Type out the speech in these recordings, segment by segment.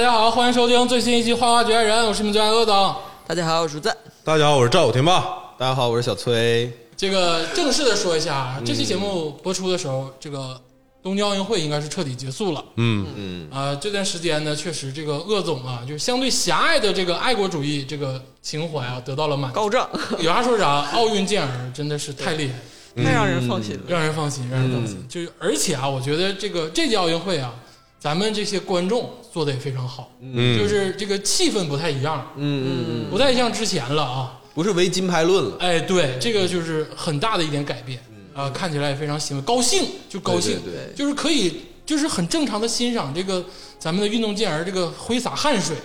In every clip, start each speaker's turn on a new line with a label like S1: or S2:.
S1: 家好，欢迎收听最新一期《花花局爱人》，我是你们最爱恶等。
S2: 大家好，我是赞。
S3: 大家好，我是赵小天霸。
S4: 大家好，我是小崔。
S1: 这个正式的说一下啊，这期节目播出的时候，这个东京奥运会应该是彻底结束了。
S3: 嗯
S1: 嗯啊、这段时间呢，确实这个鄂总啊，就是相对狭隘的这个爱国主义这个情怀啊，得到了满足。
S2: 高涨，
S1: 有啥说啥，奥运健儿真的是太厉害了。
S2: 太让人放心了。
S1: 让人放心，让人放心。就是而且啊，我觉得这个这届奥运会啊，咱们这些观众做的也非常好，
S3: 嗯，
S1: 就是这个气氛不太一样，
S4: 嗯嗯，
S1: 不太像之前了啊。
S4: 不是唯金牌论了，
S1: 哎，对，这个就是很大的一点改变啊、看起来也非常兴奋，高兴就高兴，
S4: 对对
S1: 就是可以，就是很正常的欣赏这个咱们的运动健儿这个挥洒汗水，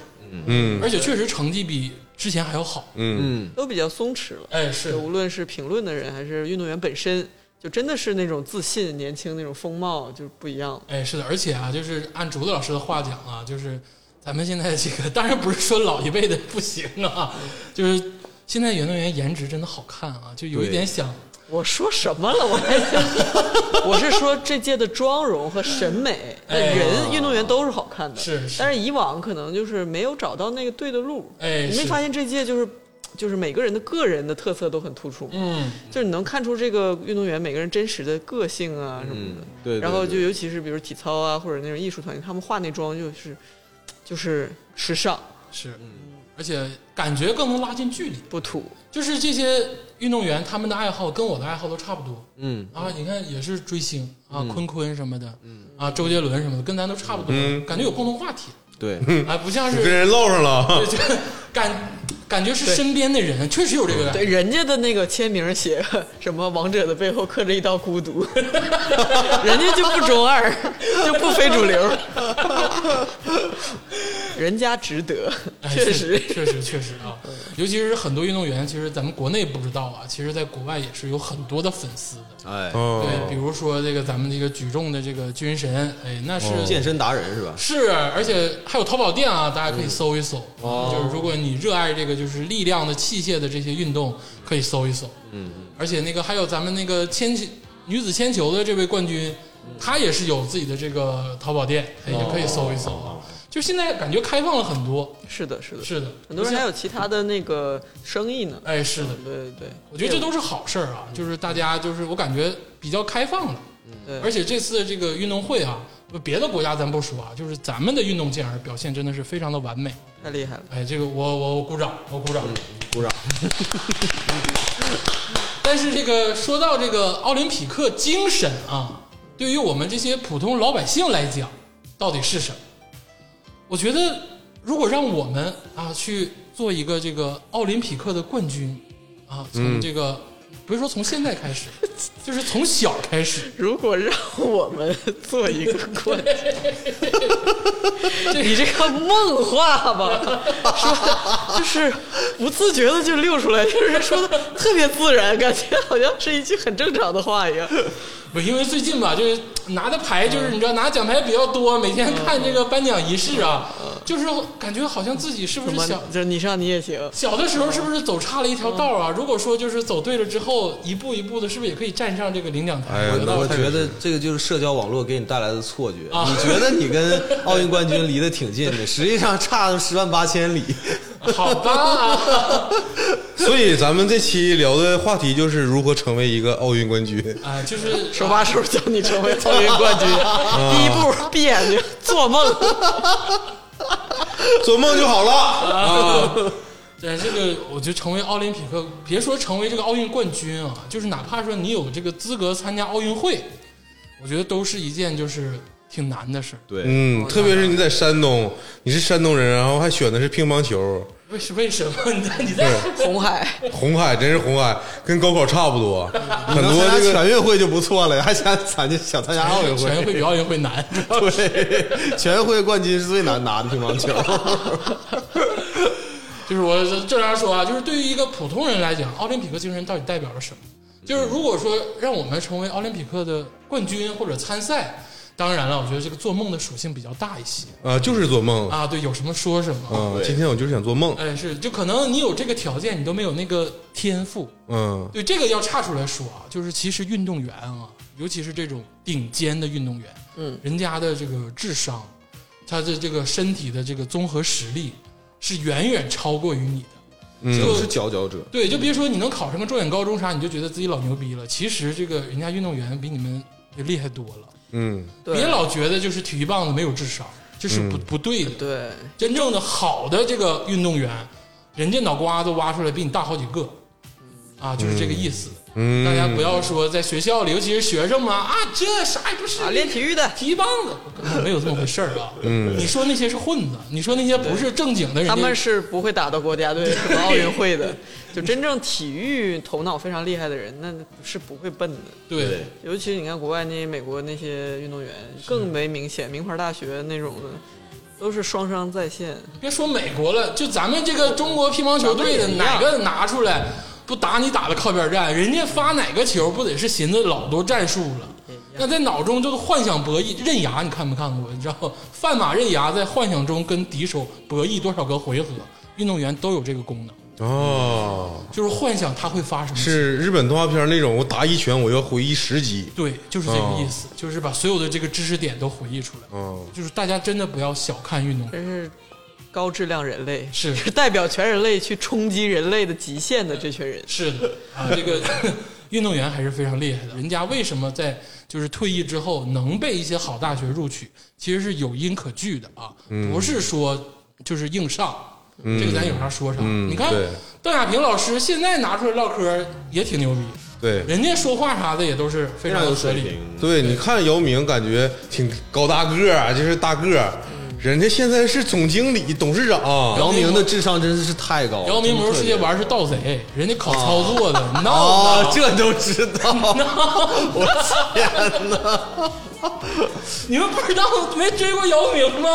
S3: 嗯
S1: 而且确实成绩比之前还要好。
S3: 嗯
S4: 嗯，
S2: 都比较松弛了。
S1: 哎，是
S2: 就无论是评论的人还是运动员本身，就真的是那种自信、年轻那种风貌就不一样了。
S1: 哎，是的，而且啊，就是按竹子老师的话讲啊，就是咱们现在这个，当然不是说老一辈的不行啊，就是现在运动员颜值真的好看啊，就有一点想，
S2: 我说什么了？我还 想我是说这届的妆容和审美，那
S1: 哎
S2: 人运动员都是好看的，
S1: 是是
S2: 但是以往可能就是没有找到那个对的路。
S1: 哎
S2: 你
S1: 是
S2: 没发现这届就是就是每个人的个人的特色都很突出吗？
S1: 嗯，
S2: 就是你能看出这个运动员每个人真实的个性啊什么的。
S4: 嗯对对
S2: 然后就
S4: 对
S2: 尤其是比如体操啊，或者那种艺术团体，他们化那妆就是就是时尚
S1: 是，而且感觉更能拉近距离，
S2: 不土。
S1: 就是这些运动员他们的爱好跟我的爱好都差不多，
S4: 嗯，
S1: 啊，你看也是追星啊，坤坤什么的，啊，周杰伦什么的，跟咱都差不多，感觉有共同话题，
S4: 对，
S1: 哎，不像
S3: 嗯跟
S1: 是
S3: 人唠上了，
S1: 这这感感觉是身边的人，确实有这个感觉。
S2: 对，人家的那个签名写 什么“王者的背后刻着一道孤独”， 人家就不中二，就不非主流，人家值得，
S1: 哎
S2: 确
S1: 实
S2: 实，
S1: 确实，确实啊！尤其是很多运动员，其实咱们国内不知道啊，其实在国外也是有很多的粉丝的。
S4: 哎，
S3: 哦
S1: 对，比如说这个咱们这个举重的这个军神，哎，那是、
S3: 哦
S4: 健身达人是吧？
S1: 是，而且还有淘宝店啊，大家可以搜一搜。就是如果你热爱这个就是力量的器械的这些运动，可以搜一搜。嗯，而且那个还有咱们那个铅球女子铅球的这位冠军，她也是有自己的这个淘宝店，哎也可以搜一搜啊。就现在感觉开放了很多，
S2: 是的，是的，
S1: 是的，
S2: 很多人还有其他的那个生意呢。
S1: 哎，是的，
S2: 对对对，
S1: 我觉得这都是好事儿啊，就是大家就是我感觉比较开放了，
S2: 对
S1: 而且这次这个运动会啊，别的国家咱不说啊，就是咱们的运动健儿表现真的是非常的完美，
S2: 太厉害了。
S1: 哎，这个我我我鼓掌，我鼓掌。
S2: 嗯
S4: 鼓掌。
S1: 但是这个说到这个奥林匹克精神啊，对于我们这些普通老百姓来讲，到底是什么？我觉得如果让我们啊去做一个这个奥林匹克的冠军啊，
S2: 嗯
S1: 从这个、不是说从现在开始，就是从小开始，
S2: 如果让我们做一个冠军，你 这个梦话吧， 说的就是不自觉的就溜出来，就是说的特别自然，感觉好像是一句很正常的话一 样。
S1: 不因为最近吧，就是拿的牌
S2: 嗯
S1: 就是你知道拿奖牌比较多，每天看这个颁奖仪式啊，就是感觉好像自己是不
S2: 嗯怎
S1: 是
S2: 么
S1: 想？
S2: 就是你上你也行？
S1: 小的时候是不是走差了一条道啊？如果说就是走对了之后，一步一步的，是不是也可以站上这个领奖台？
S3: 哎呀
S1: 我觉得
S4: 我觉得这个就是社交网络给你带来的错觉，
S1: 啊
S4: 你觉得你跟奥运冠军离得 挺近的，实际上差十万八千里。
S1: 好 吧，
S3: 所以咱们这期聊的话题就是如何成为一个奥运冠 军。
S1: 啊，就是
S2: 手把手教你 成为奥运冠军，第一步闭眼睛做梦，
S3: 做梦就好了。
S1: 啊，对这个，我觉得成为奥林匹克，别说成为这个奥运冠军啊，就是哪怕说你有这个资格参加奥运会，我觉得都是一件就是挺难的事儿。
S4: 对，
S3: 嗯，特别是你在山东，你是山东人，然后还选的是乒乓球，
S1: 为什为什么？ 你在你在
S2: 红海
S3: 红海真是红海，跟高考差不多，很
S4: 能
S3: 多
S4: 参加
S3: 这个
S4: 全运会就不错了，还想参加想参加奥运
S1: 全运
S4: 会？
S1: 会比奥运会难。
S4: 对，全运会冠军是最难拿的乒乓球。
S1: 就是我正常说啊，就是对于一个普通人来讲，奥林匹克精神到底代表了什么？就是如果说让我们成为奥林匹克的冠军或者参赛，当然了，我觉得这个做梦的属性比较大一些
S3: 啊，就是做梦
S1: 啊。对，有什么说什么。
S3: 啊。今天我就是想做梦，
S1: 哎，是，就可能你有这个条件，你都没有那个天赋。
S3: 嗯
S1: 对，这个要岔出来说啊，就是其实运动员啊，尤其是这种顶尖的运动员，嗯，人家的这个智商、他的这个身体的这个综合实力是远远超过于你的。
S3: 嗯
S4: 都是佼佼者，
S1: 对，就别说你能考上个状元高中啥，你就觉得自己老牛逼了。其实这个人家运动员比你们厉害多了，
S3: 嗯，
S2: 对
S1: 别老觉得就是体育棒子没有智商，这是不、不对的。
S2: 对，
S1: 真正的好的这个运动员，人家脑瓜子挖出来比你大好几个，啊，就是这个意思。
S3: 嗯
S1: 大家不要说在学校里，尤其是学生嘛，啊，这啥也不是
S2: 啊，，练体育的，
S1: 提棒子，根本没有这么回事儿啊。嗯，你说那些是混子，你说那些不是正经的人家，
S2: 他们是不会打到国家队和奥运会的。就真正体育头脑非常厉害的人，那是不会笨的。
S1: 对
S2: 尤其你看国外那些美国那些运动员，更为明显，名牌大学那种的，都是双商在线。
S1: 别说美国了，就咱们这个中国乒乓球队的
S2: 咱们也一样
S1: 哪个拿出来不打你打的靠边站，人家发哪个球不得是寻思老多战术
S2: 嗯
S1: 了？那在脑中就是幻想博弈，刃牙你看没看过？你知道吗范马刃牙在幻想中跟敌手博弈多少个回合，运动员都有这个功能，
S3: 哦，
S1: 就是幻想他会发生什么。
S3: 是日本动画片那种，我打一拳我要回忆十级，
S1: 对，就是这个意思，就是把所有的这个知识点都回忆出来。
S3: 哦，
S1: 就是大家真的不要小看运动，
S2: 真是高质量人类，
S1: 是
S2: 是代表全人类去冲击人类的极限的这群人。
S1: 是的啊，这个 运动员还是非常厉害的。人家为什么在就是退役之后能被一些好大学录取，其实是有因可据的啊，不是说就是硬上。这个咱有啥说啥。
S3: 嗯
S1: 你看
S3: 对
S1: 邓亚萍老师现在拿出来唠嗑也挺牛逼，
S3: 对
S1: 人家说话啥的也都是非
S4: 非
S1: 常
S4: 常有
S1: 合
S4: 水
S1: 理。
S4: 平。
S3: 对，你看姚明感觉挺高大个儿，啊就是大个儿，人家现在是总经理、董事长，
S4: 姚明的智商真是太高了，
S1: 姚明魔兽世界玩是盗贼，人家考操作的，你闹
S3: 哦
S4: 啊，
S1: 呢？
S4: 这都知道， 我天哪！
S1: 你们不知道没追过姚明吗？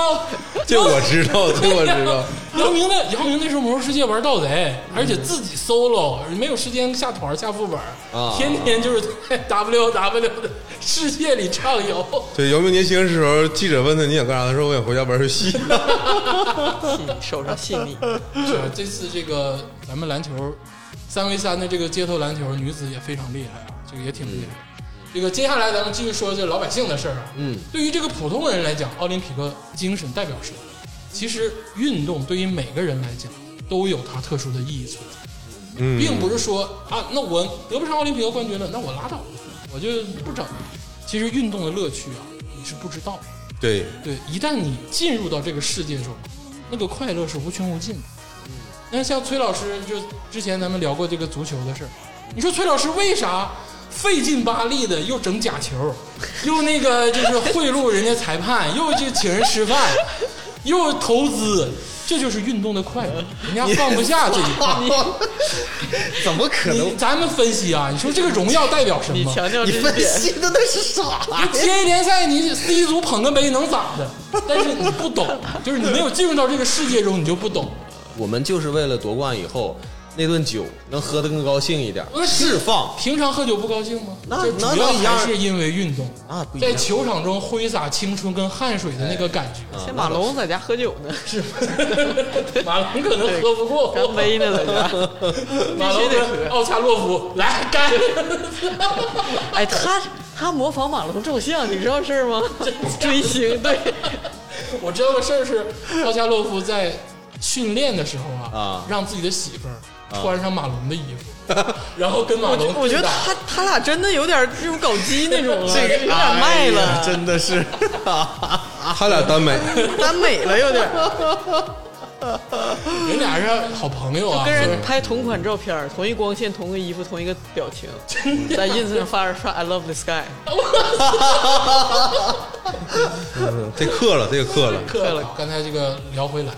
S3: 这我知道，这我知 道。
S1: 姚明的姚明那时候魔兽世界玩盗贼，而且自己 solo，没有时间下团下副本，
S4: 啊
S1: 天天就是在 W W 的世界里畅游。
S3: 对，姚明年轻的时候，记者问他你想干啥，他说我想回家玩游戏。
S2: 细手上细腻，
S1: 是吧这次这个咱们篮球三 v 三的这个街头篮球女子也非常厉害啊，这个也挺厉害。这个接下来咱们继续说这老百姓的事儿啊。嗯，对于这个普通人来讲，奥林匹克精神代表什么？其实运动对于每个人来讲都有它特殊的意义存在。
S3: 嗯
S1: 并不是说啊，那我得不上奥林匹克冠军了，那我拉倒，我就不整。其实运动的乐趣啊，你是不知道的。
S3: 对，
S1: 对，一旦你进入到这个世界中，那个快乐是无穷无尽的。那像崔老师，就之前咱们聊过这个足球的事儿，你说崔老师为啥费劲巴力的又整假球，又那个就是贿赂人家裁判，又就请人吃饭，又投资，这就是运动的快乐，人家放不下这一块。
S4: 怎么可
S1: 你？咱们分析啊，你说这个荣耀代表什
S2: 你
S1: 么？
S2: 强调这一点，
S4: 析的那是啥
S1: 你接一联赛，你 C 组捧个杯能咋的？但是你不懂，就是你没有进入到这个世界中，你就不懂。
S4: 我们就是为了夺冠以后那顿酒能喝得更高兴一点，
S1: 那
S4: 释放。
S1: 平常喝酒不高兴吗？
S4: 那
S1: 这主要
S4: 那那一样
S1: 还是因为运动
S4: 那不一样
S1: 在球场中挥洒青春跟汗水的那个感觉。
S2: 现在马龙在家喝酒呢，是
S4: 哎
S1: 马龙可能喝不过
S2: 干
S1: 我，
S2: 杯呢在家。
S1: 马龙
S2: 必须得
S1: 跟奥恰洛夫来干。
S2: 哎，他他模仿马龙照相，你知道事儿吗？追星对，
S1: 我知道个事儿是，奥恰洛夫在训练的时候啊
S4: 啊，
S1: 让自己的媳妇儿穿上马龙的衣服，然后跟马龙啊
S2: 我觉
S1: 对
S2: 得
S1: 打
S2: 他他俩真的有点这种搞基那种了，
S4: 这个
S2: 有点卖
S4: 哎呀
S2: 了，
S4: 真 的是
S3: 他俩耽美，
S2: 耽美了有点，
S1: 人俩是好朋友啊，
S2: 跟
S1: 所
S2: 人
S1: 以
S2: 拍同款照片，同一光线，同个衣服，同一个表情，在 ins 上发发 I love the sky，
S3: 这刻了，这个刻了。
S2: 刻了。
S1: 刚才这个聊回来，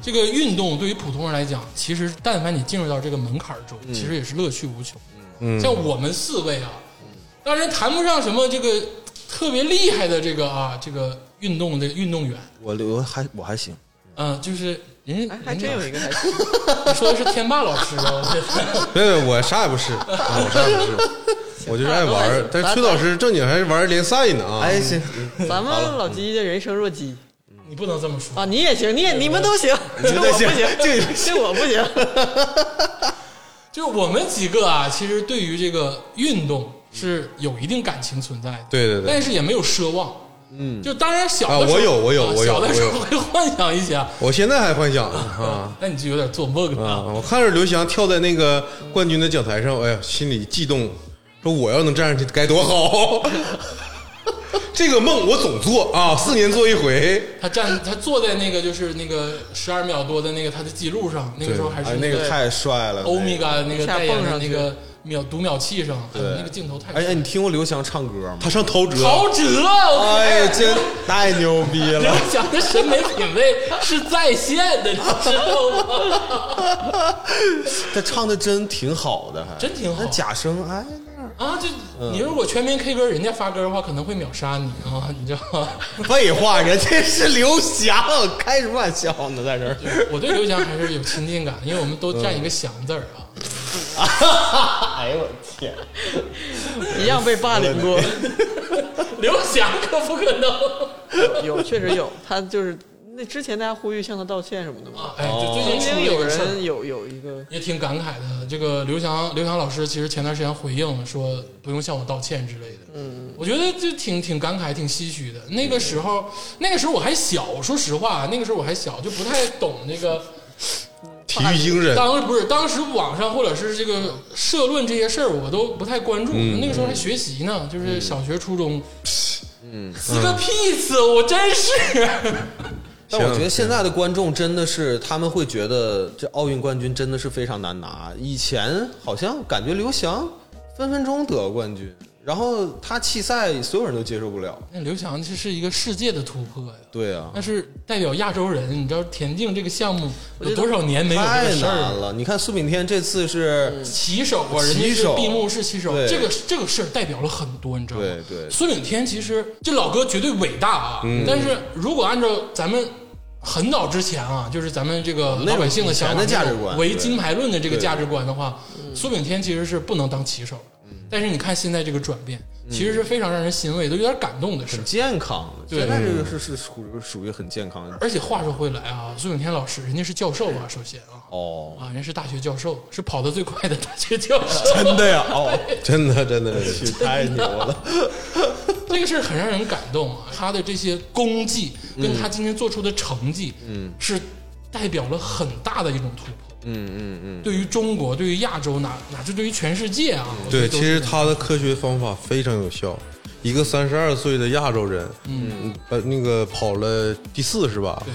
S1: 这个运动对于普通人来讲，其实但凡你进入到这个门槛儿中，其实也是乐趣无穷。
S3: 嗯
S1: 像我们四位啊，当然谈不上什么这个特别厉害的这个啊这个运动的运动员，
S4: 我我还我 还行，
S1: 嗯、就是人家
S2: 哎，还真有一个还行，
S1: 你说的是天霸老师啊，我觉得
S3: 没有，我啥也不是，啊我啥也不是，我就是爱玩 儿。但是崔老师正经还是玩联赛呢啊！
S2: 哎
S4: 还行，
S2: 咱们老鸡的人生若鸡
S1: 你不能这么说。
S2: 啊，你也行，你也你们都行，就 我不行，就我不行，
S1: 就是我们几个啊，其实对于这个运动是有一定感情存在的，
S3: 对对对
S1: 但是也没有奢望。嗯，就当然小
S3: 啊
S1: 的时候，
S3: 我有我有
S1: 啊
S3: 我有
S1: 小的时
S3: 我
S1: 候会
S3: 有
S1: 幻想一下，
S3: 我现在还幻想呢 啊
S1: 那你就有点做梦
S3: 啊！
S1: 了。
S3: 我看着刘翔跳在那个冠军的讲台上，哎呀，心里悸动，说我要能站上去该多好。 这个梦我总做啊，四年做一回。
S1: 他站，他坐在那个就是那个十二秒多的那个他的记录上，那个时候还
S4: 哎
S1: 是，
S4: 那个太帅 了，
S1: 欧米伽那个代言
S2: 一下蹦
S1: 的
S2: 上去
S1: 那个秒读秒器上，哎
S4: 对
S1: 那个镜头太
S4: 哎哎，你听过刘翔唱歌吗？
S3: 他上陶喆，
S1: 陶喆，啊我
S4: 哎呀，真太牛逼
S1: 刘
S4: 了！
S1: 翔的审美品味是在线的，你知道吗？
S4: 他唱的真挺好的，还
S1: 真挺好
S4: 那假声哎，
S1: 啊，这你如果全民 K 歌，人家发歌的话，可能会秒杀你啊， 你知道吗？
S4: 废话，人家是刘翔，开什么玩笑呢？在 这儿，
S1: 我对刘翔还是有亲近感，因为我们都占一个“翔”字儿啊。
S4: 哎呦我天！
S2: 一样被霸凌过。
S1: 刘翔可不可能？
S2: 有，确实有，他就是那之前大家呼吁向他道歉什么的嘛。
S1: 哎，就最近出
S2: 曾经
S1: 了一
S2: 有
S1: 个事儿
S2: 人有有一个，
S1: 也挺感慨的。这个刘翔，刘翔老师其实前段时间回应了，说不用向我道歉之类的。嗯，我觉得就挺挺感慨，挺唏嘘的。那个时候，那个时候我还小，说实话，那个时候我还小，就不太懂那个。
S3: 体育精神，
S1: 当不是当时网上或者是这个社论这些事儿，我都不太关注。那个时候还学习呢，就是小学、初中。嗯，是个屁词，我真是。
S4: 但我觉得现在的观众真的是，他们会觉得这奥运冠军真的是非常难拿。以前好像感觉刘翔分分钟得冠军，然后他弃赛，所有人都接受不了。
S1: 那刘翔这是一个世界的突破呀。
S4: 对啊，
S1: 那是代表亚洲人，你知道田径这个项目有
S2: 觉得
S1: 多少年没有这
S4: 太
S1: 个事儿
S4: 难
S1: 了？
S4: 了。你看苏炳添这次是，
S1: 旗手啊，人家
S4: 旗
S1: 是
S4: 手
S1: 闭幕式旗手，
S4: 对
S1: 这个这个事儿代表了很多，你知道吗？
S4: 对对嗯
S1: 苏炳添其实这老哥绝对伟大啊，但是如果按照咱们很早之前啊，就是咱们这个
S4: 哦那种
S1: 老百姓的想法、
S4: 以前的价值观嗯
S1: 唯
S4: 对
S1: 金牌论的这个
S4: 对
S1: 价值观的话，苏炳添其实是不能当旗手的。但是你看现在这个转变，其实是非常让人欣慰，都有点感动的事
S4: 嗯很。健康的，
S1: 对
S4: 现在这个是是属于属于很健康的
S1: 而且话说回来啊，苏炳添老师人家是教授啊，首先啊，
S4: 哦，
S1: 啊，人是大学教授，是跑得最快的大学教授。
S4: 真的呀 哦，
S3: 真的真的，
S4: 去太牛了，
S1: 这个事儿很让人感动啊！他的这些功绩跟他今天做出的成绩，嗯，是代表了很大的一种突破。嗯嗯嗯，对于中国，对于亚洲，哪哪至对于全世界啊？我觉得
S3: 对，
S1: 都
S3: 其
S1: 是
S3: 实他的科学方法非常有效。一个三十二岁的亚洲人，嗯，呃，那个跑了第四是吧？
S1: 对，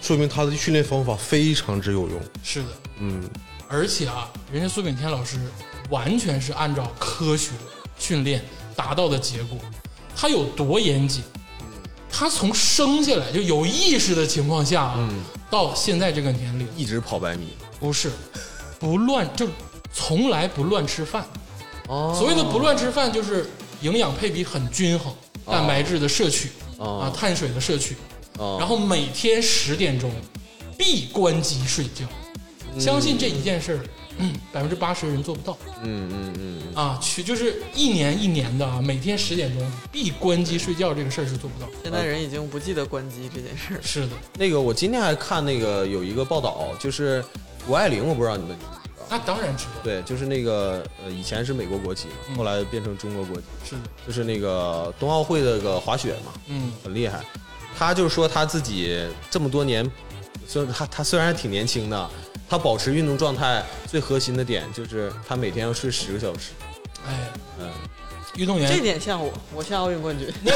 S3: 说明他的训练方法非常之有用。
S1: 是的，嗯。而且啊，人家苏炳添老师完全是按照科学训练达到的结果，他有多严谨？他从生下来就有意识的情况下啊，到现在这个年龄，
S4: 一直跑百米，
S1: 不是，不乱就从来不乱吃饭。
S4: 哦
S1: 所谓的不乱吃饭，就是营养配比很均衡，蛋白质的摄取、
S4: 哦
S1: 啊，碳水的摄取，
S4: 哦
S1: 然后每天十点钟闭关机睡觉。相信这一件事儿，嗯百分之八十人做不到
S4: 嗯嗯嗯，
S1: 啊！去就是一年一年的啊，每天十点钟闭关机睡觉这个事儿是做不到。
S2: 现在人已经不记得关机这件事儿。
S1: 是的，
S4: 那个我今天还看那个有一个报道，就是谷爱凌，我不知道你们知不知道。
S1: 那当然知道，
S4: 对，就是那个呃，以前是美国国旗嘛，后来变成中国国旗，
S1: 是的，
S4: 就是那个冬奥会的那个滑雪嘛，
S1: 嗯，
S4: 很厉害。他就说他自己这么多年，虽然他他虽然还挺年轻的，他保持运动状态最核心的点就是他每天要睡十个小时。
S1: 哎，
S4: 嗯，
S1: 运动员
S2: 这点像我，我像奥运冠军，
S1: 那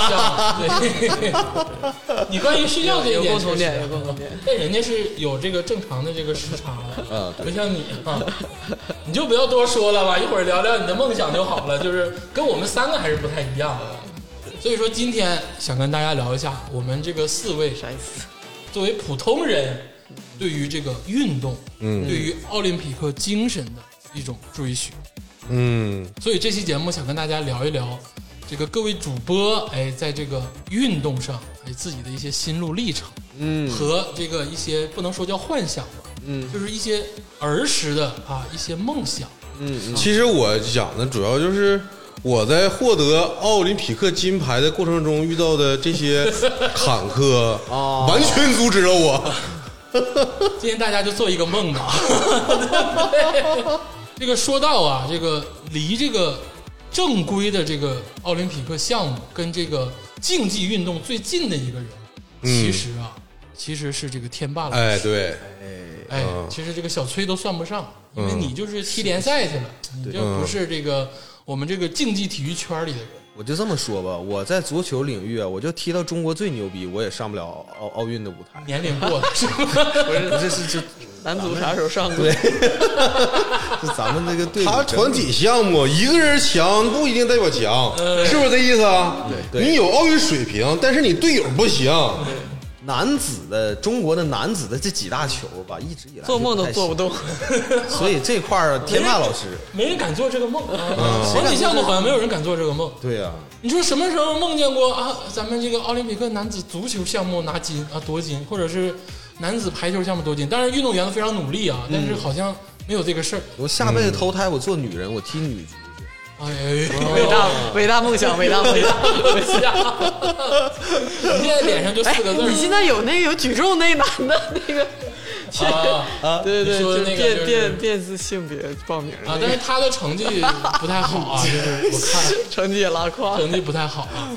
S1: 个太像了。 对，你关于睡觉这一
S2: 有
S1: 点
S2: 共同
S1: 确实
S2: 点，有
S1: 啊
S2: 共同点。
S1: 但人家是有这个正常的这个时差的，
S4: 呃，
S1: 不
S4: 对，
S1: 像你啊， 你就不要多说了吧，一会儿聊聊你的梦想就好了，就是跟我们三个还是不太一样的。所以说，今天想跟大家聊一下我们这个四位
S2: 啥意思？
S1: 作为普通人对于这个运动，
S3: 嗯
S1: 对于奥林匹克精神的一种追寻。
S3: 嗯，
S1: 所以这期节目想跟大家聊一聊，这个各位主播哎，在这个运动上哎自己的一些心路历程，嗯，和这个一些不能说叫幻想吧，嗯，就是一些儿时的啊一些梦 想，
S3: 其实我讲的主要就是我在获得奥林匹克金牌的过程中遇到的这些坎坷，
S4: 哦
S3: 完全阻止了 我。
S1: 今天大家就做一个梦 吧。这个说到啊，这个离这个正规的这个奥林匹克项目跟这个竞技运动最近的一个人，其实啊，其实是这个天霸老师。
S3: 哎，对，
S1: 哎，其实这个小崔都算不上，因为你就是踢联赛去了，你就不是这个我们这个竞技体育圈里的人。
S4: 我就这么说吧，我在足球领域啊，我就踢到中国最牛逼，我也上不了奥奥运的舞台。
S1: 年龄过了是吧？
S4: 不是，这是这
S2: 男足啥时候上过？
S4: 这咱们这个队伍
S3: 他团体项目一个人强不一定代表强，是不是这意思啊？
S4: 呃对
S3: 你有奥运水平，但是你队友不行。
S4: 男子的中国的男子的这几大球吧，一直以来
S2: 做梦都
S4: 就太
S2: 做不 动。
S4: 行。所
S3: 啊
S4: 以这块儿天霸老师，
S1: 没人敢做这个梦，好几项目好像没有人敢做这个梦。
S4: 对啊呀、
S1: 你说什么时候梦见过啊？咱们这个奥林匹克男子足球项目拿金啊夺金，或者是男子排球项目夺金？当然，运动员都非常努力啊，但是好像没有这个事儿。
S4: 我下辈子投胎，我做
S3: 嗯
S4: 女人，我踢女足去。
S1: 哎呦，
S2: 伟大伟大梦想，伟大梦 想。
S1: 伟大！你现在脸上就四个字儿
S2: 哎你现在有那个有举重那男的那个，
S1: 啊
S2: 啊、对对，
S1: 你说
S2: 就
S1: 的那
S2: 是
S1: 个就是
S2: 变变变自性别报名
S1: 啊
S2: 那！个
S1: 但是他的成绩不太好啊，就是我看。
S2: 成绩也拉胯。
S1: 成绩不太好啊。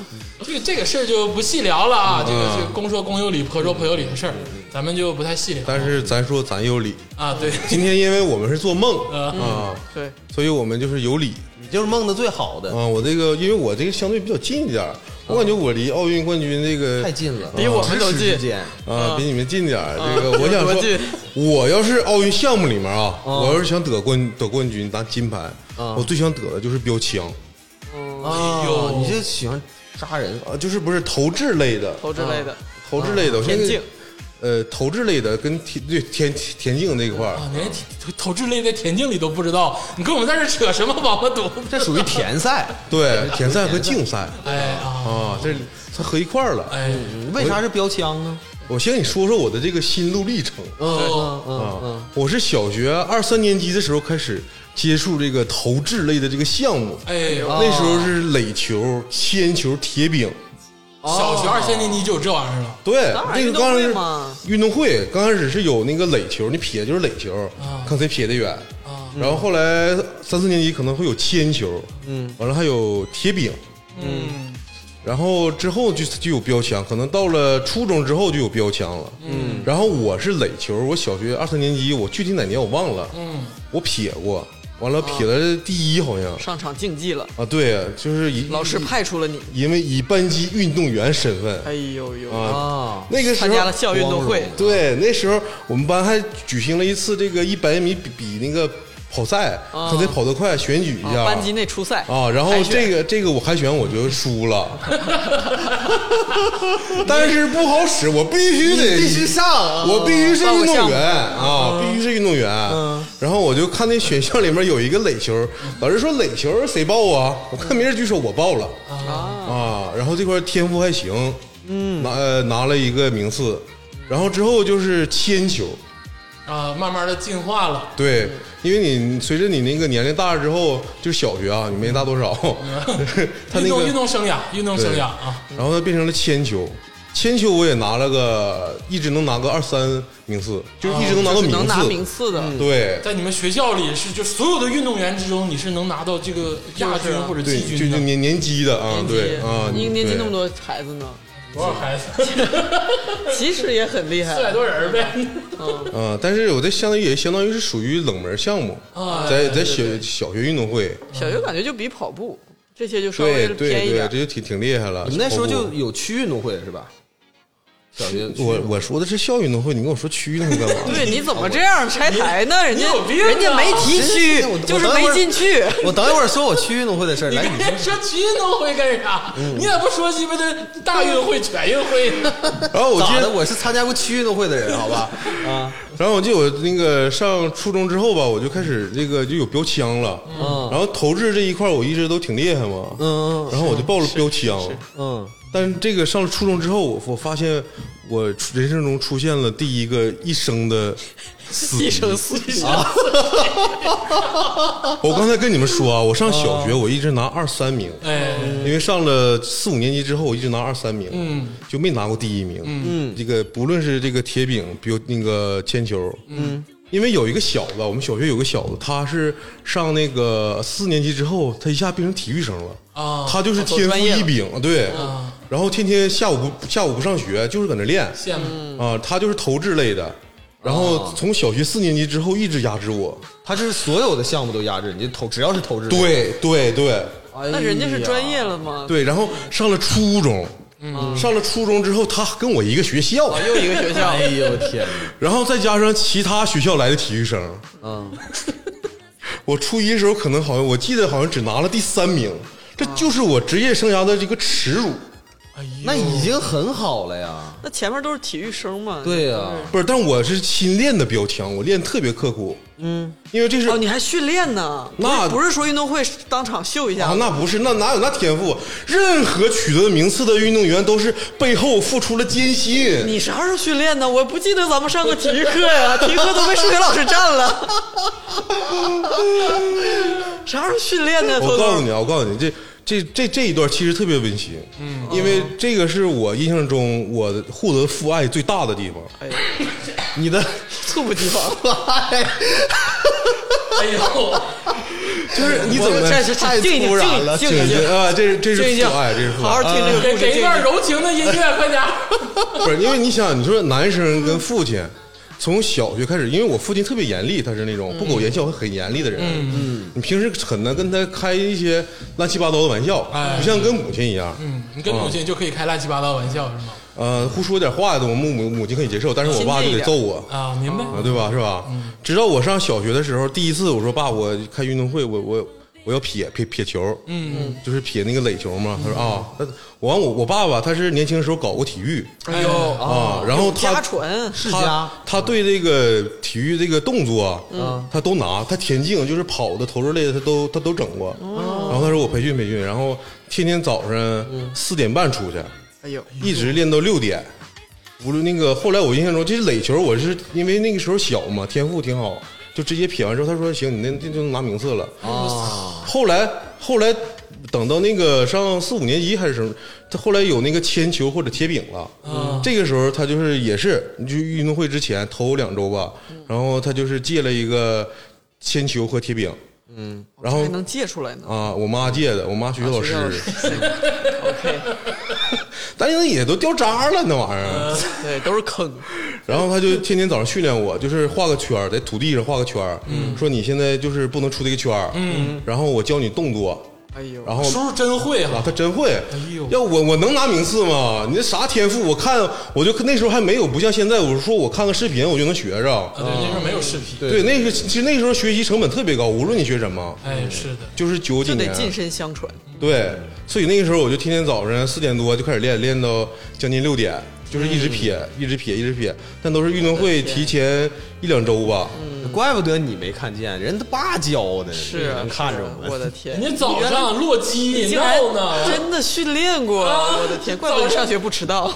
S1: 这个这个事儿就不细聊了啊，这个
S3: 嗯
S1: 是公说公有理，婆说婆有理的事儿，咱们就不太细聊
S3: 但是咱说咱有理，
S1: 啊。对，
S3: 今天因为我们是做梦
S4: 嗯
S1: 呃，
S3: 啊，
S2: 对，
S3: 所以我们就是有理
S4: 你就是梦的最好的，
S3: 啊。我这个因为我这个相对比较近一点儿，我感觉我离奥运冠军这个
S4: 太近了，
S2: 比我们都
S4: 咫尺之
S2: 近
S4: 间
S3: 啊，比你们近点儿。这个
S2: 有
S3: 我想
S2: 多近
S3: 说，我要是奥运项目里面啊，我要是想得冠得冠军拿金牌，
S4: 啊
S3: 我最想得的就是标枪
S2: 嗯，
S1: 哎
S4: 啊
S1: 呦！
S4: 你就喜欢扎人，
S3: 啊，就是不是投掷类的，
S2: 投之类的，
S3: 投掷类的，我现在
S2: 田径
S3: 呃，投掷类的跟田对田田径那一块儿
S1: 啊，连投投掷类在田径里都不知道，你跟我们在这扯什么王八犊子？
S4: 这属于田赛。
S3: 对田赛和竞赛
S1: 哎啊，
S3: 啊，这它合一块儿了。
S1: 哎，
S4: 为啥是标枪呢？
S3: 我先给你说说我的这个心路历程
S4: 嗯嗯
S3: 啊
S4: 嗯嗯，，
S3: 我是小学二三年级的时候开始接触这个投掷类的这个项目，
S1: 哎呦，
S3: 那时候是垒球、铅球、铁饼。
S1: 小学二三年级就有这玩意儿了。
S3: 对
S2: 当，然
S3: 那
S2: 运
S3: 个
S2: 动
S3: 刚
S2: 会
S3: 开始
S2: 嘛
S3: 运动会刚开始是有那个垒球，你撇就是垒球，
S2: 啊
S3: 看谁撇得远。然后后来三四年级可能会有铅球，嗯，完了还有铁饼，
S1: 嗯，
S3: 然后之后就就有标枪，可能到了初中之后就有标枪了。嗯，然后我是垒球，我小学二三年级，我具体哪年我忘了。嗯，我撇过，完
S2: 啊
S3: 了撇了第一好像
S2: 上场竞技了，
S3: 啊，对，就是以
S2: 老师
S3: 以
S2: 派出了你。
S3: 因为以班级运动员身份
S2: 嗯 哎呦呦，
S4: 啊，
S3: 那个时候
S2: 参加了校运动会
S3: 光荣对，那时候我们班还举行了一次这个一百米比比那个跑赛，看谁跑得快，选举一下。
S2: 啊哦班级内初赛
S3: 啊，然后
S2: 海选
S3: 这个这个我海选我就 输了，但是不好使，我必须得
S4: 必须上啊
S3: 我必须是
S2: 报个
S3: 运
S2: 项
S3: 动
S2: 目嗯
S3: 员啊，必须是运动员。然后我就看那选项里面有一个垒球，老师说垒球谁报啊？我看没人举手，我报了啊。然后这块天赋还行，嗯，拿呃拿了一个名次。然后之后就是铅球，
S1: 啊，慢慢的进化了。
S3: 对，
S2: 嗯
S3: 因为你随着你那个年龄大了之后，就是小学啊，你没大多 少，他
S1: 运
S3: 那
S1: 动运
S3: 个，
S1: 动生涯，运动生涯啊，
S3: 然后它变成了铅球。铅球我也拿了个，一直能拿个二三名次，就是一直能拿到
S2: 哦就是
S3: 名次。
S2: 能拿名次的，
S3: 对，
S1: 在你们学校里是就所有的运动员之中，你是能拿到这个亚军或者
S3: 对，
S1: 季
S3: 就
S1: 军
S3: 就
S1: 的。
S3: 年年级的啊，对啊，
S2: 一个年级
S3: 对
S2: 那么多孩子呢，
S1: 多少孩子？
S2: 其实也很厉
S1: 四百
S2: 害。
S1: 多人儿呗。
S3: 啊，但是我这相当于也相当于是属于冷门项目，
S1: 啊
S2: 哎
S3: 在在小小学运动会，
S2: 小学感觉就比跑步这些就稍微偏
S3: 对对
S2: 一
S3: 对，
S2: 点
S3: 这。就挺挺厉害了。
S4: 你们那时候
S3: 跑步
S4: 就有区运动会是吧？小学区
S3: 我我说的是校运动会，你跟我说区运动 会干嘛？
S2: 对，你怎么这样拆台呢？人家
S1: 有病啊
S2: 人家没提区
S3: 啊
S4: 真是我，
S2: 就是
S4: 我等会
S2: 没
S4: 儿
S2: 进去。
S4: 我等一会儿说我区运动会的事儿，
S1: 你
S4: 来，
S1: 跟
S4: 你
S1: 人说去运动会干啥？你咋不说鸡巴的大运会、全运会呢？
S3: 然后我记
S4: 咋的？
S3: 得，
S4: 我是参加过区运动会的人，好吧？ 啊，
S3: 然后我记得我那个上初中之后吧，我就开始那个就有标枪了，然后投掷这一块儿我一直都挺厉害嘛，
S4: 嗯
S3: 然后我就报了标枪，
S4: 嗯，
S3: 但是这个上了初中之后，我我发现我人生中出现了第一个一生 的死敌
S2: 一生四十，
S3: 我刚才跟你们说啊，我上小
S4: 哦
S3: 学我一直拿二三名，
S1: 哎，
S3: 因为上了四五年级之后我一直拿二三名，嗯，就没拿过第一名，嗯，这个不论是这个铁饼，比如那个铅球，嗯。因为有一个小子，我们小学有个小子，他是上那个四年级之后，他一下变成体育生了啊
S1: 啊
S3: 他就是天赋异禀，对，然后天天下午不下午不上学，就是搁那练
S1: 羡慕
S3: 啊。他就是投掷类的，然后从小学四年级之后一直压制我。
S4: 他是所有的项目都压制，你就投只要是投掷，，
S3: 对对对
S4: 哎呀
S2: 那人家是专业了吗？
S3: 对，然后上了初中，上了初中之后，他跟我一个学校，
S2: 哦又一个学校，
S4: 哎呦天
S3: 然后再加上其他学校来的体育生，
S4: 哪，嗯，
S3: 我初一的时候可能好像我记得好像只拿了第三名，这就是我职业生涯的这个耻辱。
S1: 哎呦，
S4: 那已经很好了呀。
S2: 那前面都是体育生嘛？
S4: 对呀、
S3: 不是，但我是新练的比较强，我练得特别刻苦。嗯，因为这是
S2: 哦，你还训练呢？
S3: 那
S2: 不是不是说运动会当场秀一下
S3: 啊，那不是，那哪有那天赋？任何取得名次的运动员都是背后付出了艰辛。
S2: 你啥时候训练呢？我不记得咱们上过体育课 呀，体育课都被数学老师占了。啥时候训练呢？
S3: 我
S2: 偷
S3: 告
S2: 偷
S3: 诉你啊，我告诉你，这这这这一段其实特别温馨，嗯，因为这个是我印象中我获得父爱最大的地方。
S2: 哎
S4: 你的
S2: 猝不及防，
S1: 哎呦，
S3: 就是你怎么
S4: 这是太
S2: 静一静
S4: 突然了，
S2: 静
S3: 这
S2: 一静
S3: 这啊？这是这是
S2: 静一静
S3: 父爱，这是父
S2: 好好
S3: 爱。啊
S2: 听这个
S1: 给
S2: 故事。
S1: 给一段柔情的音乐，快点儿。
S3: 不是因为你想，你说男生跟父亲从小学开始，因为我父亲特别严厉，他是那种不苟言笑、很严厉的人。嗯，你平时很难跟他开一些乱七八糟的玩笑，
S1: 哎
S3: 不像跟母亲一样。
S1: 嗯，你跟母亲就可以开乱七八糟玩笑是吗？
S3: 呃，胡说点话的，我母母母亲可以接受，但是我爸就得揍我
S1: 啊，明白。
S3: 啊，对吧？是吧？直到我上小学的时候，第一次我说爸，我开运动会，我我我要撇撇撇球，嗯，就是撇那个垒球嘛。他说啊，他我完我我爸爸他是年轻时候搞过体育
S1: 哎呦，
S3: 啊，然后他
S2: 家传
S4: 世
S3: 他
S4: 家
S3: 他对这个体育这个动作啊，
S2: 嗯
S3: 他都拿，他田径就是跑的、投掷类的，他都他都整过。
S2: 哦
S3: 然后他说我培训培训，然后天天早上四点半出去，
S2: 嗯哎呦，
S3: 一直练到六点。无论那个后来我印象中，这是垒球，我是因为那个时候小嘛，天赋挺好，就直接撇完之后，他说行，你那那就能拿名次了。
S4: 啊，
S3: 后来后来等到那个上四五年级还是什么，他后来有那个铅球或者铁饼了。
S1: 嗯
S3: 这个时候他就是也是就运动会之前头两周吧，然后他就是借了一个铅球和铁饼。嗯，然后
S2: 还能借出来呢。
S3: 啊，我妈借的，我妈学校老师，
S2: 啊学校老师 OK，
S3: 但是也都掉渣了那玩意儿。
S2: 对，都是坑。
S3: 然后他就天天早上训练我，就是画个圈儿，在土地上画个圈儿，说你现在就是不能出这个圈儿，嗯，然后我教你动作，
S2: 哎呦，
S3: 然后
S1: 叔叔真会
S3: 啊
S1: 哈，，
S3: 他真会，
S2: 哎
S1: 呦
S3: 要我我能拿名次吗？你这啥天赋？我看我就那时候还没有，不像现在，我说我看个视频我就能学着
S1: 啊，，对，那时候没有视频。
S2: 嗯
S3: 对，那个其实那时候学习成本特别高，无论你学什么，
S1: 哎，是的，
S3: 就是九几
S2: 就得
S3: 年，
S2: 近身相传。
S3: 对，所以那个时候我就天天早上四点多就开始练，练到将近六点，就是一直
S2: 嗯
S3: 撇，一直撇，一直撇，但都是运动会提前一两周吧，
S2: 嗯
S4: 怪不得你没看见，人他爸教的，
S2: 是啊，
S4: 你看着
S2: 是啊
S4: 我
S2: 我
S4: 们，
S2: 的天，
S1: 人家早上洛基
S2: 竟然
S1: 闹呢，
S2: 真的训练过，
S1: 啊
S2: 我的天，怪不得你上学不迟到。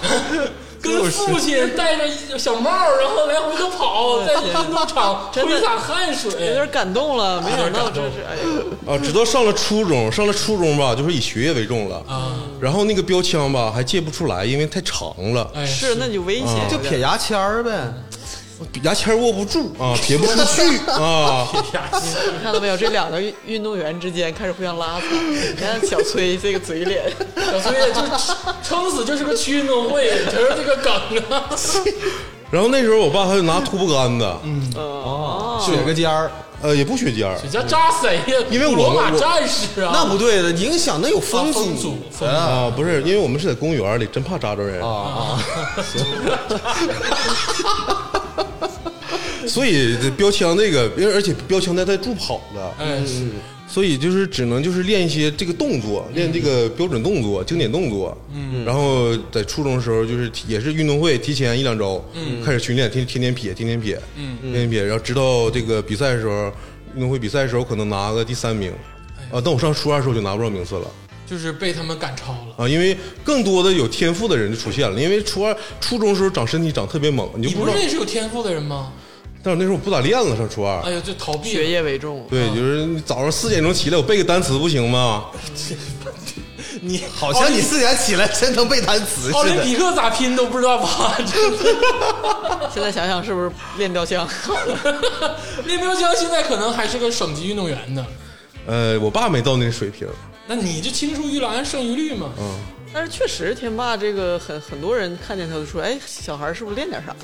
S1: 跟父亲戴着小帽，然后来回头跑，在运动场
S2: 真的
S1: 挥洒汗
S2: 有
S1: 水。
S2: 点感动了，没想到
S1: 有点感动
S2: 这是哎呦，
S3: 啊，直到上了初中，上了初中吧，就是以学业为重了，
S2: 啊
S1: 啊
S3: 然后那个标枪吧还借不出来，因为太长了，
S1: 哎，
S2: 是那就危险，
S4: 就撇牙签儿呗。
S3: 牙签儿握不住啊，撇不出 去啊，
S1: 呀，
S2: 你看到没有？这两个运运动员之间开始互相拉扯。你看小崔这个嘴脸，
S1: 小崔也就撑死就是个区运动会，就是这个梗啊。
S3: 然后那时候我爸他就拿秃布杆子，
S4: 血个尖儿，
S3: 呃，也不削尖儿，
S1: 你家扎谁呀？
S3: 因为我
S1: 罗马
S3: 我
S1: 战士啊，
S4: 那不对的，影响那有哦风
S1: 啊风
S4: 阻
S1: 阻风阻
S4: 啊
S3: 啊，不是，因为我们是在公园里，真怕扎着人
S4: 啊啊！
S3: 所以这标枪这个，因为而且标枪它带助跑的，
S1: 哎，是
S3: 所以就是只能就是练一些这个动作，练这个标准动作、经典动作。嗯，然后在初中的时候，就是也是运动会提前一两周，嗯，开始训练，天天天撇，天天撇，嗯，天天撇，然后直到这个比赛的时候，运动会比赛的时候可能拿个第三名，啊，但我上初二的时候就拿不着名次了。
S1: 就是被他们赶超了。
S3: 啊，因为更多的有天赋的人就出现了，因为初二、初中的时候长身体长特别猛，你
S1: 你
S3: 就不
S1: 不
S3: 知
S1: 是
S3: 道。
S1: 也是有天赋的人吗？
S3: 但是那时候我不咋练了，上初二。
S1: 哎呀，就逃避
S2: 学业为重。
S3: 对，就是你早上四点钟起来，我背个单词不行吗？
S1: 你
S4: 好像你四点起来真能背单词
S1: 奥
S4: 似
S1: 林
S4: 的。
S1: 匹克咋拼都不知道吧？真的
S2: 现在想想是不是练雕像？
S1: 练标枪现在可能还是个省级运动员呢。
S3: 呃，我爸没到那水平，
S1: 那你这青出于蓝胜于绿嘛？嗯，
S2: 但是确实，天霸这个很很多人看见他就说：“哎，小孩是不是练点啥呀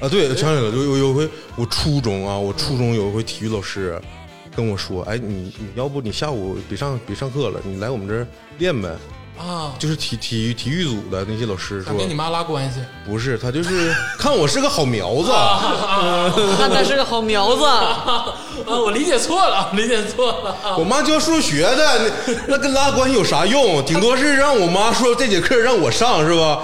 S3: 啊，对，想起来了，有有有回我初中啊，我初中有一回体育老师跟我说，哎，你你要不你下午别上别上课了，你来我们这儿练呗，
S1: 啊，
S3: 就是体体育体育组的那些老师说
S1: 想，跟你妈拉关系，
S3: 不是，他就是看我是个好苗子，？”
S2: 看他是个好苗子，
S1: 啊，我理解错了，理解错了啊
S3: 我妈教数学的，那那跟拉关系有啥用？顶多是让我妈说这节课让我上是吧？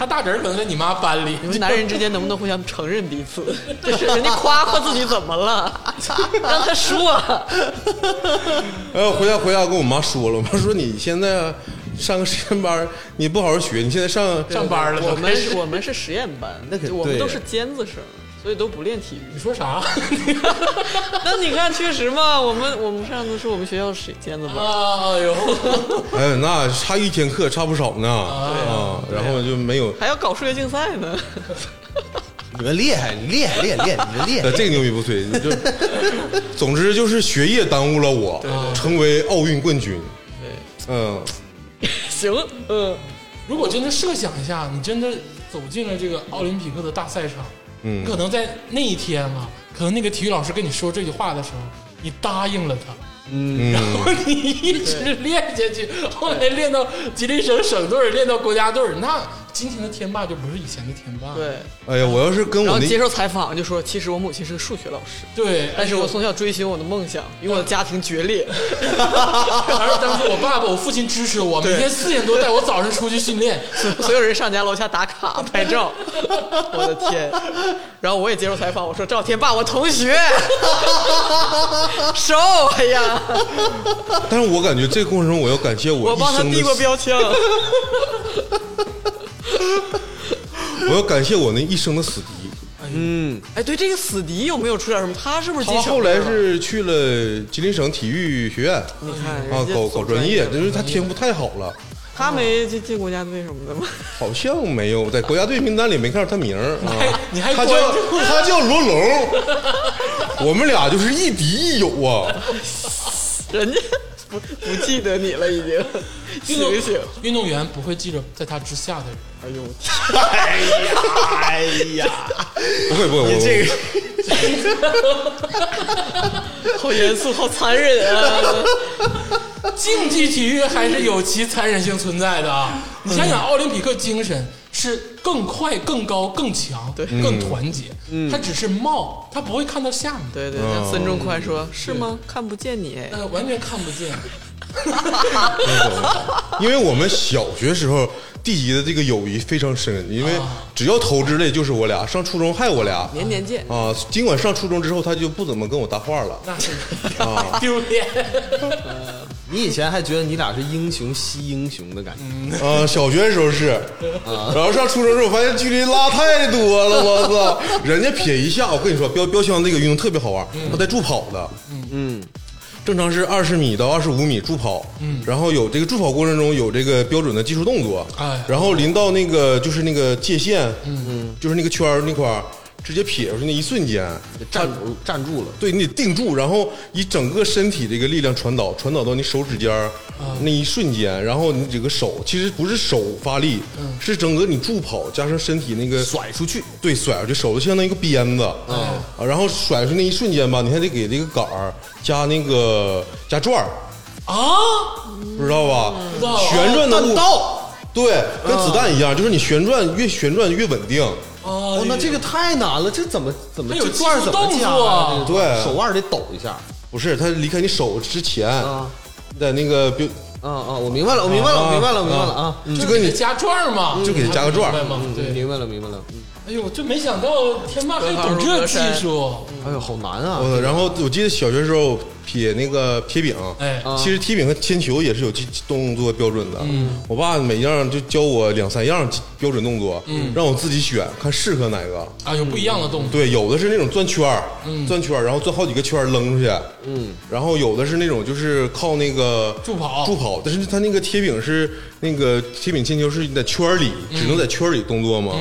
S1: 他大侄儿可能在你妈班里，
S2: 你们男人之间能不能互相承认彼此？就是人家夸夸自己怎么了，让他说。
S3: 哎，我回家回家跟我妈说了，我妈说你现在上个实验班，你不好好学，你现在上
S1: 上班了都
S2: 我
S1: 开
S2: 们
S1: 始
S2: 我们是实验班，
S4: 那可
S2: 就我们
S4: 对
S2: 都是尖子生，所以都不练体育
S1: 你。说啥？
S2: 那你看，确实嘛，我们我们上次说我们学校是尖子班，
S1: 啊，哎呦，
S3: 哎，那差一天课差不少呢啊，然后就没有，
S2: 还要搞数学竞赛呢。
S4: 你们厉害，你厉害，厉害，厉害，你们厉
S3: 呃，
S4: 害。
S3: 这个牛逼不吹，你就，总之就是学业耽误了我，成为奥运冠军。嗯，
S2: 行，嗯，
S1: 如果真的设想一下，你真的走进了这个奥林匹克的大赛场，
S3: 嗯
S1: 你可能在那一天啊，可能那个体育老师跟你说这句话的时候，你答应了他。然后你一直练下去，后来练到吉林省省队儿，练到国家队儿，那今天的天霸就不是以前的天霸了。
S2: 对。
S3: 哎呀，我要是跟
S2: 然
S3: 我
S2: 后
S3: 那
S2: 接受采访就说，其实我母亲是个数学老师，
S1: 对，
S2: 但是我从小追寻我的梦想，与我的家庭决裂。
S1: 而当时我爸爸、我父亲支持我，每天四点多带我早上出去训 练。
S3: 啊
S2: 所有人上家楼下打卡拍照，我的天！ 然后我也接受采访，我说赵天霸，我同 学，瘦，哎呀，
S3: 但是我感觉这个过程中，我要感谢我
S2: 我
S3: 一
S2: 帮他
S3: 生
S2: 递过
S3: 的，
S2: 标枪，
S3: 我要感谢我那一生的死敌。
S4: 嗯，
S2: 哎，对这个死敌有没有出点什么？他是不是
S3: 他
S2: 进
S3: 后来是去了吉林省体育学院
S2: 你看
S3: 啊
S2: 人，家走
S3: 搞搞专业，
S2: 了
S3: 因为他天赋太好了，
S2: 他没进进国家队什么的吗？
S3: 好像没有在国家队名单里没看到他名儿 啊。
S1: 哎你
S4: 哎
S1: 还
S3: 他
S1: 关
S3: 叫
S1: 注
S3: 他叫罗龙， 我们俩就是亦敌亦友啊。
S2: 人家 不不记得你了，已 经
S1: 运动
S2: 醒醒！
S1: 运动员不会记着在他之下的人。
S2: 哎呦，
S4: 哎呀，哎呀，哦
S3: 不会不会，我
S4: 这个
S2: 好严肃，好残忍 啊！
S1: 竞技体育还是有其残忍性存在的啊！
S3: 嗯
S1: 你想想，奥林匹克精神是更快、更高、更强、
S2: 对
S3: 嗯
S1: 更团结。他只是冒，他不会看到下面，
S2: 对对对，孙仲宽说：“是吗？看不见你。”哎，
S1: 呃，完全看不见。
S3: 因为我们小学时候地级的这个友谊非常深，因为
S4: 啊
S3: 只要投掷类就是我俩，上初中还我俩
S2: 年年见。
S3: 啊。尽管上初中之后他就不怎么跟我搭话了，
S1: 那是
S3: 哦
S1: 丢脸。
S4: 你以前还觉得你俩是英雄惜英雄的感觉，
S3: 啊，小学的时候是，然后上初中之后发现距离拉太多了，我操！人家撇一下，我跟你说，标标枪这个运动特别好玩，他带助跑的，嗯正常是二十米到二十五米助跑，嗯，然后有这个助跑过程中有这个标准的技术动作，
S1: 哎
S3: 然后临到那个就是那个界限，嗯嗯，就是那个圈儿那块儿，直接撇出去那一瞬间，
S4: 站住站住了，
S3: 对你得定住，然后以整个身体这个力量传导，传导到你手指尖儿、
S4: 啊
S3: 那一瞬间，然后你整个手其实不是手发力，是整个你助跑加上身体那个
S4: 嗯甩出去，
S3: 对甩出去，手就相当于一个鞭子，啊，然后甩出去那一瞬间吧，你还得给这个杆儿加那个加转儿，
S1: 啊，
S3: 不知道吧？
S1: 道
S3: 旋转的
S4: 嗯
S3: 物
S4: 弹哦道。嗯
S3: 对，跟子弹一样，就是你旋转越旋转越稳定。
S1: 哦
S4: 哦，那这个太难了，这怎么怎么
S1: 它有
S4: 这段儿怎么
S1: 技术
S4: 加
S1: 动作啊
S4: 啊？这个
S3: 对
S4: 手腕儿得抖一下。
S3: 不是，它离开你手之前，
S4: 啊
S3: 在那个标
S4: 啊啊！我明白了，我明白了，我明白了，我明白了啊！
S1: 就
S3: 就跟
S1: 给
S3: 你
S1: 他加转儿嘛，
S3: 就给他加个转儿
S1: 明白吗
S4: 嗯，
S1: 对。
S4: 明白了，明白了。嗯
S1: 哎呦，真没想到天霸还懂这技术。
S4: 哎呦，好难啊！
S3: 呃，然后我记得小学时候撇那个撇饼，
S1: 哎
S3: 其实踢饼和铅球也是有技动作标准的。嗯，我爸每样就教我两三样标准动作，嗯，让我自己选，看适合哪个。
S1: 啊，有不一样的动作。
S3: 对，有的是那种转圈儿，
S1: 嗯
S3: 转圈儿，然后转好几个圈儿扔出去，嗯，然后有的是那种就是靠那个
S1: 助跑
S3: 助跑，但是他那个贴饼是那个贴饼铅球是在圈儿里，
S1: 嗯
S3: 只能在圈儿里动作嘛，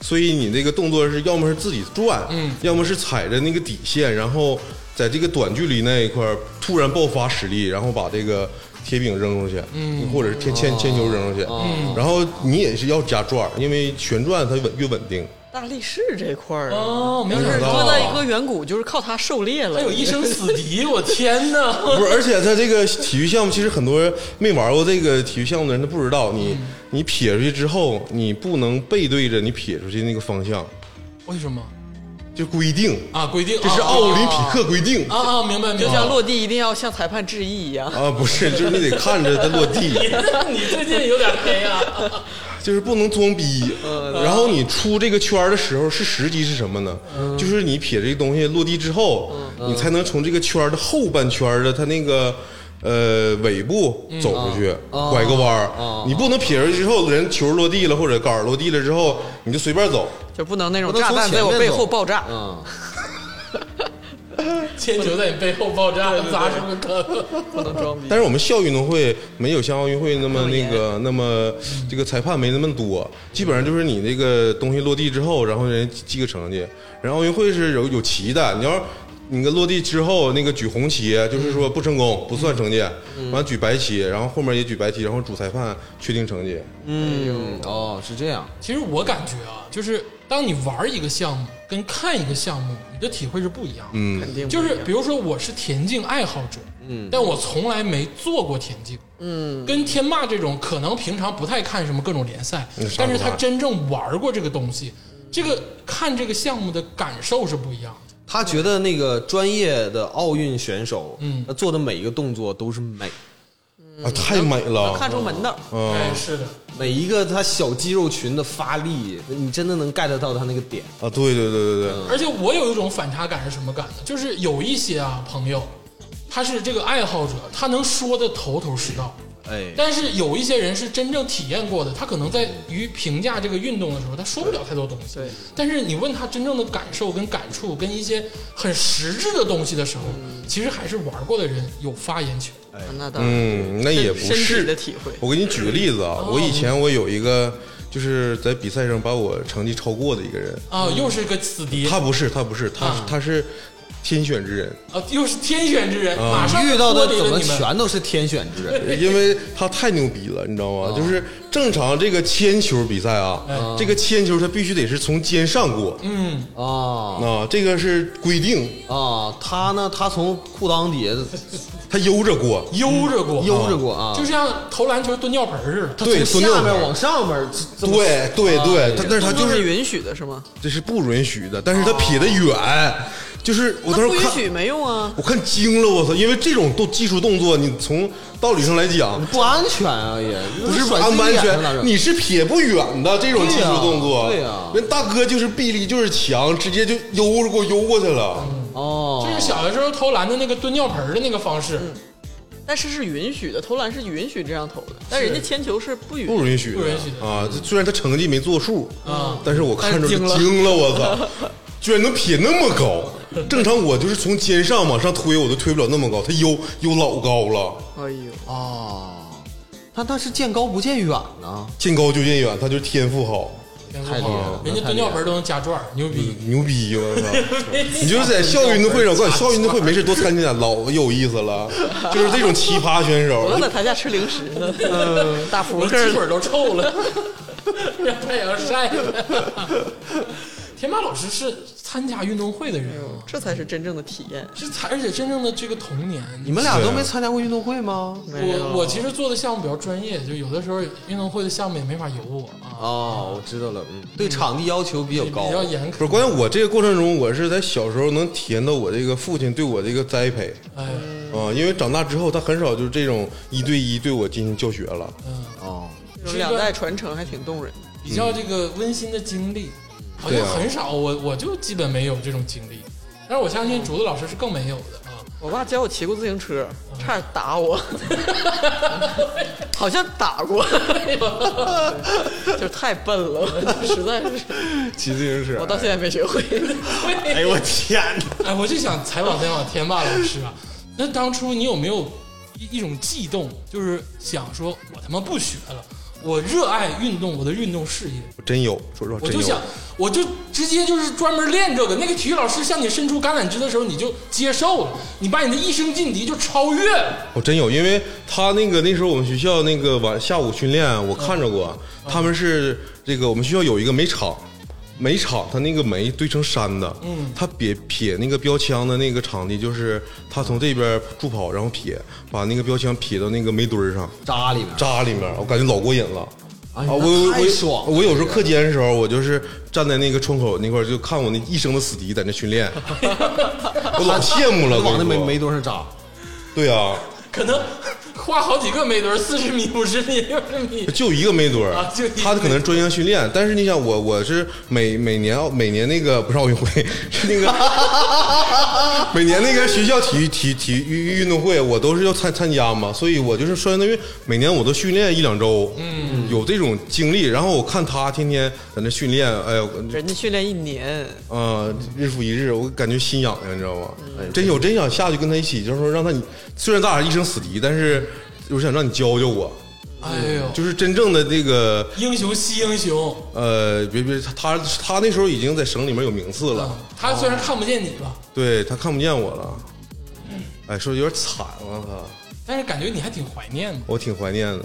S3: 所以你那个动作是要么是自己转，
S1: 嗯
S3: 要么是踩着那个底线，然后在这个短距离那一块儿突然爆发实力，然后把这个铁饼扔出去，嗯，或者是铅铅铅球扔出去，嗯，然后你也是要加转儿，因为旋转它稳越稳定。
S2: 大力士这块儿啊，
S1: 哦，没有
S3: 没
S1: 想
S3: 想到
S1: 到
S2: 多大一颗远古就是靠它狩猎
S3: 哎
S2: 了。
S1: 还有哎一生死敌，我天哪！
S3: 不是，而且它这个体育项目，其实很多人没玩过这个体育项目的人，他不知道你、你撇出去之后，你不能背对着你撇出去那个方向，
S1: 为什么
S3: 就规定，
S1: 啊？规定
S3: 这是奥林匹克规定啊
S1: 啊啊！明白明
S2: 就
S1: 白
S2: 像。落地一定要向裁判致意一样。
S3: 不是，就是你得看着它落地，
S1: 你最近有点黑啊！
S3: 就是不能装逼。然后你出这个圈儿的时候是时机是什么呢？就是你撇这个东西落地之后，你才能从这个圈儿的后半圈儿的它那个。呃，尾部走出去，拐个弯儿、你不能撇出去之后，人球落地了或者杆儿落地了之后，你就随便走，
S2: 就不能那种
S4: 不能
S2: 炸
S4: 从
S2: 弹
S4: 前
S2: 在我
S4: 面
S2: 背
S4: 走
S2: 后爆炸。
S4: 嗯，
S1: 铅球在你背后爆炸，砸什么坑？
S3: 但是我们校运动会没有像奥运会那么
S2: 那么
S3: 那
S2: 严
S3: 个那么这个裁判没那么多，基本上就是你那个东西落地之后，然后人记个成绩。然后奥运会是有有旗的，你要是你个落地之后那个举红旗，啊就是说不成功不算成绩，
S2: 嗯
S3: 完举白旗，然后后面也举白旗，然后主裁判确定成绩。
S1: 哎
S4: 嗯，哦，是这样，
S1: 其实我感觉啊，就是当你玩一个项目跟看一个项目，你的体会是不一样的。
S3: 嗯，
S2: 肯定不
S1: 就是
S2: 一样
S1: 比如说我是田径爱好者，嗯，但我从来没做过田径，嗯，跟天霸这种可能平常不太看什么各种联赛
S3: 嗯，啥
S1: 但是
S3: 不
S1: 他
S3: 看
S1: 真正玩过这个东西，这个看这个项目的感受是不一样的。
S4: 他觉得那个专业的奥运选手，
S1: 嗯
S4: 他做的每一个动作都是美，
S3: 啊，太美了，
S2: 看出门道。
S3: 嗯
S1: 哎，是的，
S4: 每一个他小肌肉群的发力，你真的能 get 到他那个点。
S3: 啊，对对对对对，
S1: 而且我有一种反差感是什么感呢？就是有一些啊朋友，他是这个爱好者，他能说的头头是道，
S4: 哎，
S1: 但是有一些人是真正体验过的，他可能在于评价这个运动的时候，他说不了太多东西。
S2: 对，
S1: 但是你问他真正的感受跟感触，跟一些很实质的东西的时候，其实还是玩过的人有发言权。
S2: 那当然，
S3: 嗯，那也不
S2: 身身
S3: 是
S2: 体的哦体会
S3: 我给你举个例子啊，我以前我有一个就是在比赛上把我成绩超过的一个人，
S1: 啊，又是个死敌，
S3: 他不是，他不是，他是
S1: 啊
S3: 他是天选之人，
S1: 啊，又是天选之人，马上
S4: 遇到的
S1: 脱离
S4: 怎
S1: 了
S4: 么
S1: 你们。
S4: 全都是天选之人？
S3: 因为他太牛逼了，你知道
S2: 啊
S3: 吗？就是正常这个铅球比赛啊，
S2: 嗯
S3: 这个铅球他必须得是从肩上过
S1: 嗯，
S4: 啊
S3: 啊，这个是规定，
S4: 啊，他呢？他从裤裆底下
S3: 他悠着过，
S1: 悠着过，
S4: 悠着过啊，哦
S1: 就像投篮球蹲尿盆似的。
S4: 他
S3: 对
S4: 从
S3: 蹲那会
S4: 下面
S3: 儿
S4: 往上面，这，
S3: 对对对，他但是他
S2: 动
S3: 就
S2: 作是
S3: 是
S2: 啊允许的，是吗？
S3: 这是不允许的，但是他撇得远，就是我当
S2: 那
S3: 时
S2: 不允
S3: 看。
S2: 许没用啊。
S3: 我看惊了，我操！因为这种动技术动作，你从道理上来讲，
S4: 不安全啊也，
S3: 不是
S4: 是
S3: 不安不安全，
S4: 你
S3: 你是撇不远的这种技术动作。
S4: 对呀
S3: 人大哥就是臂力就是强，直接就悠着给我悠过去了。
S4: 哦，
S1: 就是小的时候投篮的那个蹲尿盆的那个方式，
S2: 但是是允许的，投篮是允许这样投的，但人家铅球是不允许。
S3: 不允许的，
S1: 不允许的
S3: 啊！这虽然他成绩没作数
S1: 啊，
S3: 但是我看着就
S2: 但是
S3: 惊了，我操！居然能撇那么高，正常我就是从肩上往上推，我都推不了那么高，他悠悠老高了，
S2: 哎呦，
S4: 哦，他那是见高不见远呢。
S3: 见高就见远，他就是天赋好，
S1: 太
S4: 厉害了
S1: 人家蹲尿盆都能加转，牛逼！
S3: 牛逼！我操！你就是在校运动会上，我告诉你，校运动会没事多参加，老有意思了，就是这种奇葩选手，
S2: 我都在台下吃零食呢， 打扑
S1: 我
S2: 克
S1: 鸡
S2: 儿
S1: 腿都臭了，让太阳晒的。田马老师是参加运动会的人啊，
S2: 这才是真正的体验。
S1: 是才而且真正的这个童年。
S4: 你们俩都没参加过运动会吗？
S1: 我我其实做的项目比较专业，就有的时候运动会的项目也没法由我啊，
S4: 哦，我知道了，嗯，对场地要求比较
S1: 比
S4: 高
S1: 较严
S3: 不
S1: 苛
S3: 是，。关键我这个过程中，我是在小时候能体验到我这个父亲对我这个栽培
S1: 哎，
S3: 啊、因为长大之后他很少就是这种一对一对我进行教学 了。
S1: 嗯，
S4: 哦。
S2: 这种两代传承还挺动人的。
S1: 比较这个温馨的经历，好
S3: 嗯对
S1: 像
S3: 啊
S1: 很少，我我就基本没有这种经历。但是我相信竹子老师是更没有的啊。
S2: 我爸教我骑过自行车，差点打我，好像打过，就是太笨了，我实在是，
S3: 骑自行车
S2: 我到现在没学会。
S3: 哎呦我天 哪！
S1: 哎，我就想采访采访天霸老师啊。那当初你有没有一一种悸动，就是想说，我他妈不学了，我热爱运动，我的运动事业，
S3: 我真有，说实话
S1: 我
S3: 真有。
S1: 就想，我就直接就是专门练这个。那个体育老师向你伸出橄榄枝的时候，你就接受了，你把你的一生劲敌就超越了。
S3: 我真有，因为他那个那时候我们学校那个晚下午训练，我看着过，他们是这个我们学校有一个煤场，煤场它那个煤堆成山的，嗯，他撇撇那个标枪的那个场地，就是他从这边助跑，然后撇把那个标枪撇到那个煤堆儿上，
S4: 扎里面
S3: 扎里面，我感觉老过瘾了。
S4: 哎
S3: 啊，
S4: 那
S3: 我我
S4: 太爽了
S3: 我有时候课间的时候，我就是站在那个窗口那块儿，就看我那一生的死敌在那训 练，我老羡慕了。
S4: 往那
S3: 我跟你
S4: 煤
S3: 说
S4: 煤堆上扎，
S3: 对啊，
S1: 可能画好几个煤堆，四十米、五十米、六十米，
S3: 就一个没墩儿、
S1: 啊就一个
S3: 他可能专项训练，但是你想我我是每每年奥每年那个不是奥运会，是那个每年那个学校体育体体育运动会，我都是要参参加嘛，所以我就是相当于每年我都训练一两周，嗯，有这种经历。然后我看他天天在那训练，哎呦，
S2: 人家训练一年，
S3: 啊、日复一日，我感觉心痒痒，你知道吗？
S1: 哎
S3: 真有真想下去跟他一起，就是说让他你虽然咱俩一生死敌，但是我想让你教教我，
S1: 哎呦，
S3: 就是真正的这个。
S1: 英雄惜英雄
S3: 呃，别别，他他他那时候已经在省里面有名次了，哦
S1: 啊！他虽然看不见你吧，
S3: 对他看不见我了，哎，说有点惨我操，
S1: 但是感觉你还挺怀念的，
S3: 我挺怀念的，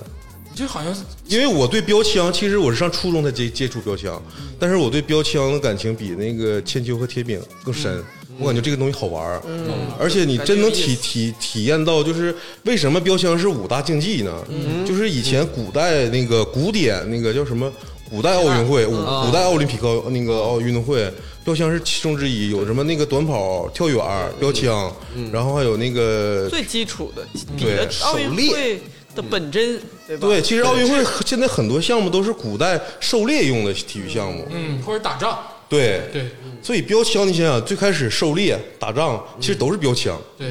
S1: 你就好像是
S3: 因为我对标枪，其实我是上初中才接接触标枪，但是我对标枪的感情比那个铅球和铁饼更深。我感觉这个东西好玩儿，而且你真能体体体验到，就是为什么标枪是五大竞技呢？就是以前古代那个古典那个叫什么古代奥运会、五古代奥林匹克那个奥运动会，标枪是其中之一。有什么那个短跑、跳远、标枪，然后还有那个
S2: 最基础的比
S3: 对嗯
S2: 的奥运
S4: 狩猎
S2: 会的本真，对吧？
S3: 对，其实奥运会现在很多项目都是古代狩猎用的体育项目，
S1: 嗯，或者打仗，
S3: 对，
S1: 对
S3: 所以标枪你想想，最开始狩猎、打仗
S2: 嗯
S3: 其实都是标枪，
S1: 对，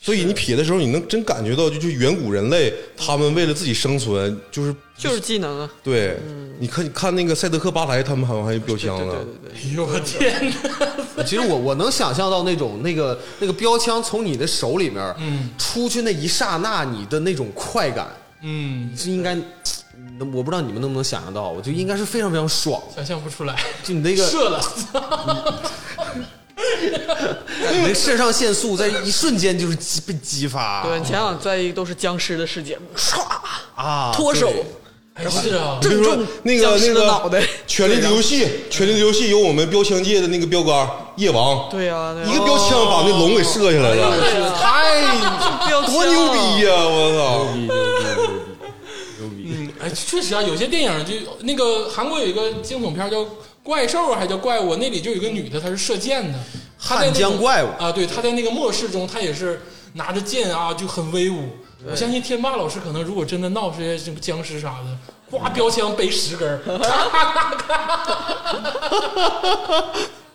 S3: 所以你撇的时候，你能真感觉到，就就远古人类他们为了自己生存，就是
S2: 就是技能啊，
S3: 对，你看你看那个赛德克巴莱，他们好像还有标枪呢，
S1: 哎呦我天哪！
S4: 其实我我能想象到那种那个那个标枪从你的手里面
S1: 嗯
S4: 出去那一刹那，你的那种快感
S1: 嗯，
S4: 是应该，我不知道你们能不能想象到，我就应该是非常非常爽。
S1: 想象不出来，
S4: 就你那个
S1: 射了，
S4: 你的肾上腺素在一瞬间就是激被激发，
S2: 对，前两在一都是僵尸的世界，唰
S4: 啊，
S2: 脱手
S4: 对
S1: 哎是啊，
S3: 比如说那个
S2: 僵尸
S3: 那
S2: 的脑
S3: 个
S2: 袋啊
S3: 《权力的游戏》，《权力的游戏》有我们标枪界的那个标杆夜王，
S2: 对呀对呀啊哦
S3: 一个标枪把那龙给射下来
S2: 这
S3: 了，
S2: 标
S3: 太
S2: 枪
S3: 啊多牛逼呀！我操！
S1: 嗯，哎，确实啊，有些电影就那个韩国有一个惊悚片叫《怪兽》还叫《怪物》，那里就有一个女的，她是射箭的，她在那个
S4: 汉江怪物
S1: 啊，对，她在那个末世中，她也是拿着剑啊，就很威武。我相信天霸老师可能如果真的闹这些什么僵尸啥的，呱标枪背十根儿， 咔咔咔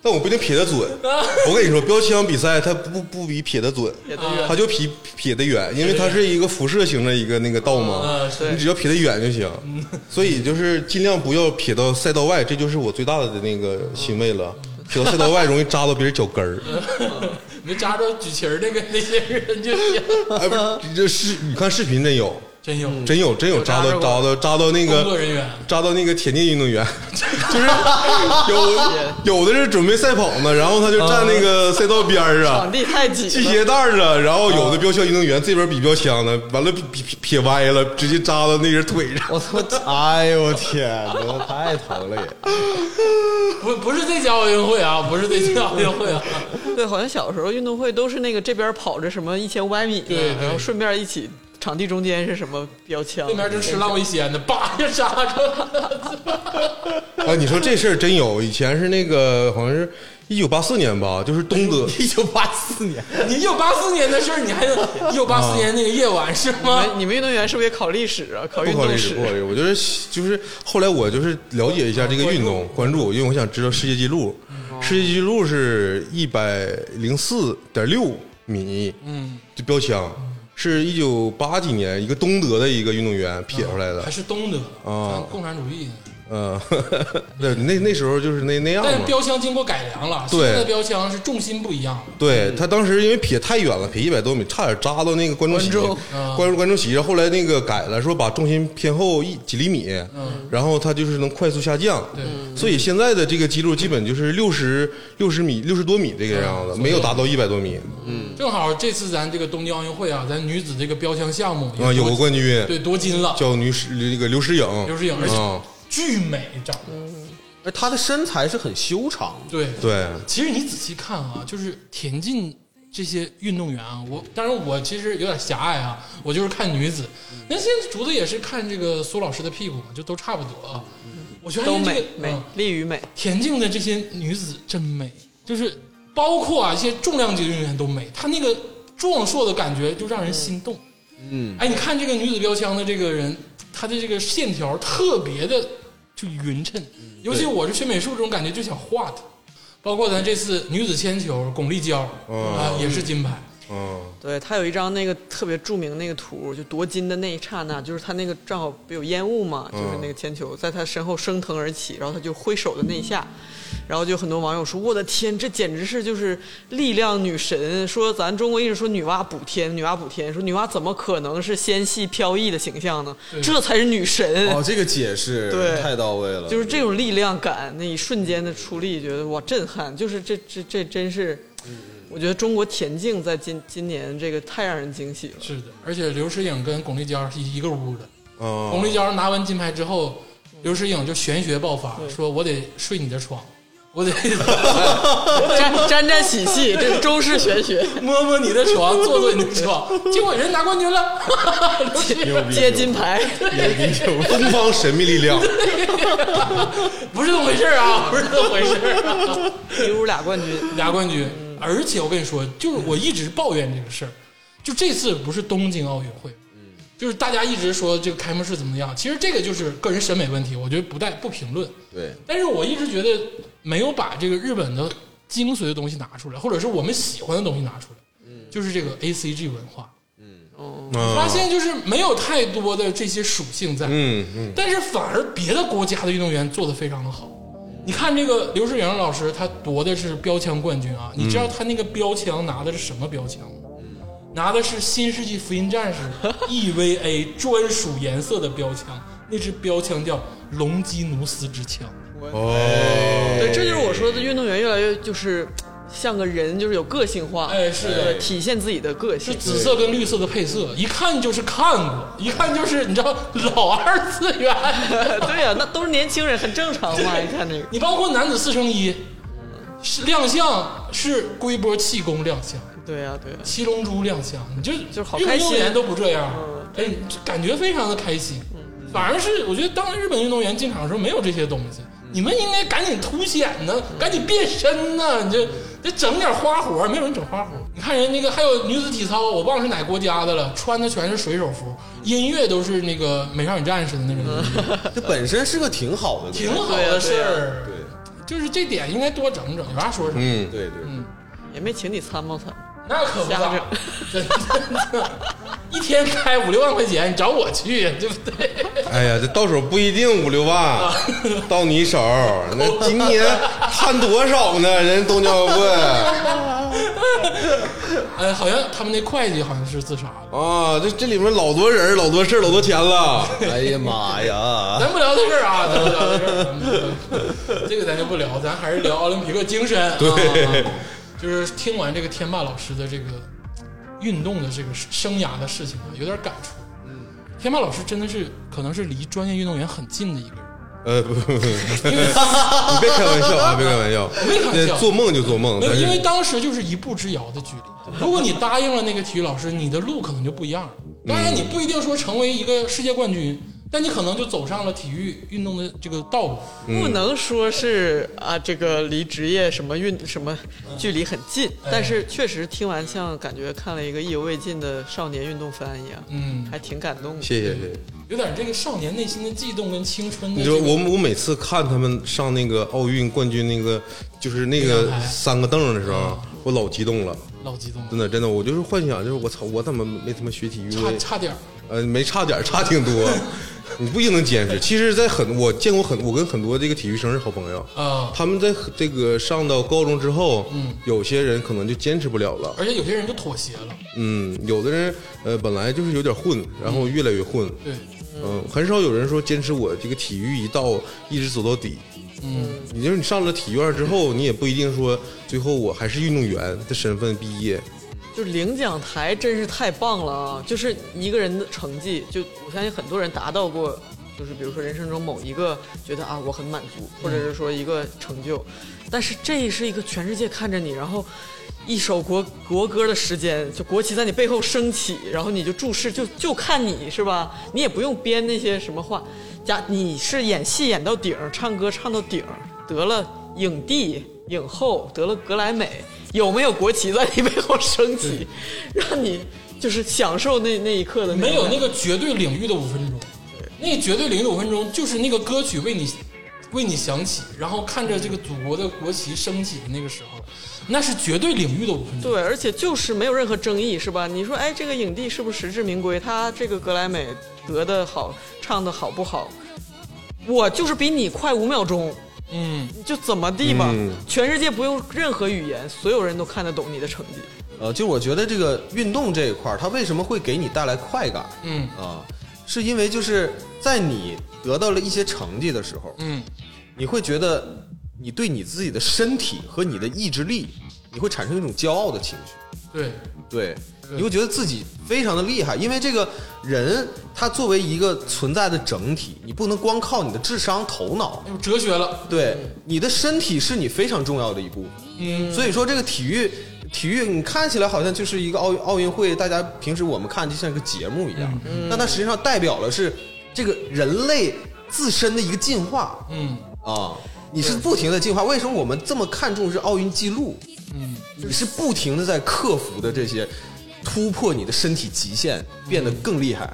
S3: 但我不一定撇 得准。我跟你说，标枪比赛它不不比撇得准，它就撇撇得远，因为它是一个辐射型的一个那个道嘛
S1: 嗯是，
S3: 你只要撇得远就行。所以就是尽量不要撇到赛道外，这就是我最大的那个欣慰了。
S1: 嗯
S3: 撇到赛道外容易扎到别人脚 跟儿，
S1: 你就扎着举旗儿那个那些人就是
S3: 哎，不是，这视你看视频真有，
S1: 真嗯有
S3: 真有真有扎到扎到扎到那
S1: 工作
S3: 个
S1: 人员，
S3: 扎到那个田径运 动员，就是有有的是准备赛跑呢，然后他就站那个赛道边儿啊
S2: 场，地太
S3: 系
S2: 挤了，
S3: 鞋带儿啊，然后有的标枪运动员这边比标枪呢，完了比比比撇歪了，直接扎到那人腿 上。
S4: 我他妈， 哎呦我天哪，太疼了也。
S1: 不不是这届奥运会啊，不是这届奥运会啊，
S2: 对，好像小时候运动会都是那个这边跑着什么一千五百米，
S1: 对对
S2: 然后顺便一起场地中间是什么标枪，
S1: 那边正吃浪味仙呢，叭就扎着。
S3: 啊，你说这事儿真有，以前是那个好像是一九八四年吧，就是东 德，
S4: 一九八四年，
S1: 你一九八四年的事儿，你还能一九八四年那个夜晚是
S2: 你
S1: 吗？
S2: 们你们运动员是不是也考历史啊？考
S3: 不
S2: 运
S3: 考虑
S2: 动
S3: 是
S2: 史
S3: 不？考虑，我就是就是后来我就是了解一下这个运动，关注，因为我想知道世界纪录，世界纪录是一百零四点六米，
S1: 嗯，
S3: 就标枪。是一九八几年一个东德的一个运动员撇出来的
S1: 还，是东德
S3: 啊
S1: 咱共产主义呢
S3: 嗯， 对，那那时候就是那那样
S1: 但是
S3: 嘛。
S1: 标枪经过改良了，现
S3: 对
S1: 在的标枪是重心不一样了。
S3: 对
S4: 嗯
S3: 他当时因为撇太远了，撇一百多米，差点扎到那个观众席，
S2: 观众
S1: 嗯
S3: 观众观众席。然后后来那个改了，说把重心偏后一几厘米，然后它就是能快速下降。
S1: 嗯对
S3: 所以现在的这个记录基本就是六十六十米、六十多米这个样
S1: 嗯
S3: 子，没有达到一百多米。
S4: 嗯
S1: 正好这次咱这个东京奥运会啊，咱女子这个标枪项目
S4: 嗯
S3: 啊，
S1: 也
S3: 有
S1: 夺
S3: 个冠军
S1: 对夺金了，
S3: 叫女史那个刘诗颖，
S1: 刘诗颖而且
S3: 啊，
S1: 巨美长得。
S4: 而哎他的身材是很修长的，
S1: 对，
S3: 对，
S1: 其实你仔细看啊，就是田径这些运动员啊，我当然我其实有点狭隘啊，我就是看女子。那现在竹子也是看这个苏老师的屁股嘛，就都差不多啊。我觉得
S2: 都
S1: 这
S2: 美
S1: 个
S2: 美
S1: 嗯，
S2: 丽与美，
S1: 田径的这些女子真美，就是包括啊一些重量级的运动员都美，她那个壮硕的感觉就让人心动。嗯，哎，你看这个女子标枪的这个人，她的这个线条特别的就匀称，尤其我是学美术这种感觉就想画她。包括咱这次女子铅球，巩立姣啊也是金牌，
S3: 嗯，
S2: 对他有一张那个特别著名那个图，就夺金的那一刹那，就是他那个正好不有烟雾嘛，就是那个铅球在他身后升腾而起，然后他就挥手的那一下，然后就很多网友说：“我的天，这简直是就是力量女神！”说咱中国一直说女娲补天，女娲补天，说女娲怎么可能是纤细飘逸的形象呢？这才是女神。
S4: 哦，这个解释
S2: 对
S4: 太到位了，
S2: 就是这种力量感，那一瞬间的出力，觉得哇震撼！就是这这这真是，我觉得中国田径在今今年这个太让人惊喜了。
S1: 是的，而且刘诗颖跟巩立姣是一个屋的。
S3: 啊，
S1: 巩立姣拿完金牌之后，刘诗颖就玄学爆发，说我得睡你的床，我 得
S2: 沾沾沾喜气，这是中式玄学，
S1: 摸摸你的床，坐坐你的床，结果人拿冠军了，
S2: 接金牌。
S3: 东方神秘力量，
S1: 不是这么回事儿啊，不是这么回事儿啊、
S2: 一屋俩冠军，
S1: 拿冠军。而且我跟你说，就是我一直抱怨这个事儿，就这次不是东京奥运会，就是大家一直说这个开幕式怎么样，其实这个就是个人审美问题，我觉得不带不评论。
S4: 对，
S1: 但是我一直觉得没有把这个日本的精髓的东西拿出来，或者是我们喜欢的东西拿出来，就是这个 A C G 文化。
S3: 啊
S1: 发现就是没有太多的这些属性在，
S3: 嗯嗯，
S1: 但是反而别的国家的运动员做的非常的好。你看这个刘世颖老师，他夺的是标枪冠军啊！你知道他那个标枪拿的是什么标枪吗？拿的是《新世纪福音战士》EVA 专属颜色的标枪，那支标枪叫隆基努斯之枪。
S4: 哎
S3: 哦，
S2: 对，这就是我说的运动员越来越就是像个人，就是有个性化，
S1: 哎，是的，
S2: 对，体现自己的个
S1: 是
S2: 性。
S1: 紫色跟绿色的配色，一看就是看过，一看就是你知道老二次元。
S2: 对呀、那都是年轻人，很正常嘛。你看这个，
S1: 你包括男子四乘一，是亮相是龟波气功亮相，
S2: 对呀、对呀、啊
S1: 七龙珠亮相，你就
S2: 嗯就是好
S1: 日
S2: 开
S1: 本
S2: 心嗯
S1: 运动员都不这样，哎，就感觉非常的开心。反而是我觉得当日本运动员进场的时候没有这些东西，
S2: 嗯
S1: 你们应该赶紧凸显呢，赶紧变身呢，你这得整点花活，没有人整花活。
S2: 嗯
S1: 你看人那个还有女子体操，我忘了是哪国家的了，穿的全是水手服，
S2: 嗯
S1: 音乐都是那个美少女战士的那种音乐。
S4: 这本身是个挺好的
S1: 挺
S4: 歌，
S1: 好的事
S2: 啊
S1: 儿。就是这点应该多整整，有啥说什么。
S3: 嗯，
S4: 对对，
S2: 也没请你参谋参谋。
S1: 那可不
S2: 瞎
S1: 咋
S2: 整，
S1: 真的，一天开五六万块钱，你找我去呀，对不对？
S3: 哎呀，这到手不一定五六万，
S1: 啊
S3: 到你手，那今年摊多少呢？人东交会
S1: 哎，好像他们那会计好像是自杀了。
S3: 啊，这这里面老多人，老多事儿，老多钱了。
S4: 哎呀妈呀！
S1: 咱不聊这事儿啊，咱不聊这事儿咱不聊这事儿，这个咱就不聊，咱还是聊奥林匹克精神。对、啊，就是听完这个天霸老师的这个运动的这个生涯的事情啊，有点感触。嗯，天霸老师真的是可能是离专业运动员很近的一个人。
S3: 呃，不不不，你别开 玩笑啊，别开玩笑，
S1: 没开玩笑
S3: 做梦就做梦，
S1: 没有，
S3: 咱
S1: 因为
S3: 是
S1: 当时就是一步之遥的距离。如果你答应了那个体育老师，你的路可能就不一样了。当然，你不一定说成为一个世界冠军，但你可能就走上了体育运动的这个道路。
S2: 不能说是啊，这个离职业什么运什么距离很近，
S1: 哎
S2: 但是确实听完像感觉看了一个意犹未尽的少年运动番一样，
S1: 嗯，
S2: 还挺感动的。
S3: 谢谢谢谢。
S1: 有点这个少年内心的悸动跟青春的、
S3: 你
S1: 这
S3: 说
S1: 个。
S3: 我我每次看他们上那个奥运冠军那个就是那个
S1: 那张牌啊
S3: 三个凳的时候，我老激动了，
S1: 老激动了
S3: 真，的真的，我就是幻想，就是我操，我怎么没他妈学体育？我
S1: 差
S3: 也
S1: 差点儿
S3: 呃，没差点儿，差挺多。你不一定能坚持。其实，在很我见过很，我跟很多这个体育生是好朋友，
S1: 啊，
S3: 他们在这个上到高中之后，有些人可能就坚持不了了。
S1: 而且有些人就妥协了，
S3: 嗯，有的人呃本来就是有点混，然后越来越混。
S1: 对，
S3: 嗯，很少有人说坚持我这个体育一道一直走到底。嗯，你就是你上了体院之后，你也不一定说最后我还是运动员的身份毕业。
S2: 就是领奖台真是太棒了啊！就是一个人的成绩，就我相信很多人达到过，就是比如说人生中某一个觉得啊我很满足，或者是说一个成就，但是这是一个全世界看着你，然后一首国国歌的时间，就国旗在你背后升起，然后你就注视，就就看你是吧？你也不用编那些什么话，假你是演戏演到顶儿，唱歌唱到顶儿，得了影帝、影后，得了格莱美。有没有国旗在你背后升起，让你就是享受那那一刻的种
S1: 没有那
S2: 感
S1: 个绝对领域的五分钟，那绝对领域的五分钟就是那个歌曲为你为你响起，然后看着这个祖国的国旗升起的那个时候，那是绝对领域的五分钟。
S2: 对，而且就是没有任何争议，是吧？你说，哎，这个影帝是不是实至名归？他这个格莱美得的好，唱的好不好？我就是比你快五秒钟，
S1: 嗯，
S2: 你就怎么地吧。
S3: 嗯
S2: 全世界不用任何语言，所有人都看得懂你的成绩。
S4: 呃，就我觉得这个运动这一块儿，它为什么会给你带来快感？
S1: 嗯
S4: 啊、是因为就是在你得到了一些成绩的时候，
S1: 嗯，
S4: 你会觉得你对你自己的身体和你的意志力，你会产生一种骄傲的情绪。
S1: 对，
S4: 对，你会觉得自己非常的厉害，因为这个人他作为一个存在的整体，你不能光靠你的智商、头脑
S1: 哎，呦，哲学了，
S4: 对，你的身体是你非常重要的一部分。嗯，所以说这个体育，体育你看起来好像就是一个奥奥运会，大家平时我们看就像一个节目一样，但它实际上代表的是这个人类自身的一个进化
S1: 嗯
S4: 啊。你是不停的进化，为什么我们这么看重是奥运记录？
S1: 嗯，
S4: 你是不停的在克服的这些，突破你的身体极限，变得更厉害，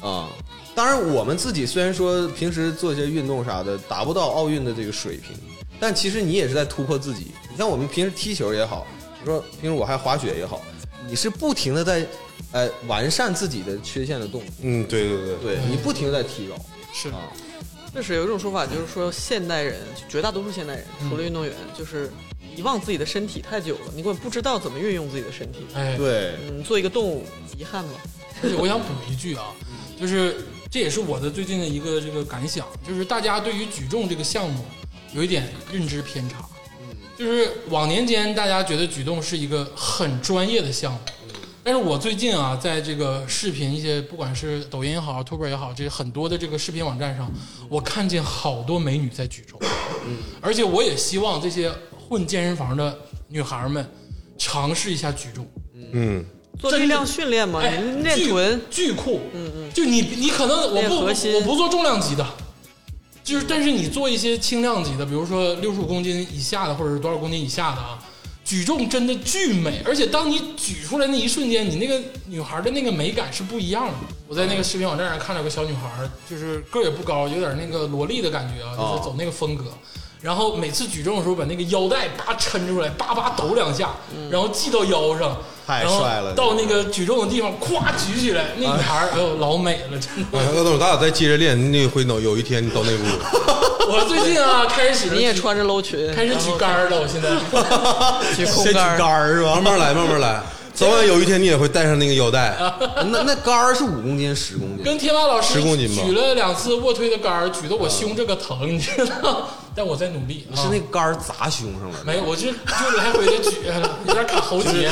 S4: 啊、当然，我们自己虽然说平时做一些运动啥的，达不到奥运的这个水平，但其实你也是在突破自己。你像我们平时踢球也好，你说平时我还滑雪也好，你是不停的在，呃，完善自己的缺陷的动作，
S3: 嗯，对对对，
S4: 对你不停的在提高，
S1: 是
S4: 啊，
S2: 确实有一种说法，就是说现代人，就绝大多数现代人，除了运动员，就是遗忘自己的身体太久了，你根本不知道怎么运用自己的身体。
S1: 哎，
S4: 对，
S2: 嗯，做一个动物，遗憾吧。
S1: 而且我想补一句啊，就是这也是我的最近的一个这个感想，就是大家对于举重这个项目有一点认知偏差。就是往年间大家觉得举重是一个很专业的项目，但是我最近啊，在这个视频一些不管是抖音也好、t u b e r 也好，这很多的这个视频网站上，我看见好多美女在举重，而且我也希望这些混健身房的女孩们尝试一下举重。
S3: 嗯，
S2: 做
S1: 真的
S2: 力量训练嘛，
S1: 哎，
S2: 你练臀，
S1: 巨酷，嗯嗯，就你你可能我
S2: 练
S1: 不
S2: 核心
S1: 我不做重量级的，就是但是你做一些轻量级的，比如说六十五公斤以下的，或者是多少公斤以下的啊，举重真的巨美，而且当你举出来那一瞬间，你那个女孩的那个美感是不一样的。我在那个视频网站上看到有个小女孩，就是个儿也不高，有点那个萝莉的感觉啊，就是走那个风格。然后每次举重的时候，把那个腰带叭抻出来，叭叭抖两下，然后系到腰上，
S4: 太
S1: 然后
S4: 帅了
S1: 到那个举重的地方，咵举起来，那女孩儿，哎呦，老美了，真的。
S3: 哎，鄂总，咱俩再接着练，那回有有一天你到那步，
S1: 我最近啊，开始
S2: 你也
S1: 举
S2: 穿着搂 裙，
S1: 开始举杆儿了，我现在
S2: 举空
S4: 先举
S2: 杆儿，
S4: 杆儿是吧
S3: 慢？慢来，慢慢来，早晚有一天你也会带上那个腰带。
S4: 那那杆儿是五公斤、十公斤，
S1: 跟天霸老师
S3: 10公斤吧
S1: 举了两次卧推的杆儿，举得我胸这个疼， 你知道？但我在努力啊。
S4: 是那杆儿砸胸上了。
S1: 没有，我就就来回的举，有点卡 喉结。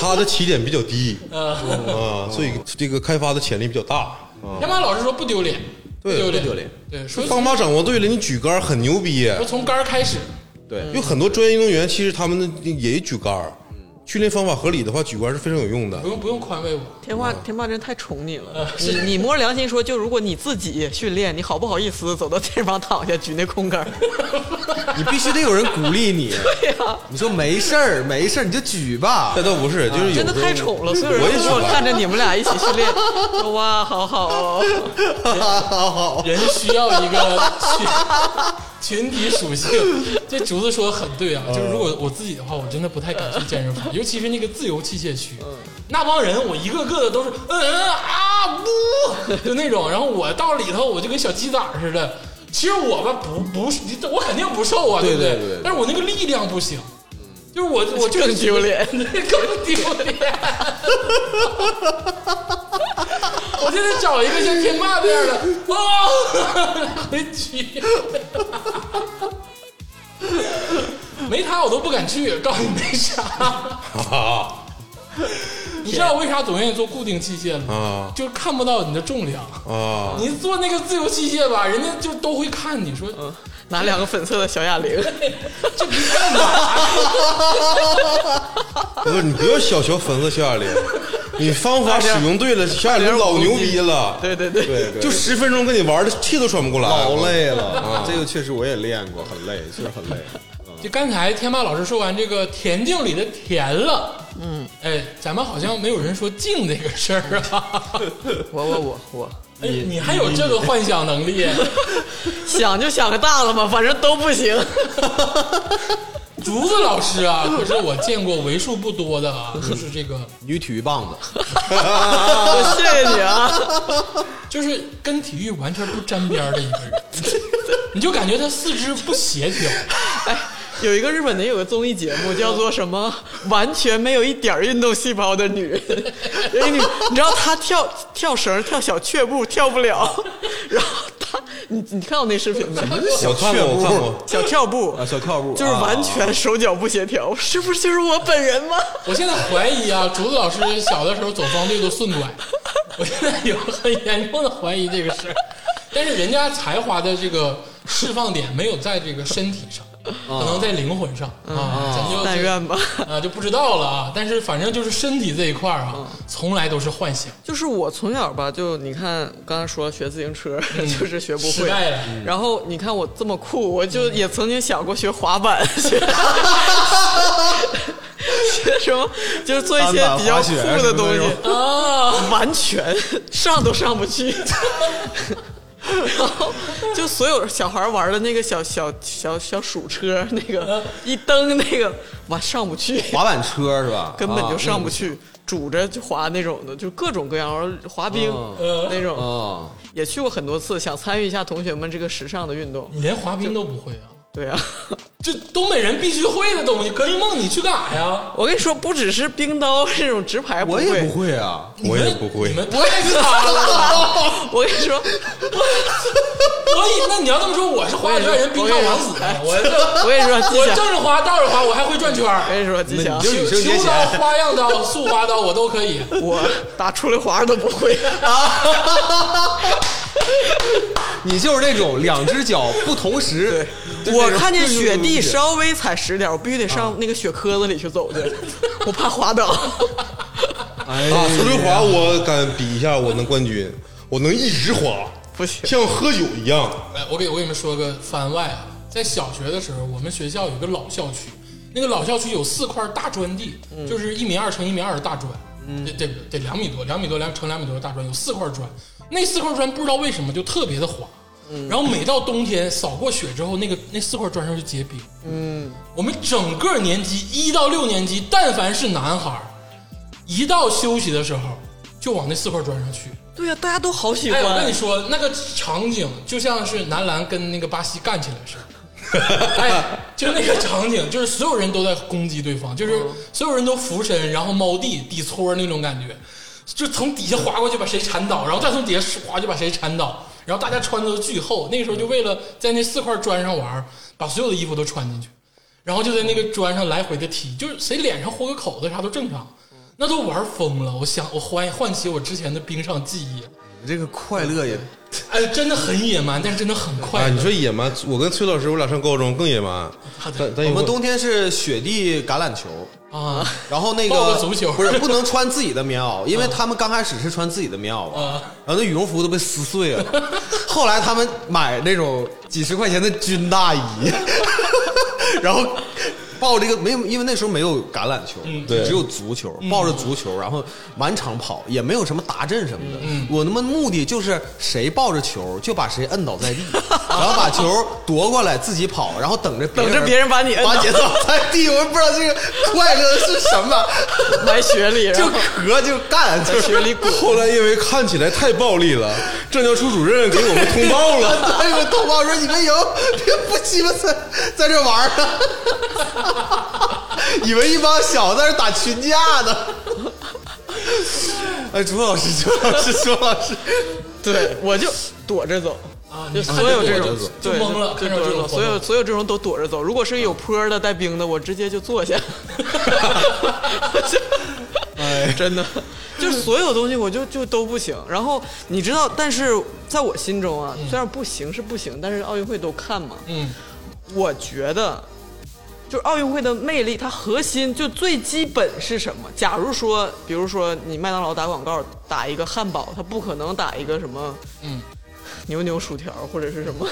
S3: 他的起点比较低
S1: 呃，
S3: 啊，所以这个开发的潜力比较大。
S1: 天霸老师说不丢脸，
S3: 对
S1: 丢
S4: 哦不
S1: 脸，
S4: 丢脸。
S1: 对，说
S3: 方法掌握对了，你举杆很牛逼。
S1: 说从杆儿开始，
S4: 对，
S3: 有很多专业运动员，其实他们的也举杆儿，训练方法合理的话，举杆是非常有用的
S1: 不。用不用宽慰我。
S2: 天霸天霸真太宠你了，你你摸着良心说，就如果你自己训练，你好不好意思走到健身房躺下举那空杆儿？
S4: 你必须得有人鼓励 你。
S2: 对呀，
S4: 你说没事儿，没事儿，你就举吧
S3: 那。倒不是，就是有
S2: 真的
S3: 时候
S2: 太宠了，所有人
S3: 我也举
S2: 都看
S3: 杆，
S2: 着你们俩一起训练，说哇，好好哦。
S4: 好好，
S1: 人需要一个 群群体属性。这竹子说的很对啊，
S4: 嗯
S1: 就是如果我自己的话，我真的不太敢去健身 房，尤呃其是那个自由器械区，那帮人我一个个的都是嗯啊不，就那种。然后我到里头，我就跟小鸡崽儿似的。其实我吧，不不是，我肯定不瘦啊，不
S4: 对对对对嗯
S1: 但是我那个力量不行，就是我我就是
S2: 更丢脸
S1: 更丢脸。我现在找一个像天霸这样的，啊，回去。没他我都不敢去，告诉你为啥？
S3: 啊
S1: 你知道为啥总愿意做固定器械吗？
S3: 啊
S1: 就是看不到你的重量。
S3: 啊！
S1: 你做那个自由器械吧，人家就都会看你说
S2: 拿两个粉色的小哑铃，
S3: 不是你不要小瞧粉色小哑铃，你方法使用对了，小哑铃老牛逼了，
S2: 对对对，
S4: 对对，
S3: 就十分钟跟你玩的气都喘不过来，
S4: 老累了。啊这个确实我也练过，很累，确实很 累。
S1: 就刚才天霸老师说完这个田径里的田了，嗯，哎，咱们好像没有人说静这个事儿啊。
S2: 我我我我
S1: 哎，你还有这个幻想能力？
S2: 想就想个大了嘛，反正都不行。
S1: 竹子老师啊，可是我见过为数不多的啊，就是这个，
S4: 女体育棒子，
S2: 我 谢谢你啊，
S1: 就是跟体育完全不沾边儿的一个人， 你就感觉他四肢不协调。
S2: 有一个日本的有个综艺节目叫做什么， 完全没有一点儿运动细胞的 女人，有一个女，你知道她跳跳绳、跳小雀步跳不了， 然后她，你你看过那视 频没？
S3: 小
S4: 看
S3: 雀
S4: 过
S3: 步
S4: 我看过
S2: 小跳步啊
S4: 啊，小跳步
S2: 就是完
S4: 啊
S2: 全手脚不协调，这不是就是我本人吗？
S1: 我现在怀疑啊，竹子老师小的时候走方队都顺拐，我现在有很严重的怀疑这个事儿。但是人家才华的这个释放点没有在这个身体上，可能在灵魂上啊，咱就
S2: 但愿吧。
S1: 啊就不知道了啊。但是反正就是身体这一块儿啊，从来都是幻想。
S2: 就是我从小吧，就你看刚才说学自行车，
S4: 嗯
S2: 就是学不
S1: 失
S2: 会
S1: 败了。
S2: 然后你看我这么酷，我就也曾经想过学滑 板，学学什么，就是做一些
S4: 单板
S2: 比较
S4: 滑
S2: 酷
S4: 雪
S2: 的东
S4: 什
S2: 西
S4: 么
S2: 啊，
S4: 哦
S2: 完全上都上不 去。然后就所有小孩玩的那个小小小小鼠车，那
S4: 嗯
S2: 个一蹬那个，完上不去。
S4: 滑板车是吧？啊
S2: 根本就上不
S4: 去
S2: 去，拄着就滑那种的，就各种各样，然后滑冰、呃
S1: 嗯
S2: 那种，
S4: 啊。
S2: 也去过很多次，想参与一下同学们这个时尚的运动。
S1: 你连滑冰都不会啊？
S2: 对啊，
S1: 这东北人必须会的东西，格力梦你去干啥呀？
S2: 我跟你说，不只是冰刀这种直排
S4: 我
S2: 会，
S4: 也不会啊，
S3: 我也不会
S1: 你们太惨了。
S2: 我跟你说，
S1: 所以那你要这么说，我是滑雪人冰上王子，啊我这。
S2: 我跟你说，
S1: 我哎
S2: 吉祥，
S1: 正着滑，倒着滑，我还会转圈
S2: 我
S1: 儿。
S2: 跟你说，吉祥
S4: 你，就羽生结
S1: 秋
S4: 弦
S1: 刀、花样刀、速滑刀我都可以。
S2: 我打出溜滑都不会啊，
S4: 你就是那种两只脚不同时。 就是那
S2: 我
S4: 种
S2: 看见雪地
S4: 对对对啊对
S2: 稍微踩实点，我必须得上那个雪磕子里去走去，我怕滑倒。
S4: 哎呀
S3: 啊！苏溜滑，我敢比一下，我能冠军，我能一直滑，
S2: 不行
S3: 像喝酒一样。
S1: 来，哎我给我给你们说个番外啊，在小学的时候，我们学校有一个老校区，那个老校区有四块大砖地，就是一米二乘一米二的大砖，得得得两米多，两米多两乘两米多的大砖，有四块砖，那四块砖不知道为什么就特别的滑。然后每到冬天扫过雪之后，那个那四块砖上就结冰。嗯，我们整个年级一到六年级，但凡是男孩儿，一到休息的时候就往那四块砖上去，
S2: 对呀、大家都好喜
S1: 哎，
S2: 欢。
S1: 我 跟你说，那个场景就像是男篮跟那个巴西干起来 似的。哎，就那个场景，就是所有人都在攻击对方，
S2: 嗯
S1: 就是所有人都俯身，然后猫地底搓那种感觉，就从底下滑过去把谁铲倒，然后再从底下滑就把谁铲倒，然后大家穿的都巨厚。那个时候就为了在那四块砖上玩儿，把所有的衣服都穿进去，然后就在那个砖上来回的踢，就是谁脸上豁个口子啥都正常，
S2: 嗯
S1: 那都玩疯了。我想，我唤唤起我之前的冰上记忆了。
S4: 你这个快乐也
S1: 哎，真的很野蛮，但是真的很快乐。
S3: 啊，你说野蛮，我跟崔老师，我俩上高中更野蛮。咱咱有
S4: 我们
S3: 个
S4: 冬天是雪地橄榄球，
S1: 啊，
S4: 然后那
S1: 抱
S4: 个
S1: 个足球
S4: 不是不能穿自己的 棉袄，因为他们刚开始是穿自己的棉袄
S1: 嗯
S4: 嘛，然后那羽绒服都被撕碎 了。后来他们 买那种几十块钱的军大衣，然后抱着一个没有，因为那时候没有橄榄球，
S1: 嗯
S3: 对
S4: 只有足球，抱着足球，然后满场跑，也没有什么达阵什么的。
S1: 嗯
S4: 我他妈目的就是谁抱着球就把谁摁 倒在地，然后把球夺过来自己跑，然后等着
S2: 等着别人把你摁
S4: 把
S2: 倒
S4: 你摁倒在地。我也不知道这个快乐是什么，
S2: 埋雪里，然
S4: 就
S2: 后
S4: 咳就干，就
S2: 雪里滚。
S3: 后来因为看起来太暴力了，政教处主任给我们通报了。
S4: 对，我豆包说你们赢，别不鸡巴在在这玩儿了， 以为一帮小子在这打群架呢。哎，朱老师，朱老师，朱老师，
S2: 对，我就躲着走
S1: 啊
S2: 就
S1: 你
S2: 所有这种
S4: 躲着走
S1: 就
S2: 对
S1: 懵了
S2: 就
S1: 看到这
S2: 躲着
S1: 种
S2: 走，所
S1: 活
S2: 有
S1: 动
S2: 所有这种都躲着走。如果是有坡的带冰的，我直接就 坐下。
S4: 哎
S2: 真的，就是所有东西我就就都不行。然后你知道，但是在我心中啊，虽然不行是不行，但是奥运会都看嘛。
S1: 嗯，
S2: 我觉得，就是奥运会的魅力，它核心就最基本是什么？假如说，比如说你麦当劳打广告打一个汉堡，它不可能打一个什么，
S1: 嗯，
S2: 牛牛薯条或者是什 么，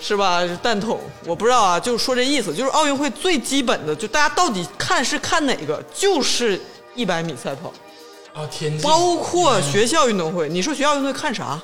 S2: 是吧？蛋筒，我不知道啊，就说这意思，就是奥运会最基本的，就大家到底看是看哪个，就是一百米赛跑，
S4: 嗯
S1: 啊，田径
S2: 包括学校运动会。你说学校运动会看啥？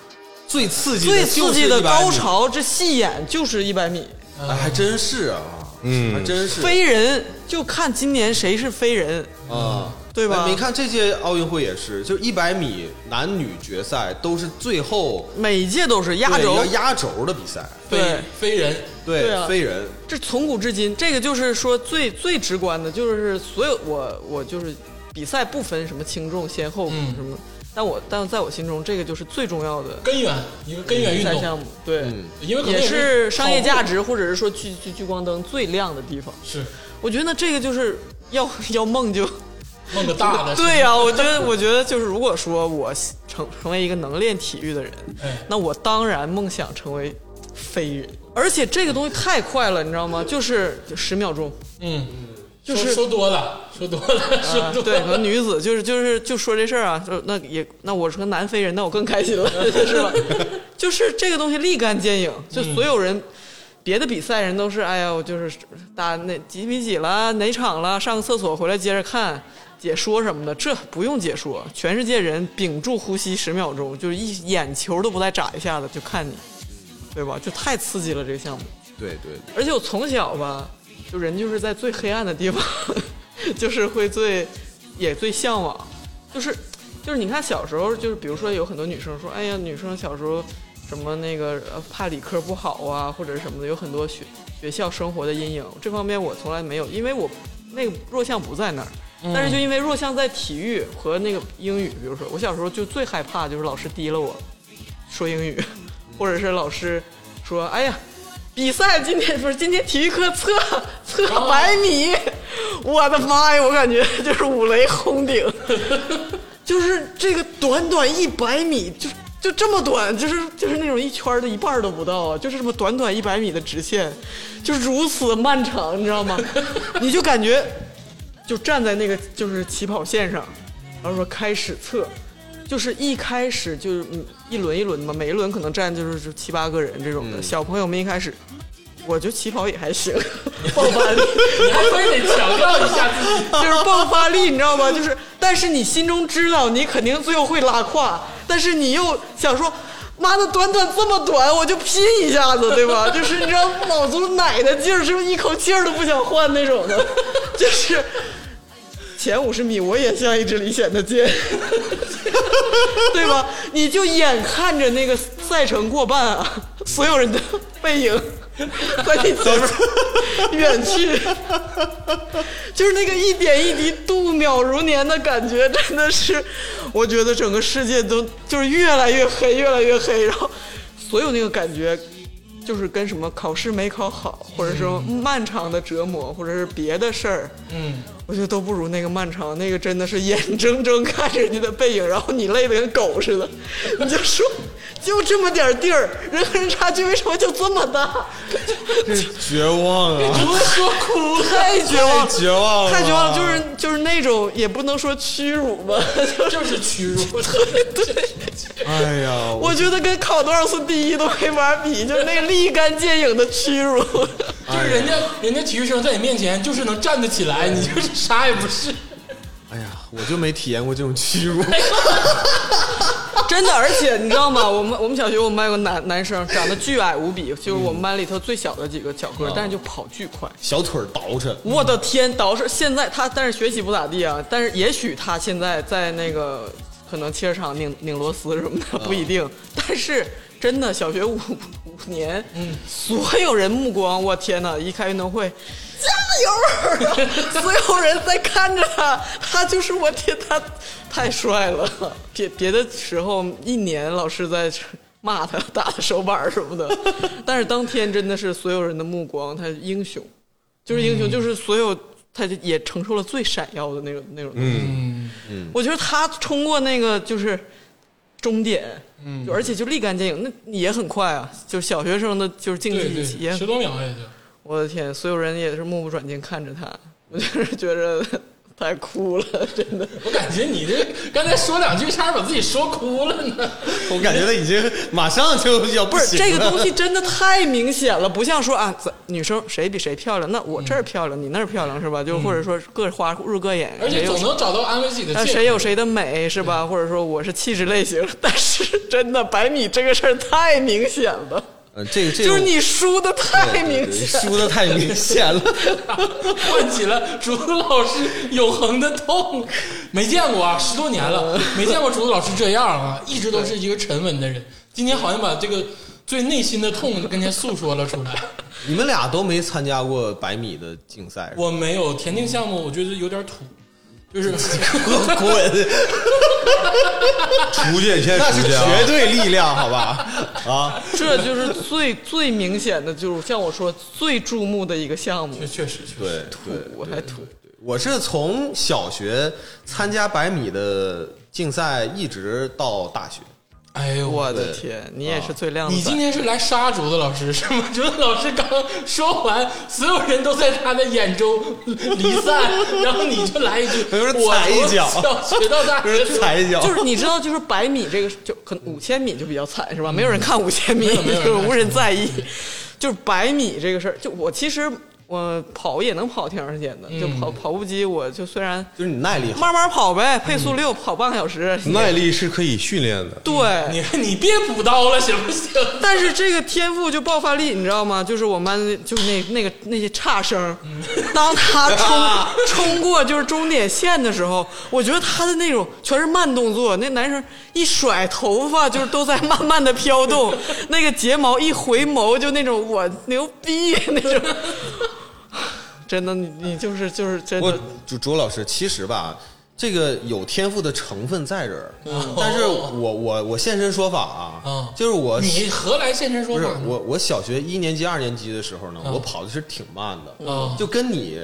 S4: 最刺激的
S2: 最刺激的
S4: 就是100米
S2: 高，潮，这戏眼就是一百米。
S4: 哎，还真是啊，
S3: 嗯
S4: 还真是
S2: 飞人就看今年谁是飞人，
S4: 啊。
S2: 对吧？
S4: 哎你看这届奥运会也是，就一百米男女决赛都是最后
S2: 每一届都是压
S4: 对
S2: 轴
S4: 要，压轴的比赛，
S1: 飞
S2: 对
S1: 飞人，
S4: 对
S2: 对啊
S4: 飞人
S2: 这从古至今，这个就是说最最直观的，就是所有我我就是比赛不分什么轻重先后
S1: 嗯
S2: 什么，但我但在我心中这个就是最重要的
S1: 根源一个根源
S2: 比
S1: 运
S2: 赛
S1: 动，
S2: 项目，对，
S4: 嗯
S1: 因为可能
S2: 也是商业价
S1: 值
S2: 值或者是说聚聚聚光灯最亮的地方。
S1: 是
S2: 我觉得这个就是要 要梦 就。
S1: 弄个大的，
S2: 对呀、啊我觉得，我觉得就是，如果说我成成为一个能练体育的人，
S1: 哎
S2: 那我当然梦想成为飞人。而且这个东西太快了，你知道吗？就是十秒钟，
S1: 嗯，
S2: 就
S1: 说
S2: 是
S1: 说多了，说多了，
S2: 啊
S1: 说多
S2: 对，
S1: 了，
S2: 可能女子就是就是就说这事儿啊，就那也那我是个南非人，那我更开心了， 是吧？就是这个东西立竿见影，就所有人。别的比赛人都是，哎呀，我就是打哪几比几了，哪场了，上个厕所回来接着看解说什么的，这不用解说，全世界人屏住呼吸十秒钟，就是一眼球都不带眨一下的就看你，对吧？就太刺激了这个项目。
S4: 对对对
S2: 而且我从小吧，就人就是在最黑暗的地方， 就是会最也最向往，就是就是你看小时候，就是比如说有很多女生说，哎呀，女生小时候什么那个呃怕理科不好啊，或者是什么的，有很多学学校生活的阴影，这方面我从来没有，因为我那个弱项不在那儿。但是就因为弱项在体育和那个英语，比如说我小时候就最害怕就是老师提了我说英语，或者是老师说哎呀比赛今天不是今天体育课测测百米，我的妈呀！我感觉就是五雷轰顶， 就是这个短短一百米就。就这么短，就是就是那种一圈的一半都不到啊，就是这么短短一百米的直线，就是如此漫长，你知道吗？你就感觉就站在那个就是起跑线上，然后说开始测，就是一开始就是嗯一轮一轮的嘛，每一轮可能站就是就七八个人这种的、小朋友们一开始。我就起跑也还行，爆发力，
S1: 你还非 得强调一下自己，
S2: 就是爆发力，你知道吗？就是，但是你心中知道你肯定最后会拉胯，但是你又想说，妈的，短短这么短，我就拼一下子，对吧？就是你知道，卯足奶的劲儿，是不是一口气儿都不想换那种的？ 就是前五十米，我也像一支离弦的箭， 对吧？你就眼看着那个赛程过半啊，所有人的 背影在你前面远去。就是那个一点一滴度秒如年的感觉，真的是，我觉得整个世界都就是越来越黑，越来越黑，然后所有那个感觉，就是跟什么考试没考好，或者说漫长的折磨，或者是别的事儿，
S1: 嗯，
S2: 我觉得都不如那个漫长，那个真的是眼睁睁看着你的背影，然后你累得跟狗似的，你就说，就这么点儿地儿，人和人差距为什么就这么 大？
S4: 绝 望啊！
S2: 不说哭，太绝望了，
S4: 绝
S3: 啊
S4: 望了
S2: 太绝望了，就是就是那种也不能说屈辱吧，就是
S1: 就是屈 辱，
S4: 哎呀，
S2: 我觉得跟考多少次第一都没法比，就是那个立竿见影的屈辱。
S1: 就是人
S2: 哎
S1: 家人家体育生在你面前就是能站得起来，你就是啥也不是。
S4: 哎呀，我就没体验过这种屈 辱。
S2: 真的，而且你知道吗？我们我们小学我们班有个男男生，长得巨矮无比，就是我们班里头最小的几个小个，但是就跑巨快。
S4: 小腿儿倒着，
S2: 我的天，倒是现在他，但是学习不咋地啊。但是也许他现在在那个可能汽车厂拧拧螺丝什么的，不一定。但是真的，小学五五年，所有人目光，我天哪！一开运动会，加油！所有人在看着他，他就是我天，他太帅了。别别的时候，一年老师在骂他，打他手板儿什么的， 但是当天真的是所有人的目光，他英雄，就是英雄，就是所有。他就也承受了最闪耀的那种那种东西，
S1: 嗯，
S2: 我觉得他冲过那个就是终点，嗯，而且就立竿见影，那你也很快啊，就是小学生的就是竞
S1: 对
S2: 技
S1: 对，
S2: 也很
S1: 十多秒也就。
S2: 我的天，所有人也是目不转睛看着他，我就是觉着 太酷了，真的。
S1: 我感觉你这刚才说两句，差点把自己说哭了呢。
S4: 我感觉他已经马上就要不
S2: 不是
S4: 行了
S2: 这个东西真的太明显了，不像说啊，咱女生谁比谁漂亮，那我这儿漂亮，你那儿漂亮是吧？就
S4: 嗯
S2: 或者说各花入各眼，
S1: 而且
S2: 谁有
S1: 总能找到安慰自己的
S2: 那
S1: 借口。
S2: 谁有谁的美是吧？或者说我是气质类型，但是 真的百米这个事儿太明显了，
S4: 呃，这个这个
S2: 就是你输的太
S4: 对
S2: 明
S4: 对
S2: 显了。
S4: 输的太明显了。
S1: 唤起了竹子老师永恒的痛。没见过啊，十多年了，没见过竹子老师这样啊，一直都是一个沉稳的人。今天好像把这个最内心的痛跟人诉说了出来。
S4: 你们俩都没参加过百米的竞赛，
S1: 我没有田径项目，我觉得有点土，就是
S4: 滚！
S3: 出去，现在
S4: 那
S3: 出
S4: 是
S3: 去啊！
S4: 绝对力量， 好吧？啊，
S2: 这就是最最明显的，就是像我说最注目的一个项目
S1: 确。确实确实
S4: 对对，
S2: 我还土，
S4: 我是从小学参加百米的竞赛一直到大学，
S1: 哎呦
S2: 我的天，你也是最靓的
S1: 啊你
S2: 仔。
S1: 今天是来杀竹子老师是吗？竹子老师刚说完，所有人都在他的眼中离散，然后你就来一 句：“
S4: 有人
S1: 我
S4: 踩一脚
S1: 从小学到大
S4: 就
S1: 学
S4: 是啊踩一脚，
S2: 就是你知道，就是百米这个就可能五千米就比较惨是吧？没有人看五千米，
S1: 嗯没有没有人
S2: 就
S1: 看
S2: 是无人在意。就是百米这个事儿，就我其实我跑也能跑挺长时间的，就跑
S1: 嗯
S2: 跑步机，我就虽然
S4: 就是你耐力好。
S2: 慢慢跑呗，配
S1: 嗯
S2: 速六跑半个小时，
S3: 耐力是可以训练的，
S2: 对。
S1: 你你别补刀了，行不行？
S2: 但是这个天赋就爆发力，你知道吗？就是我们班就是那那个那些差生，当他冲冲过就是终点线的时候，我觉得他的那种全是慢动作，那男生一甩头发就是都在慢慢的飘动， 那个睫毛一回眸就那种我牛逼那种， 真的你你就是就是真
S4: 我
S2: 的
S4: 就卓老师，其实吧，这个有天赋的成分在这儿，但是我我我现身说法啊
S1: 嗯，
S4: 就是我
S1: 你何来现身说
S4: 不是
S1: 法呢？
S4: 我，我小学一年级、二年级的时候呢，我跑的是挺慢的，
S1: 嗯
S4: 就跟你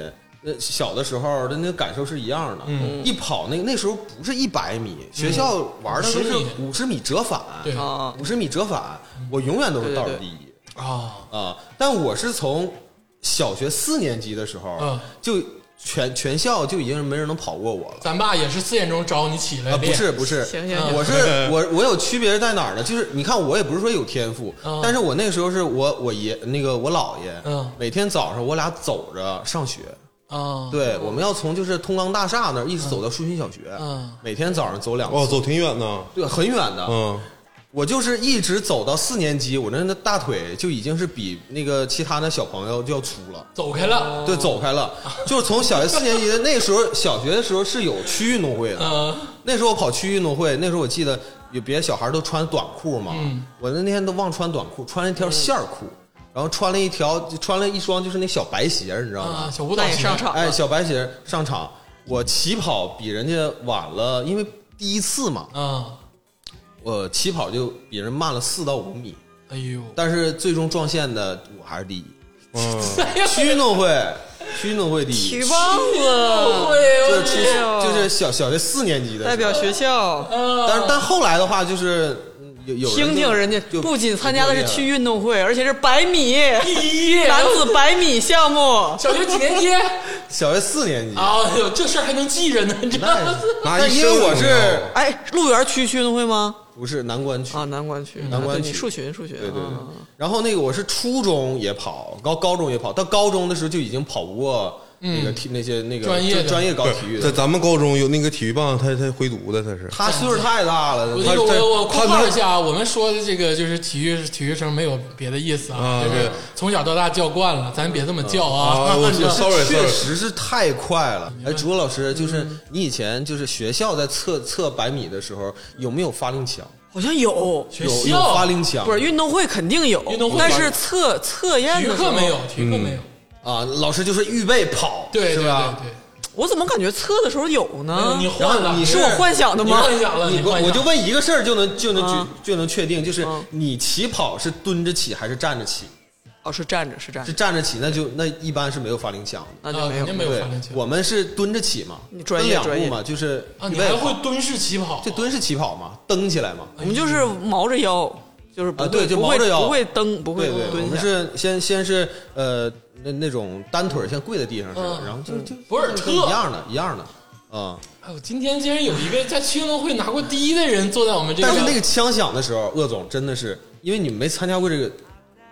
S4: 呃小的时候的那个感受是一样的。
S1: 嗯
S4: 一跑那个那时候不是一百米，学校玩的都是
S1: 50米
S4: 五十米折返，
S1: 对
S2: 啊
S4: 五十米折返，我永远都是倒数第一
S1: 啊，
S4: 啊！但我是从小学四年级的时候
S1: 嗯，
S4: 就全全校就已经没人能跑过我了。
S1: 咱爸也是四点钟找你起来
S4: 啊，
S1: 练
S4: 不是不是，
S2: 行行行
S4: 我是我我有区别在哪儿呢？就是你看我也不是说有天赋，
S1: 啊
S4: 但是我那个时候是我我爷那个我姥爷，
S1: 嗯
S4: 每天早上我俩走着上学，
S1: 啊，
S4: 对，我们要从就是通冈大厦那儿一直走到树新小学，
S1: 嗯
S4: 每天早上走两
S3: 哦，
S4: 次，
S3: 走挺远呢。
S4: 对，很远的，
S3: 嗯，
S4: 我就是一直走到四年级，我那那大腿就已经是比那个其他的小朋友就要粗了。
S1: 走开了，
S4: 对，走开了，
S1: 啊
S4: 就是从小学四年级的那时候，小学的时候是有区运动会的，
S1: 嗯
S4: 那时候我跑区运动会，那时候我记得有别的小孩都穿短裤嘛，
S1: 嗯
S4: 我那天都忘穿短裤，穿了一条线儿裤，然后穿了一条，穿了一双就是那小白鞋儿，你知道
S1: 啊，
S4: 吗？
S1: 小舞蹈
S2: 那也
S1: 鞋
S2: 上场
S4: 哎，
S2: 了，
S4: 小白鞋儿上场，我起跑比人家晚了，因为第一次嘛，
S1: 啊，
S4: 我起跑就比人慢了四到五米，
S1: 哎呦，
S4: 但是最终撞线的我还是第一，
S3: 嗯
S1: 哎呀，
S4: 区运动会，区运动会第一
S2: 举。棒
S1: 哎会
S2: 子
S4: 就是
S1: 哦
S4: 区
S2: 哎呦
S4: 就是小小学四年级的时候，
S2: 代表学校。
S1: 啊，
S4: 但是但后来的话就是嗯有有
S2: 听听人家
S4: 就，
S2: 不仅参加的是区运动会，而且是百米
S1: 第一
S2: 男子百米项目
S1: 哎。小学几年级？
S4: 小学四年级，
S1: 啊，呦，这事儿还能记着呢，这
S4: 那
S1: 是
S3: 那
S4: 那
S3: 一
S4: 因为
S3: 身
S4: 我
S3: 都
S4: 是
S3: 没有
S2: 哎，陆园区区运动会吗？
S4: 不是南关区
S2: 啊，南关区，
S4: 南关
S2: 对
S4: 区
S2: 你数巡数巡，
S4: 对对对
S2: 啊。
S4: 然后那个我是初中也跑，高高中也跑，到高中的时候就已经跑不过那个体那些那个
S1: 嗯专业的
S4: 就专业搞体育
S3: 不是在
S4: 的。
S3: 咱们高中有那个体育棒，他他回族的，他是
S4: 他岁数太大了，
S1: 我
S4: 他
S1: 这个
S3: 他
S1: 我我
S3: 他
S1: 夸大一下啊，我们说的这个就是体育体育生没有别的意思啊，
S3: 啊
S1: 就是
S3: 对
S1: 从小到大叫惯了，咱别这么叫
S3: 啊，
S1: 啊。
S3: 我 sorry
S4: 确
S3: sorry，
S4: 实是太快了。哎，朱老师，就是你以前就是学校在测测百米的时候，有没有发令枪？
S2: 好像 有，
S1: 学
S4: 有有
S1: 校
S4: 发令枪，
S2: 不是运动会肯定有，
S1: 运动会
S2: 但是测测验
S1: 体育
S2: 的时候
S1: 课没有，，体育课没有，
S3: 嗯
S4: 啊？老师就是预备跑，
S1: 对
S4: 是
S1: 对
S4: 吧？
S1: 对对。
S2: 我怎么感觉测的时候有
S1: 没有
S2: 呢？
S1: 你换
S4: 啊然
S1: 了，
S4: 后你
S2: 是我幻想的
S1: 你
S2: 吗？
S1: 幻想了，
S4: 你
S1: 你
S4: 不，
S1: 幻想
S4: 我就问一个事儿就能就能
S1: 嗯
S2: 啊
S4: 决就能确定，就是
S2: 啊
S4: 你起跑是蹲着起还是站着起？
S2: 哦，是站着，是站
S4: 是
S2: 着，
S4: 站着起，那就那一般是没有发令枪的。
S2: 那
S1: 啊
S2: 就没
S1: 肯定没
S2: 有。
S1: 有
S4: 对
S1: 发令，枪
S4: 我们是蹲着起嘛
S2: 你，专
S4: 分
S2: 业
S4: 两
S2: 专
S4: 步
S2: 业
S4: 嘛，就是
S1: 啊，
S4: 预
S1: 你
S4: 备
S1: 还
S4: 跑
S1: 会蹲式起跑啊，
S4: 就蹲式起跑嘛，蹬起来嘛。
S2: 我们就是毛着腰，就是不
S4: 啊
S2: 会
S4: 对就
S2: 不会
S4: 毛着腰
S2: 不会蹬，不会
S4: 对对，我
S2: 蹲
S4: 们
S2: 下。
S4: 是先先是呃那那种单腿儿像跪在地上似的，
S1: 嗯
S4: 然后就就
S1: 博尔
S4: 就
S1: 特
S4: 一样的，一样的啊。
S1: 哎呦，今天竟然有一个在区运动会拿过第一的人坐在我们这个，
S4: 但是那个枪响的时候，鄂总真的是，因为你们没参加过这个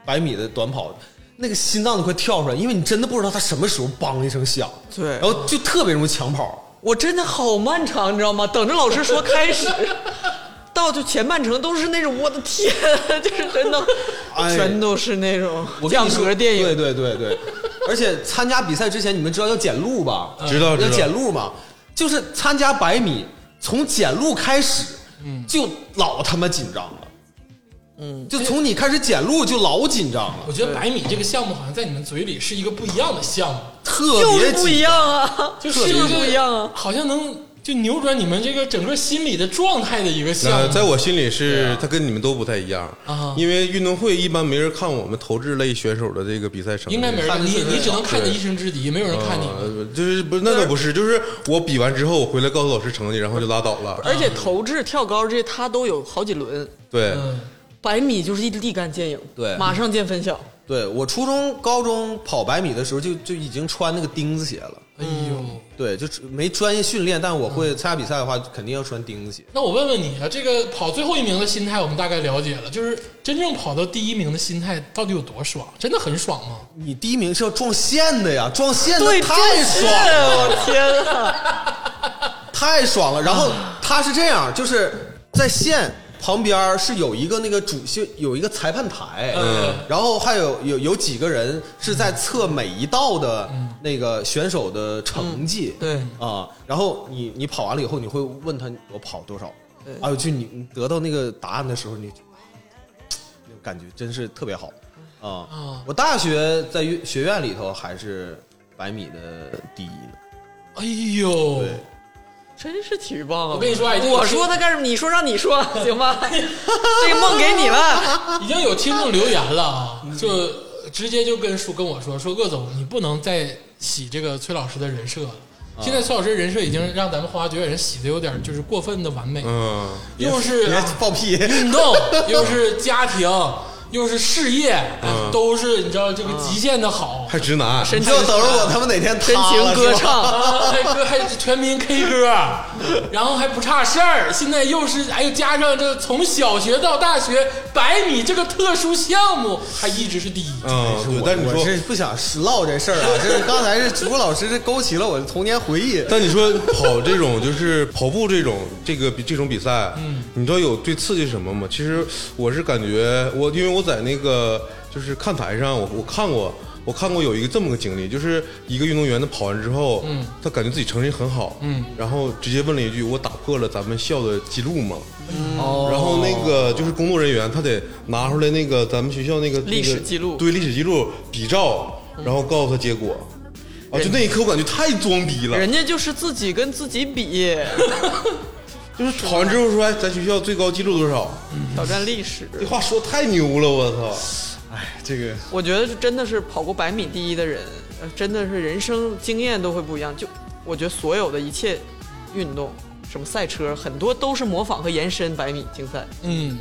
S4: 百米的短跑，那个心脏都快跳出来，因为你真的不知道它什么时候梆一声响，
S2: 对
S4: 然后就特别容易抢跑。
S2: 我真的好漫长，你知道吗？等着老师说开始，到就前半程都是那种我的天，就是真的，
S4: 哎
S2: 全都是那种
S4: 我跟
S2: 降
S4: 你说
S2: 格电
S4: 对
S2: 影。
S4: 对对 对，而且参加比赛之前，你们知道要捡路吧？
S3: 知道
S4: 要
S3: 知道
S4: 捡，路嘛，就是参加百米，从捡路开始，就老他妈紧张了。嗯，就从你开始捡路就老紧张了，
S1: 我觉得百米这个项目好像在你们嘴里是一个不一样的项目，
S4: 特
S2: 就
S4: 别
S2: 是不一
S4: 紧。
S2: 样啊，
S1: 就是是
S2: 不一样啊。
S1: 好像能就扭转你们这个整个心理的状态的一个项
S3: 那
S1: 目。
S3: 在我心里是他跟你们都不太一样
S1: 啊
S3: 因为运动会一般没人看我们投掷类选手的这个比赛成绩，
S1: 应该没人
S4: 看
S1: 看，
S4: 得
S1: 你
S4: 出来
S1: 你只能看你一生之敌，没有人看你们。
S3: 呃，就是不是那倒不是，就是我比完之后，我回来告诉老师成绩，然后就拉倒了。
S4: 啊
S2: 而且投掷、跳高这些，它都有好几轮，
S3: 对，
S1: 嗯，
S2: 百米就是一立竿见影，
S4: 对
S2: 马上见分晓。
S4: 对我初中、高中跑百米的时候就，就已经穿那个钉子鞋了。
S1: 哎呦，
S4: 对，就是没专业训练，但我会
S2: 嗯
S4: 参加比赛的话，肯定要穿钉子鞋。
S1: 那我问问你啊，这个跑最后一名的心态我们大概了解了，就是真正跑到第一名的心态到底有多爽？真的很爽吗？
S4: 你第一名是要撞线的呀，撞线
S2: 对，
S4: 的
S2: 这
S4: 太
S2: 是
S4: 爽了。
S2: 我天啊！
S4: 太爽了。然后他是这样，就是在线旁边儿是有一个那个主席，有一个裁判台，
S1: 嗯，
S4: 然后还有有有几个人是在测每一道的那个选手的成绩，
S1: 嗯
S2: 对
S4: 啊，然后你你跑完了以后，你会问他我跑多少
S2: 对，
S4: 哎呦，就你你得到那个答案的时候，你就哎那种感觉真是特别好啊
S1: 啊！
S4: 我大学在学学院里头还是百米的第一呢，
S1: 哎呦，
S4: 对。
S2: 真是体育棒啊！
S1: 我跟你说啊
S4: 哎
S1: 已经
S2: 我说他干什么？你说让你 说行吧？这个梦给你 了。
S1: 已经有听众留言了啊，就直接就跟说跟我说说，鄂总，你不能再洗这个崔老师的人设了。
S3: 啊
S1: 现在崔老师的人设已经让咱们花花学院人洗的有点就是过分的完美，
S3: 嗯，
S1: 又是
S4: 别放屁！
S1: 运 动，又是家庭，又是事业，
S3: 嗯
S1: 都是你知道这个极限的好，
S3: 还直男，
S2: 深
S4: 你
S2: 情
S4: 就等着我他妈哪天塌
S2: 深情
S4: 了
S2: 歌
S4: 是吧
S2: 唱，
S1: 啊，还歌还全民 K 歌，
S3: 嗯
S1: 然后还不差事儿，现在又是哎呦，加上这从小学到大学百米这个特殊项目，还一直是第一。
S3: 嗯，对。但你
S4: 我
S3: 说，
S4: 是不想唠这事儿啊，这是刚才是朱老师这勾起了我的童年回忆。
S3: 但你说跑这种就是跑步这种这个比这种比赛，嗯，你知道有最刺激什么吗？其实我是感觉我因为我在那个就是看台上，我我看过。我看过有一个这么个经历，就是一个运动员他跑完之后，嗯，他感觉自己成绩很好，嗯，然后直接问了一句：“我打破了咱们校的记录吗？”
S4: 哦
S3: 然后
S2: 哦
S3: 那个就是工作人员，他得拿出来那个咱们学校那个
S2: 历史
S3: 那个
S2: 记录
S3: 对历史记录比照，然后告诉他结果。啊，就那一刻我感觉太装逼了，
S2: 人家就是自己跟自己比，
S3: 就是跑完之后说，哎，咱学校最高记录多少？
S2: 挑战历史。
S3: 这话说太牛了，我 操！
S4: 哎， 这个
S2: 我觉得是真的是跑过百米第一的人，呃真的是人生经验都会不一样。就我觉得所有的一切运动，什么赛车，很多都是模仿和延伸百米竞赛
S1: 嗯，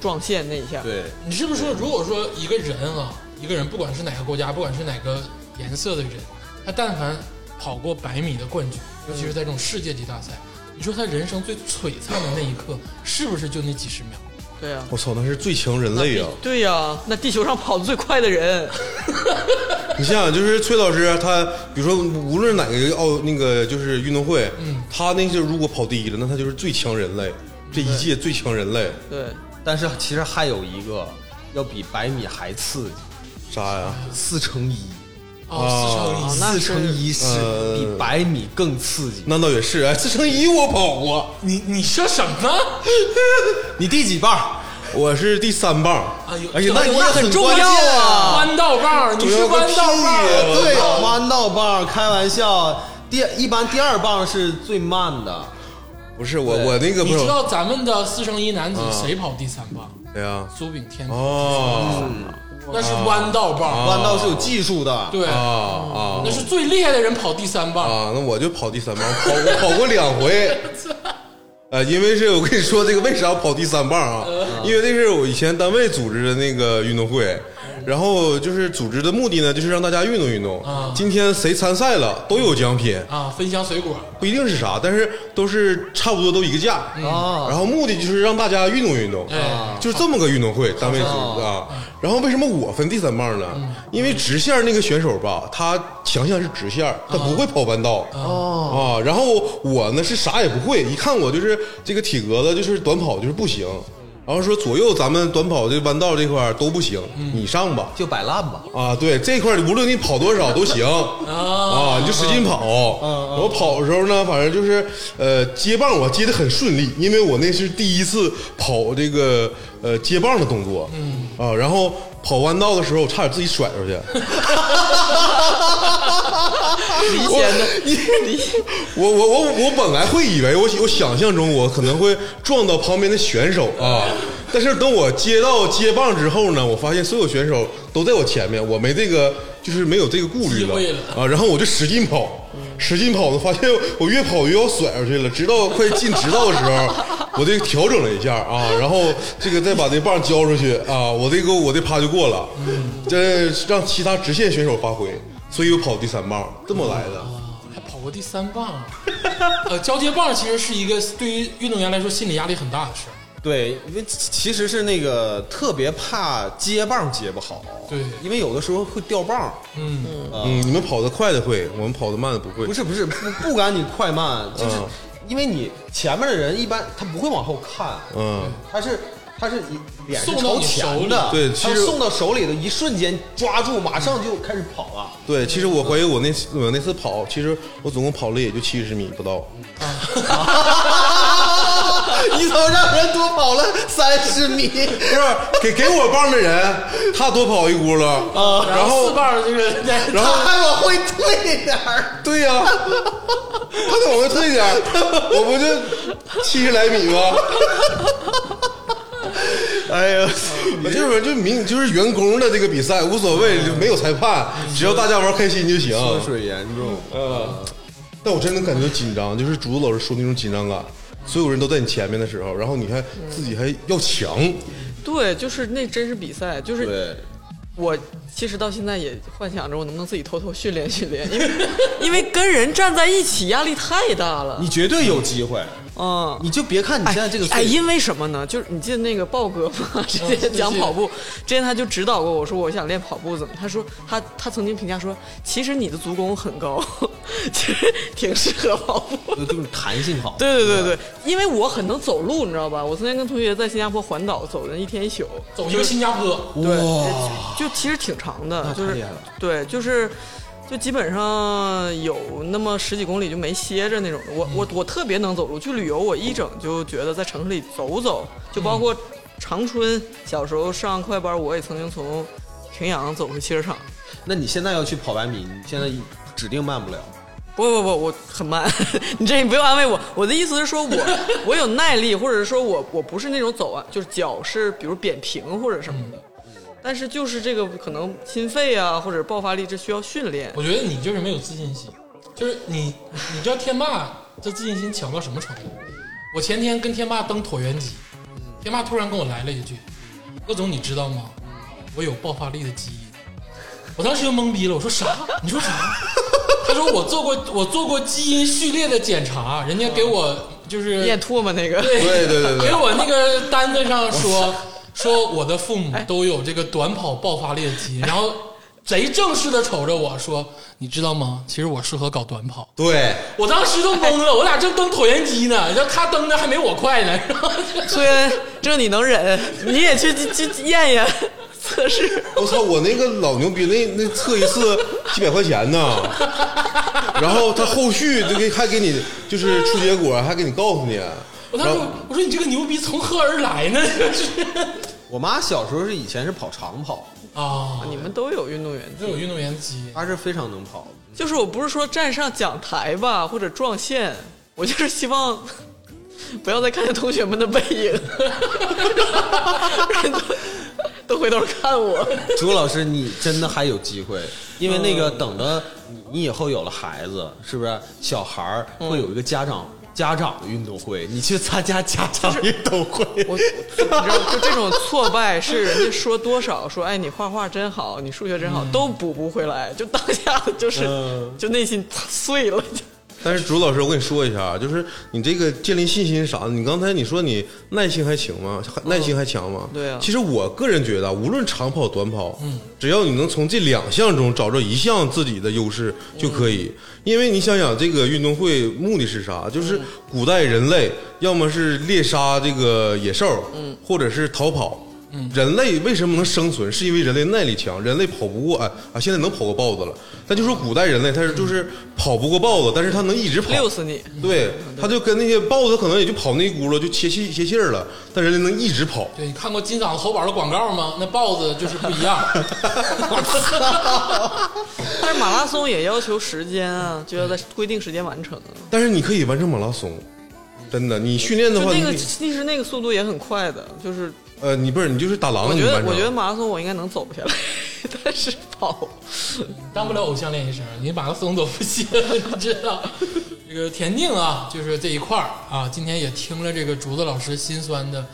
S2: 撞线那一下。
S4: 对，
S1: 你是不是说，如果说一个人啊，一个人不管是哪个国家，不管是哪个
S3: 嗯
S1: 颜色的人，他但凡跑过百米的冠军，尤其是在这种世界级大赛，你说他人生最璀璨的那一刻，是不是就那几十秒？
S2: 对呀、
S3: 我操，那是最强人类啊！
S2: 对呀、那地球上跑得最快的人，
S3: 你想想，就是崔老师他，比如说无论哪个奥那个就是运动会，
S2: 嗯
S3: 他那就如果跑第一了，那他就是最强人类，这一届最强人类。
S2: 对，
S4: 但是其实还有一个要比百米还刺激，
S3: 啥呀？
S4: 四乘一，
S1: 哦，四乘一，
S2: 那
S4: 四
S2: 是
S4: 乘一是
S3: 呃
S4: 比百米更刺激。
S3: 那倒也是，哎，四乘一我跑啊过，
S1: 你你说什么？
S4: 你第几棒？
S3: 我是第三棒，
S1: 哎呦
S3: 而且那
S1: 这
S3: 也
S1: 那
S3: 很
S2: 重
S3: 关键啊
S2: 要啊
S1: 弯道棒，你是弯道棒，
S3: 对
S4: 对，弯道棒，开玩笑。第一般第二棒是最慢的，
S3: 不是我我那个
S1: 你
S3: 不是
S1: 知，道咱们的四乘一男子谁跑第三棒？
S3: 哎呀，
S1: 苏炳添，
S3: 哦
S1: 嗯那是弯道棒，
S4: 弯道是有技术的。
S1: 对，
S3: 啊啊
S1: 那是最厉害的人跑第三棒。
S3: 啊！那我就跑第三棒，跑我跑过两 回。呃，因为是我跟你说这个为啥跑第三棒啊？
S1: 嗯
S3: 因为这是我以前单位组织的那个运动会，然后就是组织的目的呢，就是让大家运动运动
S1: 啊。
S3: 今天谁参赛了都有奖品，
S1: 啊，分享水果，
S3: 不一定是啥，但是都是差不多都一个价。
S4: 啊，
S3: 然后目的就是让大家运动运动。
S1: 哎，
S3: 就是这么个运动会单位组织的啊。然后为什么我分第三棒呢？因为直线那个选手吧，他强项是直线，他不会跑弯道。哦啊，然后我呢是啥也不会，一看我就是这个体格子就是短跑就是不行。然后说左右咱们短跑这弯道这块儿都不行，你上吧。
S4: 就摆烂吧。
S3: 啊，对这块儿无论你跑多少都行啊，嗯你就使劲跑。然后跑的时候呢，反正就是呃接棒，我接的很顺利，因为我那是第一次跑这个呃接棒的动作，嗯啊，然后跑弯道的时候，我差点自己甩出去。
S2: 离弦的，
S3: 你我我我我本来会以为我我想象中我可能会撞到旁边的选手啊，但是等我接到接棒之后呢，我发现所有选手都在我前面，我没这个就是没有这个顾虑
S1: 机会了嗯
S3: 啊，然后我就使劲跑，使劲跑呢，发现我越跑越要甩出去了，直到快进直道的时候，我这个调整了一下啊，然后这个再把这棒交出去啊，我这个我这趴就过了，
S1: 嗯
S3: 这让其他直线选手发挥，所以我跑第三棒，这么来的。
S1: 哦还跑过第三棒啊。 呃，交接棒其实是一个对于运动员来说心理压力很大的事儿。
S4: 对，因为其其实是那个特别怕接棒接不好，
S1: 对
S4: 因为有的时候会掉棒。
S1: 嗯，
S3: 嗯，你们跑得快的会，我们跑得慢的不会。
S4: 不是不是，不不管你 快慢，就是
S3: 嗯
S4: 因为你前面的人一般他不会往后看，
S3: 嗯，
S4: 他是他是一脸是
S1: 送到
S4: 朝
S1: 你手
S4: 前
S1: 里
S4: 的，
S3: 对其
S4: 他
S3: 实
S4: 送到手里的一瞬间抓住，马上就开始跑 了。
S3: 对，其实我怀疑我那次我那次跑，其实我总共跑了也就七十米不到。
S4: 你怎么让人多跑了三十米？
S3: 不是，给给我棒的人，他多跑一轱辘啊然
S1: 后
S3: 后
S1: 四棒这个，
S3: 然
S4: 他
S3: 后
S4: 还往回退点 儿，
S3: 对呀、他得往回退点儿，我不就七十来米吗？
S4: 哎呀，
S3: 我这 边就明就是员工的这个比赛无所谓，就没有裁判，只要大家玩开心就行。
S4: 缩水严重。
S3: 嗯但我真能感觉到紧张，就是竹子老师说那种紧张感，所有人都在你前面的时候，然后你还自己还要强，
S2: 对，就是那真是比赛，就是
S4: 对，
S2: 我其实到现在也幻想着我能不能自己偷偷训练训练，因为 因为跟人站在一起压力太大了
S4: 你，绝对有机会。
S2: 嗯。
S4: 你就别看你现在这个
S2: 哎，
S4: 岁数，哦
S2: 因为什么呢？就是你记得那个豹哥吗？之
S1: 记
S2: 前
S1: 得
S2: 讲
S1: 记得
S2: 跑步，之前他就指导过我说我想练跑步怎么？他说他他曾经评价说，其实你的足弓很高， 其实挺适合跑步。
S4: 就是弹性好。
S2: 对对对对，因为我很能走路，你知道吧？我曾经跟同学在新加坡环岛走人一天一宿，
S1: 走一个新加坡，
S4: 哇，
S2: 就其实挺长
S4: 那
S2: 的，
S4: 太
S2: 就是
S4: 厉害了
S2: 对，就是就基本上有那么十几公里就没歇着那种的。我
S4: 嗯
S2: 我我特别能走路，去旅游我一整就觉得在城市里走走，就包
S4: 嗯
S2: 括长春，小时候上快班，我也曾经从平阳走回汽车厂。
S4: 那你现在要去跑百米，你现在指定慢不了。
S2: 不不不，我很慢， 你这你不用安慰我。我的意思是说 我我有耐力，或者说我我不是那种走啊，就是脚是比如扁平或者什么的，
S4: 嗯
S2: 但是就是这个可能心肺啊或者爆发力这需要训练。
S1: 我觉得你就是没有自信心，就是你你知道天霸这自信心强到什么程度？我前天跟天霸登椭圆机，天霸突然跟我来了一句：“鄂总，你知道吗？我有爆发力的基因。”我当时就懵逼了，我说啥？你说啥？他说我做过我做过基因序列的检查，人家给我就是
S2: 咽唾沫那个，
S3: 对对对
S1: 给
S3: 对，
S1: 我那个单子上说说我的父母都有这个短跑爆发劣迹，然后贼正式的瞅着我说，你知道吗？其实我适合搞短跑。
S3: 对，
S1: 我当时都懵了，我俩正蹬椭圆机呢，然后他蹬的还没我快呢，然后
S2: 崔恩，这你能忍，你也去去去验验测试。
S3: 我操，我那个老牛逼，那那测一次几百块钱呢，然后他后续就给还给你就是出结果，还给你告诉你，
S1: 我当时
S3: 然后
S1: 我说你这个牛逼从何而来呢？ 这是
S4: 我妈小时候是以前是跑长跑，
S1: 啊，
S2: 你们都有运动员
S1: 这
S2: 基
S1: 有
S2: 因，
S1: 运动员基因
S4: 她是非常能跑的。
S2: 就是我不是说站上讲台吧，或者撞线，我就是希望不要再看见同学们的背影， 都都回头看我。
S4: 朱老师，你真的还有机会，因为那个等着你，你以后有了孩子，是不是小孩儿会有一个家长、家长运动会？你去参加家长运动会，
S2: 我就你知道，就这种挫败是人家说多少说，哎，你画画真好，你数学真好，都补不回来，就当下就是、就内心碎了。就
S3: 但是朱老师，我跟你说一下啊，就是你这个建立信心啥的，你刚才你说你耐心还行吗？还耐心还强吗？
S2: 对啊
S3: 其实我个人觉得，无论长跑短跑，嗯，只要你能从这两项中找着一项自己的优势就可以。因为你想想，这个运动会目的是啥？就是古代人类要么是猎杀这个野兽，嗯，或者是逃跑。人类为什么能生存？是因为人类耐力强，人类跑不过哎啊，现在能跑过豹子了。但就说古代人类，他是就是跑不过豹子，但是他能一直跑，
S2: 溜死你！
S3: 对，他就跟那些豹子可能也就跑那一轱辘就歇气歇气儿了，但人家能一直跑。
S1: 对，你看过金嗓子喉宝的广告吗？那豹子就是不一样。
S2: 但是马拉松也要求时间啊，就要在规定时间完成啊。
S3: 但是你可以完成马拉松，
S5: 嗯
S3: 真的，你训练的
S2: 就
S3: 话，
S2: 那个
S3: 你
S2: 其实那个速度也很快的，就是
S3: 呃，你不是你就是打
S2: 我
S3: 狼，你
S2: 觉
S3: 就
S2: 得
S3: 完成
S2: 我觉得马拉松我应该能走下来， 但是跑
S1: 当不了偶像练习生，你马拉松都不行，你知道？ 这个田径啊，就是这一块儿啊，今天也听了这个竹子老师心酸的，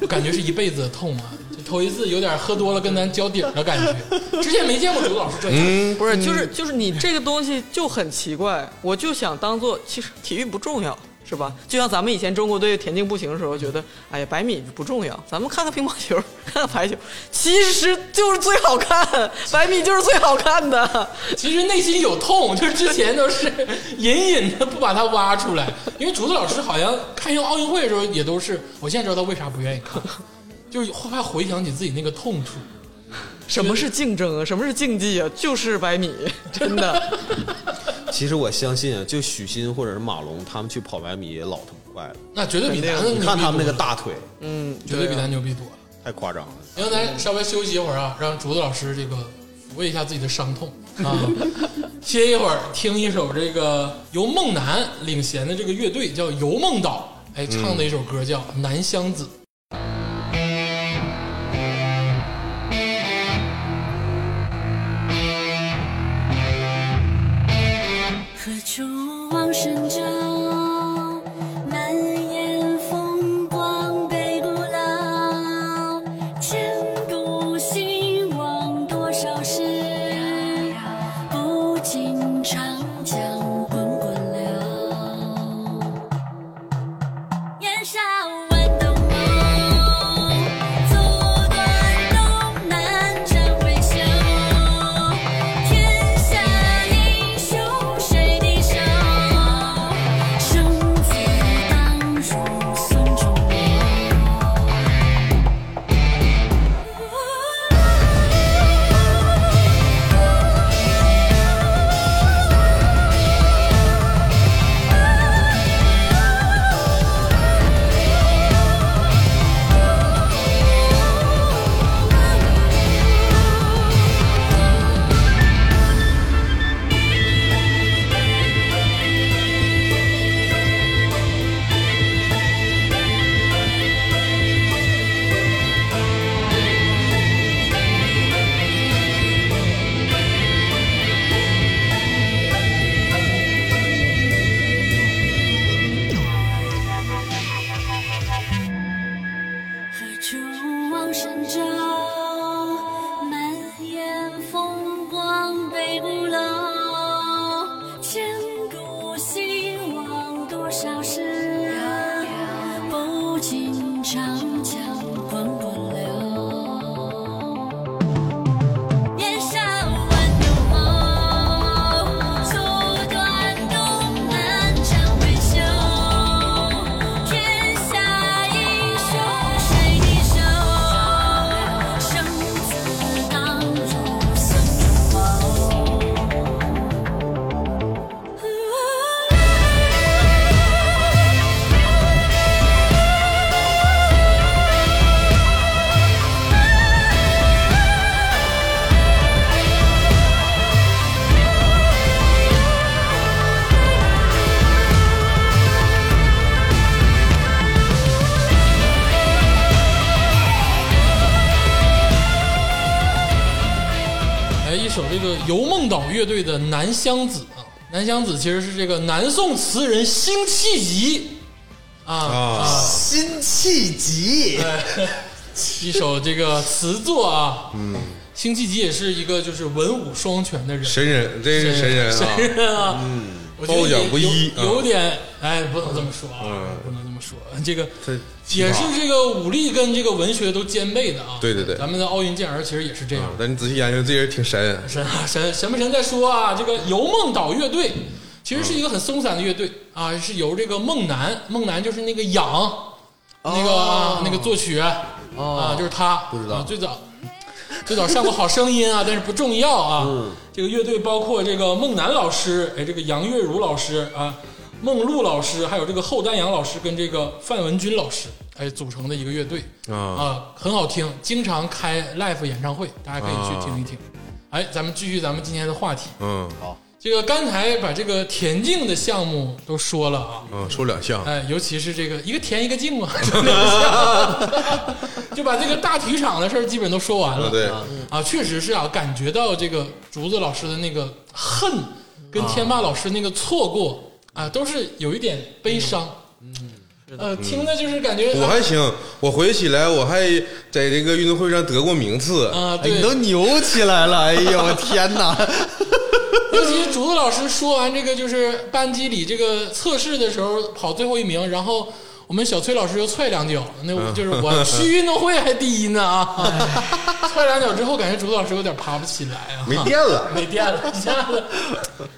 S1: 我感觉是一辈子的痛啊，就头一次有点喝多了跟咱交底儿的感觉，之前没见过竹子老师 这样。
S2: 不是就是就是你这个东西就很奇怪，我就想当做其实体育不重要。是吧？就像咱们以前中国队田径不行的时候，觉得哎呀百米不重要，咱们看看乒乓球， 看看排球，其实就是最好看， 百米就是最好看的。
S1: 其实内心有痛，就是之前都是 隐隐的不把它挖出来，因为竹子老师好像看奥运会的时候也都是，我现在知道他为啥不愿意看，就是怕回想起自己那个痛处。
S2: 什么是竞争啊？什么是竞技啊？就是百米， 真的。
S4: 其实我相信啊，就许昕或者是马龙，他们去跑百米也老他妈快了。
S1: 那绝对比咱
S4: 你看他们那个，大腿，
S2: 嗯，
S1: 绝对比
S2: 啊
S1: 咱牛逼多了。
S4: 太夸张了。
S1: 然后咱稍微休息一会儿啊，让竹子老师这个抚慰一下自己的伤痛啊， 歇一会儿，听一首这个由梦楠领衔的这个乐队叫游梦岛，哎，唱的一首歌叫《南乡子》。
S6: 何处望神州？满眼风光北古老。千古兴亡多少事？不尽长江滚滚流。年少玩东风，阻断东南战挥袖。天下英雄谁敌手？生死当如孙仲谋。何处望神州？满眼风光北古楼。千古兴亡多少事？
S1: 哎首这个游梦岛乐队的《南乡子》啊，《南乡子》其实是这个南宋词人辛弃疾啊啊
S5: 辛弃疾，
S1: 一首这个词作啊。嗯，辛弃疾也是一个就是文武双全的人，
S3: 神人，真是神人啊！
S1: 神人啊，嗯，我觉得
S3: 褒
S1: 也
S3: 奖不一
S1: 有有点哎，不能这么说啊，不能这么说，这个
S3: 这
S1: 也是这个武力跟这个文学都兼备的啊。
S3: 对对对
S1: 咱们的奥运健儿其实也是这样。
S3: 但你仔细研究，这人挺神啊。
S1: 神啊神神不神再说啊，这个游梦岛乐队其实是一个很松散的乐队啊，是由这个孟楠，孟楠就是那个痒，那个、啊那个作曲、啊，就是他，不知道、啊、最早。最早上过《好声音》啊，但是不重要啊。这个乐队包括这个孟楠老师，哎，这个杨月如老师啊，孟露老师，还有这个后丹阳老师跟这个范文军老师，哎，组成的一个乐队
S3: 啊
S1: 很好听，经常开 live 演唱会，大家可以去听一听。哎，咱们继续咱们今天的话题。
S3: 嗯
S1: 这个刚才把这个田径的项目都说了啊，
S3: 嗯，说两项，
S1: 哎，尤其是这个一个田一个径嘛， 就把这个大体育场的事儿基本都说完了。
S3: 啊对，
S1: 啊，确实是啊，感觉到这个竹子老师的那个恨，跟天霸老师那个错过啊，都是有一点悲伤。嗯，呃，听的就是感觉
S3: 嗯我还行，我回忆起来我还在这个运动会上得过名次
S1: 啊，
S5: 哎，你
S1: 对，
S5: 都牛起来了！哎呦，我天 哪！
S1: 尤其是竹子老师说完这个，就是班级里这个测试的时候跑最后一名，然后我们小崔老师又踹两脚，那
S3: 嗯
S1: 我就是 我去运动会还第一呢啊！ 踹两脚之后，感觉竹子老师有点爬不起来啊，
S3: 没电了，
S1: 没电了，一下子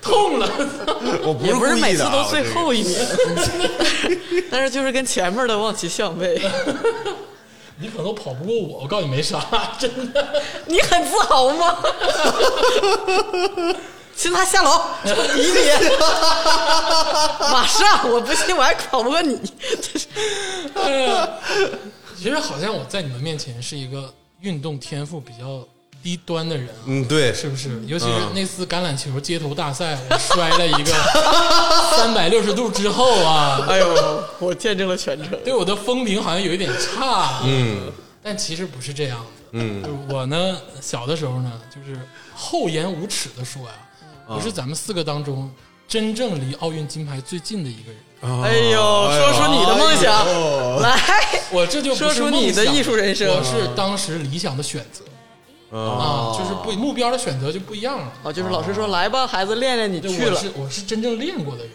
S1: 痛了。
S3: 我不
S2: 也
S3: 是
S2: 不
S3: 故
S2: 是每
S3: 意
S2: 次
S3: 的
S2: 都
S3: 啊，
S2: 最后 一名，但是就是跟前面的望其项背。
S1: 你可能都跑不过我，我告诉你没啥，真的。
S2: 你很自豪吗？ 擒他下 楼，移你！马上！我不信我还跑不过你。
S1: 其实好像我在你们面前是一个运动天赋比较低端的人啊。
S3: 嗯，对，
S1: 是不是？尤其是那次橄榄球街头大赛，我摔了一个三百六十度之后啊，
S2: 哎呦，我见证了全程。
S1: 对我的风评好像有一点差，嗯，但其实不是这样的，嗯，就是我呢，小的时候呢，就是厚颜无耻的说呀、我是咱们四个当中真正离奥运金牌最近的一个人，
S2: 哎呦，哎说出你的梦想， 来，
S1: 我这就不
S2: 说
S1: 是
S2: 出你的
S1: 梦想
S2: 艺术人生
S1: 我是当时理想的选择。啊，就是不目标的选择就不一样了。
S2: 哦，就是老师说来吧，孩子练练，你
S1: 对，
S2: 去
S1: 我
S2: 了。
S1: 是我是真正练过的人，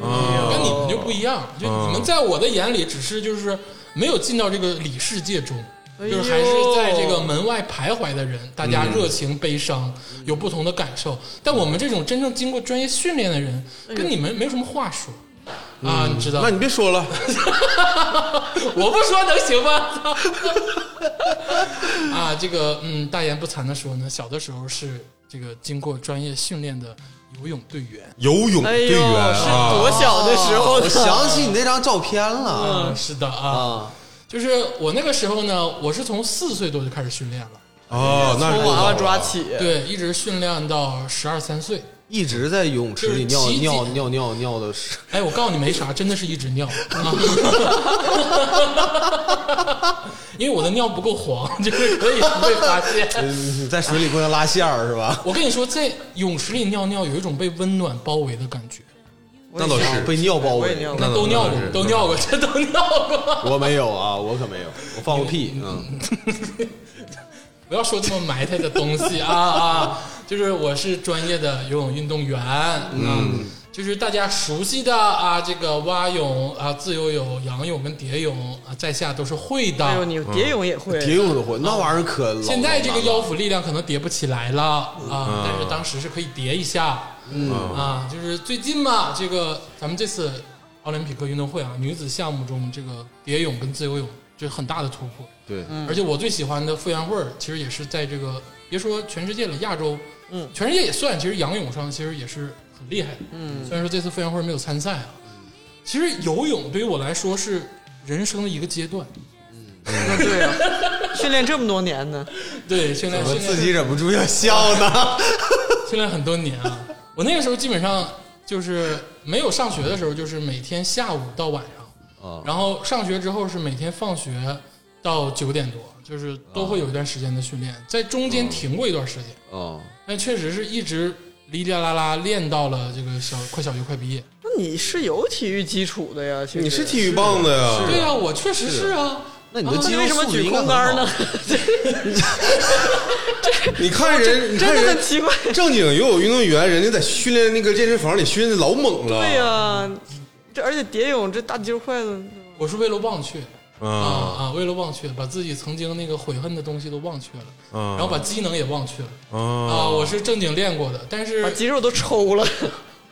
S1: 我跟你们就不一样，就你们在我的眼里只是就是没有进到这个里世界中。
S2: 哎
S1: 就
S2: 呦
S1: 是还是在这个门外徘徊的人，大家热情、悲伤，有不同的感受。但我们这种真正经过专业训练的人，
S2: 哎
S1: 跟你们没有什么话说啊，你知道？
S3: 那你别说了，
S1: 我不说能行吗？ 啊，这个嗯，大言不惭的说呢，小的时候是这个经过专业训练的游泳队员，
S3: 游泳
S2: 哎
S3: 队
S2: 呦，
S3: 员
S2: 是
S3: 啊，
S2: 多小的时候
S4: 我想
S2: 的。
S4: 起你那张照片了
S1: 嗯，是的啊，
S4: 啊，
S1: 就是我那个时候呢，我是从四岁多就开始训练了，
S3: 哦，那
S2: 从
S3: 是
S2: 娃娃抓起，
S1: 对，一直训练到十二三岁。
S4: 一直在游泳池里
S1: 就
S4: 尿
S1: 是奇迹
S4: 尿尿尿尿的是
S1: 哎，我告诉你没啥，真的是一直 尿，啊、因为我的尿不够黄，就是可以不会发现。
S4: 你 在水里不能拉线儿是吧？
S1: 我跟你说，在泳池里尿尿有一种被温暖包围的感觉。
S3: 那倒是
S4: 被尿包
S2: 我也
S4: 围
S2: 尿，过
S1: 那都尿过，都尿过，这都尿过。
S4: 我没有啊，我可没有，我放过屁，嗯，
S1: 不要说这么埋汰的东西啊啊！就是我是专业的游泳运动员，嗯，就是大家熟悉的啊，这个蛙泳啊、自由泳、仰泳跟蝶泳啊，在下都是会的。
S2: 哎呦，你蝶泳也会，
S4: 蝶泳的活那玩意儿可老嗯
S1: 现在这个腰腹力量可能叠不起来了啊，但是当时是可以叠一下，嗯啊，就是最近嘛，这个咱们这次奥林匹克运动会啊，女子项目中这个蝶泳跟自由泳这很大的突破，
S4: 对，
S1: 而且我最喜欢的傅园慧儿，其实也是在这个别说全世界了，亚洲，嗯，全世界也算，其实仰泳上其实也是很厉害的，嗯，虽然说这次傅园慧儿没有参赛啊，
S4: 嗯
S1: 其实游泳对于我来说是人生的一个阶段，
S2: 那对啊，训练这么多年呢，
S1: 对，训练
S4: 我
S1: 训练
S4: 自己忍不住要笑呢。
S1: 训练很多年啊，我那个时候基本上就是没有上学的时候，就是每天啊下午到晚上，然后上学之后是每天放学到九点多，就是都会有一段时间的训练，在中间停过一段时间，
S4: 哦，
S1: 但确实是一直哩哩啦啦练到了这个小快小学快毕业。
S2: 那你是有体育基础的呀？其实
S3: 你是体育棒的呀？
S1: 对啊，我确实是啊。
S4: 那你的
S2: 那
S4: 肌
S2: 你
S4: 肉
S2: 为什么
S4: 素质
S2: 举
S4: 应该
S2: 空杆
S4: 很好
S2: 呢？？
S3: 你看人，你
S2: 真
S3: 看
S2: 的
S3: 人
S2: 很奇怪。
S3: 正经游泳运动员，人家在训练那个健身房里训练的老猛了。
S2: 对呀、这而且蝶泳这大肌肉块子，
S1: 我是为了忘却啊
S3: 啊
S1: 啊，为了忘却，把自己曾经那个悔恨的东西都忘却了，
S3: 啊
S1: 然后把机能也忘却了
S3: 啊
S1: 啊。我是正经练过的，但
S2: 把
S1: 是
S2: 肌肉都抽了。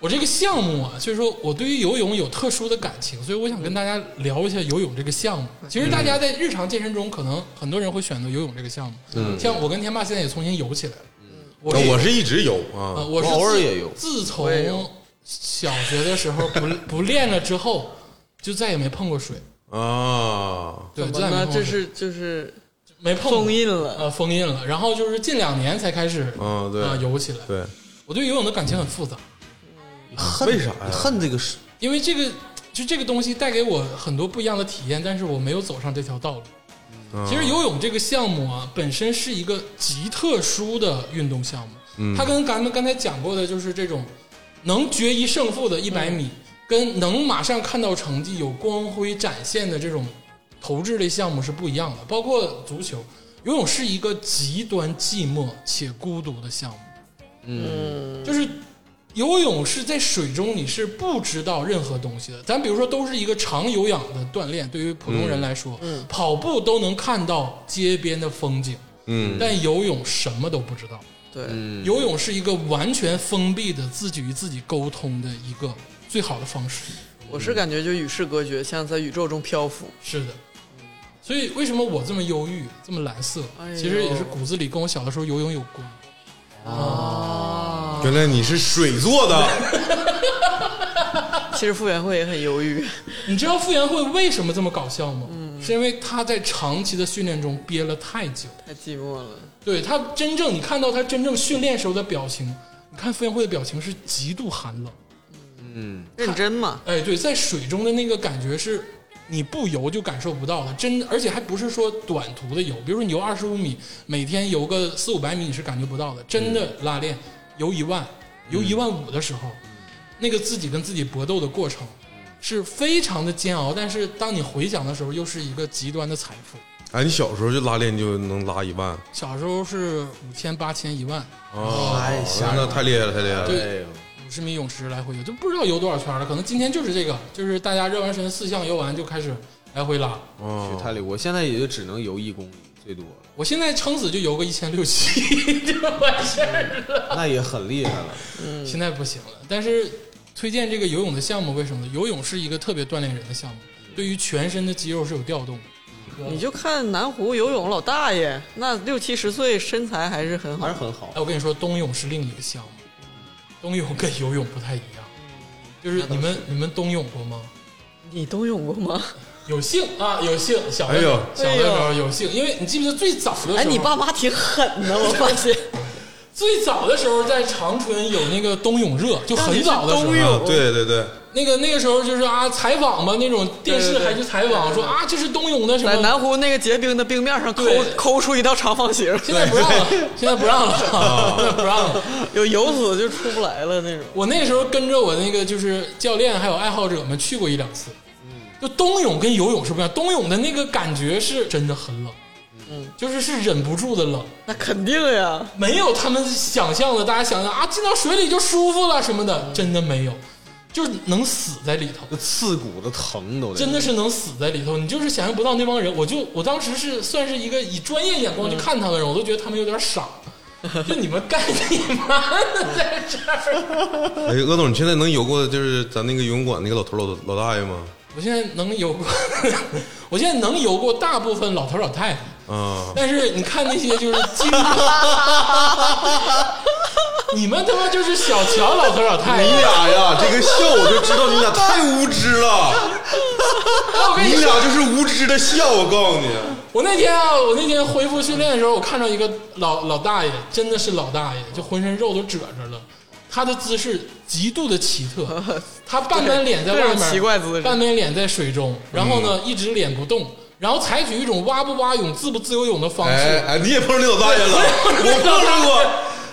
S1: 我这个项目啊，所以说我对于游泳有特殊的感情，所以我想跟大家聊一下游泳这个项目。
S2: 嗯
S1: 其实大家在日常健身中，可能很多人会选择游泳这个项目。嗯，像我跟天霸现在也重新游起来了。
S2: 嗯
S1: 我
S3: 呃那我
S1: 是
S3: 是一直游
S1: 啊，
S3: 啊，
S1: 我是
S4: 我偶尔
S1: 自
S4: 也游
S1: 自从
S2: 我也游
S1: 小学的时候不不练了之后，就再也没碰过水。
S3: 嗯啊，
S1: 对，再也没
S2: 那
S1: 碰过
S2: 这
S1: 水
S2: 是就是
S1: 没碰过
S2: 封印了。
S1: 呃封印了，然后就是近两年才开始
S3: 嗯对
S1: 啊游起来。
S3: 对，
S1: 我对游泳的感情很复杂，
S4: 恨
S3: 为啥呀
S4: 你恨这个事？
S1: 因为这个就这个东西带给我很多不一样的体验，但是我没有走上这条道路。其实游泳这个项目啊，本身是一个极特殊的运动项目，它跟咱们刚才讲过的，就是这种能决一胜负的一百米，跟能马上看到成绩、有光辉展现的这种投掷类项目是不一样的。包括足球，游泳是一个极端寂寞且孤独的项目。嗯，就是游泳是在水中，你是不知道任何东西的。咱比如说，都是一个长有氧的锻炼，对于普通人来说，
S2: 嗯
S1: 跑步都能看到街边的风景，
S3: 嗯，
S1: 但游泳什么都不知道。
S2: 对，
S1: 游泳是一个完全封闭的自己与自己沟通的一个最好的方式。
S2: 我是感觉就与世隔绝，像在宇宙中漂浮。
S1: 是的，所以为什么我这么忧郁，这么蓝色
S2: 哎，呦
S1: 其实也是骨子里跟我小的时候游泳有关。
S3: 原来你是水做的，
S2: 其实傅园慧也很忧郁，
S1: 你知道傅园慧为什么这么搞笑吗？
S2: 嗯
S1: 是因为她在长期的训练中憋了太久。
S2: 太寂寞了。
S1: 对她真正，你看到她真正训练时候的表情，你看傅园慧的表情是极度寒冷。
S2: 认真嘛，
S1: 哎，对，在水中的那个感觉是你不游就感受不到的，真的，而且还不是说短途的游，比如说你游二十五米，每天游个四五百米，你是感觉不到的。真的拉练，游一万，游一万五的时候，那个自己跟自己搏斗的过程是非常的煎熬，但是当你回想的时候，又是一个极端的财富。
S3: 哎，你小时候就拉练就能拉一万，
S1: 小时候是五千、八千、一万，
S3: 太那太厉害了，太厉害了，
S4: 哎
S1: 对，五十米泳池来回游，就不知道游多少圈了。可能今天就是这个，就是大家热完身四项游完就开始来回拉。
S3: 啊
S4: 太累，我现在也就只能游一公里，最多了，
S1: 我现在撑死就游个一千六七 就完事儿了。
S4: 那也很厉害了。
S2: 嗯
S1: 现在不行了，但是推荐这个游泳的项目，为什么呢？游泳是一个特别锻炼人的项目，对于全身的肌肉是有调动的。
S2: 你就看南湖游泳老大爷，那六七十岁身材还是很好
S4: 还是。很好
S1: 哎，。我跟你说，冬泳是另一个项目，冬泳跟游泳不太一样，
S2: 嗯
S1: 就是你们你们冬泳过吗？
S2: 你冬泳过吗？
S1: 有幸啊，有幸，小的
S3: 哎
S1: 时
S3: 呦
S1: 候，小的时候有幸，因为你记不记得最早的时候，
S2: 哎，你爸妈挺狠的，我发现。
S1: 最早的时候在长春有那个冬泳热，就很早的时候，
S3: 啊，对对对，
S1: 那个那个时候就是啊，采访嘛，那种电视
S2: 对对对
S1: 还去采访说啊，这是冬泳的什
S2: 在
S1: 么。
S2: 南湖那个结冰的冰面上抠
S1: 对
S2: 抠出一道长方 形，
S1: 现在不让了， 现在不让了，现在不让了。
S2: 有油脂就出不来了那种。
S1: 我那时候跟着我那个就是教练还有爱好者们去过一两次，
S2: 嗯
S1: 就冬泳跟游泳是不一样，冬泳的那个感觉是真的很冷，嗯，就是是忍不住的冷，
S2: 那肯定呀，
S1: 没有他们想象的，大家想象啊，进到水里就舒服了什么
S2: 嗯
S1: 的，真的没有，就是能死在里头。
S4: 那刺骨的疼都得
S1: 真的是能死在里头，你就是想象不到那帮人。我就我当时是算是一个以专业眼光去看他们的人，我都觉得他们有点傻。就你们干你妈的在这儿！
S3: 哎，鄂总，你现在能游过就是咱那个游泳馆那个老头老老大爷吗？
S1: 我现在能游过， 我现在能游过大部分老头老太太，
S3: 啊，
S1: 但是你看那些就是经过， 你们他妈就是小瞧老头老太
S3: 你
S1: 太。
S3: 俩呀，这个笑我就知道你俩太无知了，
S1: 我跟
S3: 你
S1: 你说，
S3: 俩就是无知的笑，我告诉你，
S1: 我那天啊，我那天恢复训练的时候，我看到一个老老大爷，真的是老大爷，就浑身肉都褶着了。他的姿势极度的奇 特，他半边脸在外
S2: 各种
S1: 面，
S2: 奇怪姿势嗯
S1: 半边脸在水中，然后呢、一直脸不动，然后采取一种蛙不蛙泳、自不自由泳的方式，
S3: 哎哎，你也碰上那老大爷了，我碰上过。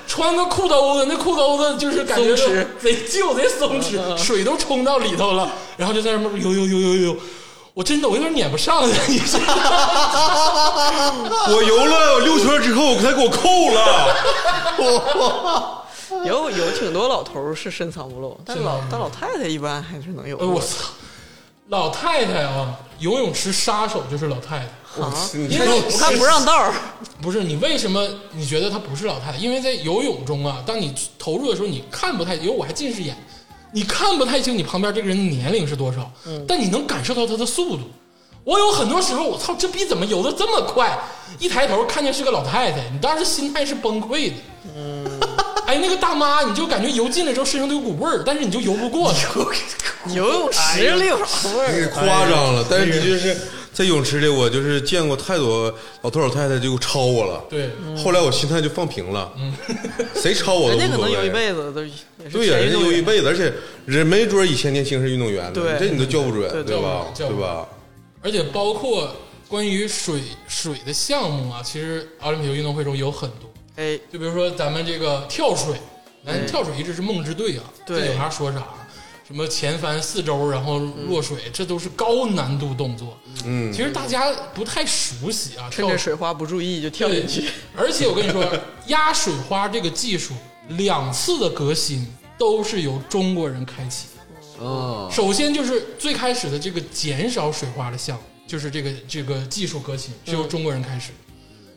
S1: 穿个裤兜子，那裤兜子就是感觉
S2: 松
S1: 是
S2: 弛嗯
S1: 贼旧、贼松弛，水都冲到里头了，然后就在那么游游游游游，我真的我有点撵不上了，你知道吗？
S3: 我游了六圈之后，他给我扣了。
S2: 有有挺多老头儿是深藏不露，但
S1: 是
S2: 老
S1: 吗
S2: 但老太太一般还是能有。
S1: 哎我操，老太太啊，游泳池杀手就是老太太，
S2: 啊，
S3: 你
S1: 因为哎我
S2: 他不让 道儿，
S1: 不是你为什么你觉得她不是老太太？因为在游泳中啊，当你投入的时候，你看不太，因为我还近视眼，你看不太清你旁边这个人的年龄是多少，但你能感受到他的速度。我有很多时候，我操，这逼怎么游的这么快？一抬头看见是个老太太，你当时心态是崩溃的。 哎，那个大妈，你就感觉游进来之后身上都有股味儿，但是你就游不过她。
S2: 游泳池里有啥味儿？
S3: 夸张
S1: 哎
S3: 了，但是的确是在泳池里，我就是见过太多老头老太太就超我了。嗯
S1: 对，嗯
S3: 后来我心态就放平了， 谁超我都
S2: 人
S3: 无
S2: 家哎可能游一
S3: 所谓。
S2: 辈子都也是
S3: 对呀，
S2: 全
S3: 人
S2: 运
S3: 家
S2: 动
S3: 游一
S2: 员
S3: 辈子，而且人没准儿以前年轻是运动员呢，
S2: 对
S3: 这你都叫不准，
S2: 对
S3: 对吧？
S1: 叫
S3: 对
S1: 不准
S3: 吧？
S1: 而且包括关于水水的项目啊，其实奥林匹克运动会中有很多。
S2: 哎，
S1: 就比如说咱们这个跳水，咱
S2: 哎
S1: 跳水一直是梦之队啊，
S2: 对
S1: 这有啥说啥，什么前翻四周然后落水，这都是高难度动作。嗯，其实大家不太熟悉啊，
S2: 趁
S1: 跳
S2: 着水花不注意就跳
S1: 对
S2: 进去，
S1: 而且我跟你说，压水花这个技术两次的革新都是由中国人开启。
S4: 哦，
S1: 首先就是最开始的这个减少水花的项目，就是这个这个技术革新是由
S2: 嗯
S1: 中国人开始。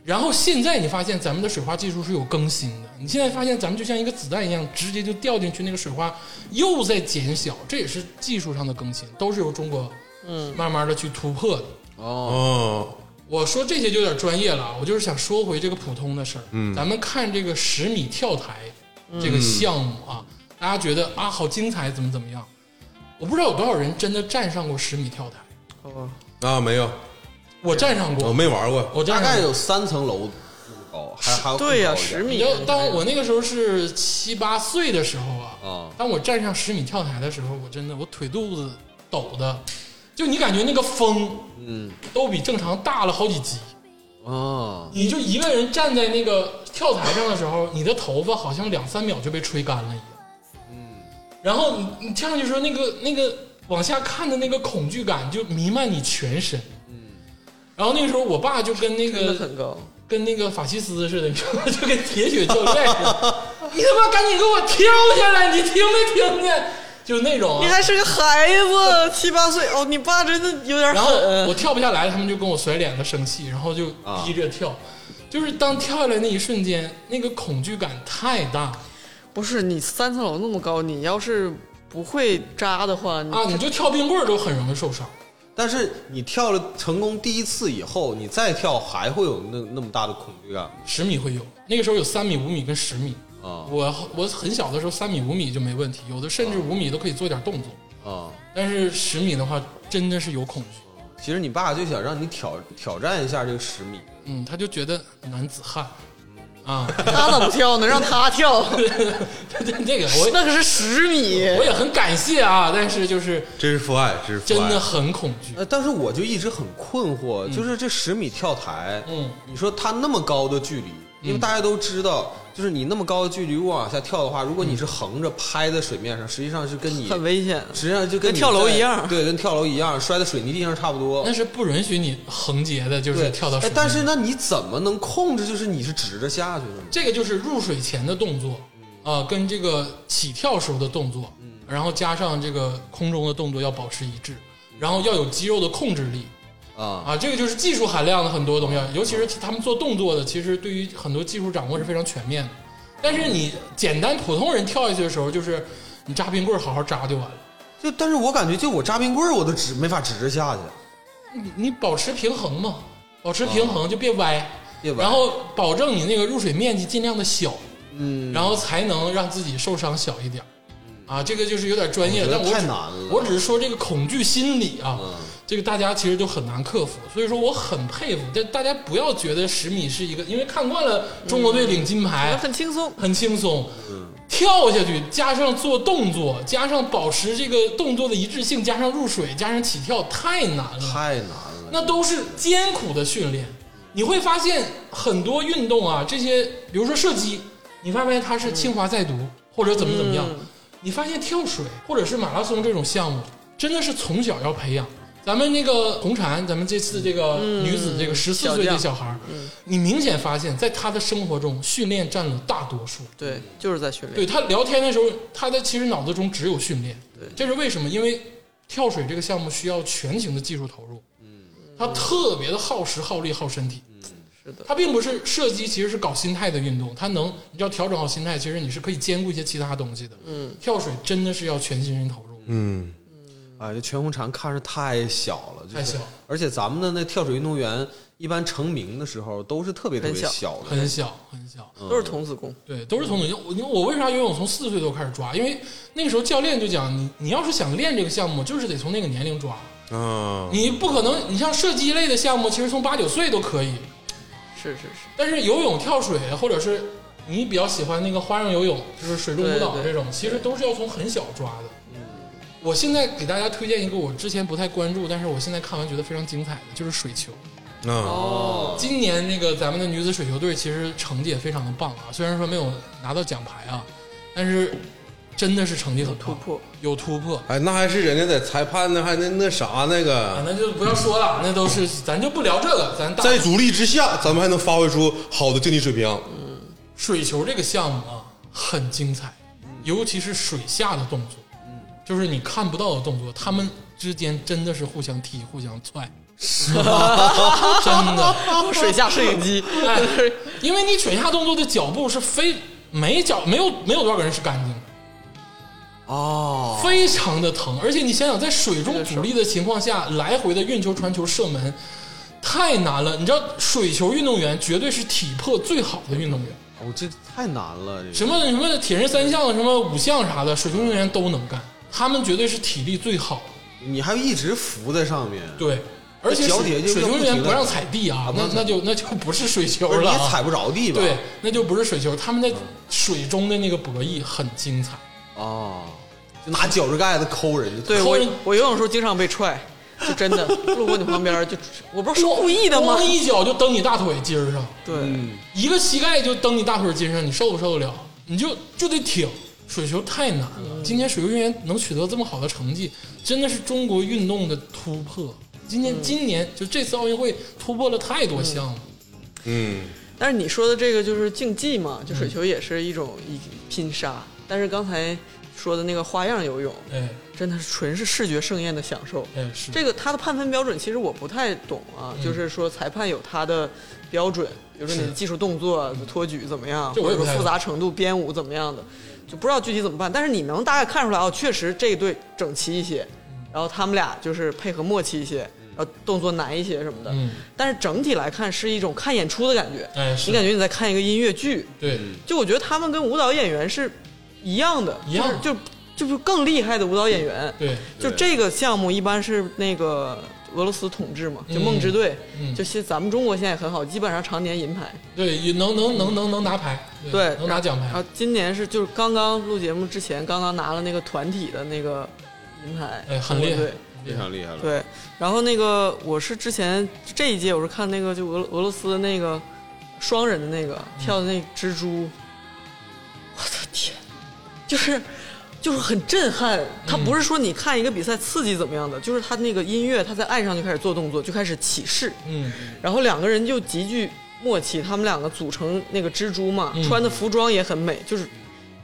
S1: 然后现在你发现咱们的水花技术是有更新的，你现在发现咱们就像一个子弹一样，直接就掉进去，那个水花又在减小，这也是技术上的更新，都是由中国嗯慢慢的去突破的。
S3: 哦，
S1: 我说这些就有点专业了啊，我就是想说回这个普通的事儿。嗯，咱们看这个十米跳台这个项目啊，大家觉得啊好精彩，怎么怎么样？我不知道有多少人真的站上过十米跳台，
S2: 哦，
S3: 啊，没有，
S1: 我站上
S3: 我
S1: 过，
S3: 没玩过。
S1: 我
S4: 大
S1: 站上
S4: 概
S1: 过。
S4: 有三层楼那么高，还还要更
S2: 对呀，
S4: 高一点
S2: 十
S1: 你
S2: 米
S1: 知，道，当我那个时候是七八岁的时候啊，
S4: 啊
S1: 当我站上十米跳台的时候，我真的我腿肚子抖的，就你感觉那个风，嗯，都比正常大了好几级。
S4: 啊
S1: 你就一个人站在那个跳台上的时候，你的头发好像两三秒就被吹干了一样。嗯，然后你你跳上去的时候，那个那个往下看的那个恐惧感就弥漫你全身。嗯，然后那个时候我爸就跟那
S2: 真的
S1: 个
S2: 很高，
S1: 跟那个法西斯似的，你知道吗？就跟铁血教练似的，你他妈赶紧给我跳下来！你听没听见？就那种、啊，
S2: 你还是个孩子，七八岁哦，你爸真的有 点
S1: 然后我
S2: 狠，
S1: 跳不下来，他们就跟我甩脸子生气，然后就逼着跳。就是当跳下来那一瞬间，那个恐惧感太大啊了
S2: 不是你三层楼那么高，你要是不会扎的话，你
S1: 啊！你就跳冰棍儿都很容易受伤。
S4: 但是你跳了成功第一次以后，你再跳还会有那那么大的恐惧感吗
S1: 十米会有，那个时候有三米、五米跟十米。
S4: 啊
S1: 我我很小的时候，三米、五米就没问题，有的甚至五米都可以做点动作。
S4: 啊！
S1: 但是十米的话，真的是有恐惧。
S4: 其实你爸就想让你挑挑战一下这个十米，
S1: 嗯，他就觉得男子汉啊，
S2: 他怎么 跳能让他跳？
S1: 这个我
S2: 那可是十米，
S1: 我也很感谢啊，但是就是
S3: 这是父爱，这是父
S1: 真
S3: 爱
S1: 的很恐惧。
S4: 呃，但是我就一直很困惑，
S3: 嗯
S4: 就是这十米跳台，
S1: 嗯，
S4: 你说它那么高的距离，因为
S3: 嗯
S4: 大家都知道，就是你那么高的距离如果往下跳的话，如
S3: 嗯
S4: 果你是横着拍在水面上，实际上是跟你
S2: 很危险。
S4: 实际上就跟
S2: 跟
S4: 你
S2: 跳楼
S4: 在
S2: 一样
S4: 对，跟跳楼一样，摔在水泥地上差不多
S1: 那。是不允许你横截的，嗯就是
S4: 对，
S1: 跳到水面。
S4: 哎但是那你怎么能控制？就是你是直着下去的呢？
S1: 这个就是入水前的动作
S4: 嗯
S1: 啊、跟这个起跳时候的动作，然后加上这个空中的动作要保持一致，
S4: 嗯
S1: 然后要有肌肉的控制力
S4: 啊
S1: 啊，这个就是技术含量的很多东西，啊尤其是
S4: 嗯
S1: 他们做动作的，其实对于很多技术掌握是非常全面的。但
S4: 嗯
S1: 是你简单普通人跳下去的时候，就是你扎冰棍儿好好扎就完了，
S4: 就但是我感觉，就我扎冰棍儿，我都直没法直着下去。
S1: 你你保持平衡嘛，保持平
S4: 啊
S1: 衡就别歪。
S4: 别玩
S1: 然后保证你那个入水面积尽量的小，嗯，然后才能让自己受伤小一点儿。啊，这个就是有点专业，
S4: 嗯
S1: 但
S4: 我觉得
S1: 我只
S4: 太难了嗯
S1: 我只是说这个恐惧心理啊，这个大家其实都很难克服。所以说我很佩服，但大家不要觉得十米是一个，因为看惯了中国队领金牌，
S2: 很轻松，
S1: 很轻松。
S4: 嗯
S1: 跳下去，加上做动作，加上保持这个动作的一致性，加上入水，加上起跳，太难了。
S4: 太难了。
S1: 那都是艰苦的训练。你会发现很多运动啊，这些比如说射击，你发没发现它是清华在读、
S2: 嗯
S1: 或者怎么怎么样？你发现跳水或者是马拉松这种项目，真的是从小要培养。咱们那个红婵，咱们这次这个女子这个十四岁
S2: 嗯小
S1: 这
S2: 将嗯
S1: 小孩儿，你明显发现，在她的生活中，训练占了大多数。
S2: 对，就是在训练。
S1: 对他聊天的时候，他的其实脑子中只有训练。对，这是为什么？因为跳水这个项目需要全情的技术投入。嗯，他特别的耗时、耗力、耗身体。嗯，
S2: 是的
S1: 他并不是射击，其实是搞心态的运动。他能，你只要调整好心态，其实你是可以兼顾一些其他东西的。嗯，跳水真的是要全心投入。
S3: 嗯，
S4: 哎，这全红婵看着太小了，就是、
S1: 太小
S4: 而且咱们的那跳水运动员一般成名的时候都是特别特别小的，
S1: 很小，很小。
S2: 都是童子功，
S1: 对，都是从你我我为啥游泳从四岁都开始抓？因为那个时候教练就讲，你你要是想练这个项目，就是得从那个年龄抓。
S3: 啊，
S1: 你不可能，你像射击类的项目，其实从八九岁都可以，
S2: 是是是，
S1: 但是游泳、跳水，或者是你比较喜欢那个花样游泳，就是水中舞蹈
S2: 对
S1: 这
S2: 对
S1: 种，其实都是要从很小抓的。我现在给大家推荐一个我之前不太关注，但是我现在看完觉得非常精彩的，就是水球。
S3: 啊，
S2: 哦
S1: 今年那个咱们的女子水球队其实成绩也非常的棒啊，虽然说没有拿到奖牌啊，但是真的是成绩很棒
S2: 突破，
S1: 有突破。
S3: 哎，那还是人家在裁判那还那那啥那
S1: 啊
S3: 个，，
S1: 那就不要说了，那都是咱就不聊这个，咱大
S3: 在阻力之下，咱们还能发挥出好的竞技水平。
S1: 水球这个项目啊，很精彩，尤其是水下的动作，就是你看不到的动作，他们之间真的是互相踢、互相踹， 真 的，
S2: 水下摄影机，
S1: 哎，因为你水下动作的脚步是非没脚没有没有多少个人是干净的。哦，非常的疼，而且你想想，在水中阻力的情况下，来回的运球、传球、射门，太难了。你知道，水球运动员绝对是体魄最好的运动员，
S4: 哦，这太难了，这
S1: 什么什么铁人三项、什么五项啥的，水球运动员都能干，他们绝对是体力最好。
S4: 你还一直浮在上面，
S1: 对，而且
S4: 脚
S1: 水
S4: 底下就
S1: 水球运动
S4: 不
S1: 员
S4: 停地
S1: 不让踩地啊，那那就那就不是水球
S4: 不是你
S1: 了
S4: 也
S1: 啊，
S4: 踩不着地吧？
S1: 对，那就不是水球。他们在水中的那个博弈很精彩，
S4: 哦，就拿脚趾盖子抠人家，
S2: 对
S1: 抠
S2: 我
S1: 人
S2: 我游泳的时候经常被踹，就真的路过你旁边就，我不知道是故意嗯的吗
S1: 咣？一脚就蹬你大腿筋儿上，
S2: 对，
S1: 一个膝盖就蹬你大腿筋上，你受不受得了？你就就得挺。水球太难了，今年水球运动员能取得这么好的成绩，真的是中国运动的突破。今年今年就这次奥运会突破了太多项目，
S3: 嗯，
S2: 但是你说的这个就是竞技嘛，就水球也是一种一拼杀，但是刚才说的那个花样游泳，
S1: 哎
S2: 真的是纯是视觉盛宴的享受。
S1: 哎是
S2: 这个他的判分标准其实我不太懂啊，
S1: 嗯
S2: 就是说裁判有他的标准，比如说你的技术动作、托举怎么样，
S1: 嗯这我
S2: 或
S1: 也
S2: 者
S1: 不
S2: 说
S1: 太懂
S2: 复杂程度、编舞怎么样的，就不知道具体怎么办。但是你能大概看出来哦，确实这一队整齐一些，
S1: 嗯
S2: 然后他们俩就是配合默契一些，然后动作难一些什么的。
S1: 嗯
S2: 但是整体来看是一种看演出的感觉，
S1: 哎是
S2: 你感觉你在看一个音乐剧。
S1: 对，
S2: 就我觉得他们跟舞蹈演员是一样的，
S1: 一样的
S2: 就是就就是更厉害的舞蹈演员。
S1: 对，
S2: 就这个项目一般是那个俄罗斯统治嘛，就梦之队，
S1: 嗯
S2: 就是咱们中国现在也很好，基本上常年银牌。
S1: 对，也能能能能能拿牌，
S2: 对，
S1: 能拿奖
S2: 然
S1: 牌
S2: 后，今年是就是刚刚录节目之前，刚刚拿了那个团体的那个银牌，
S1: 哎，很厉害
S2: 中国队，
S4: 非常厉害了。
S2: 对，然后那个我是之前这一届我是看那个就俄俄罗斯的那个双人的那个跳的那蜘蛛，我的天，就是就是很震撼。他不是说你看一个比赛刺激怎么样的，就是他那个音乐，他在岸上就开始做动作，就开始起势，
S1: 嗯，
S2: 然后两个人就极具默契，他们两个组成那个蜘蛛嘛，穿的服装也很美，就是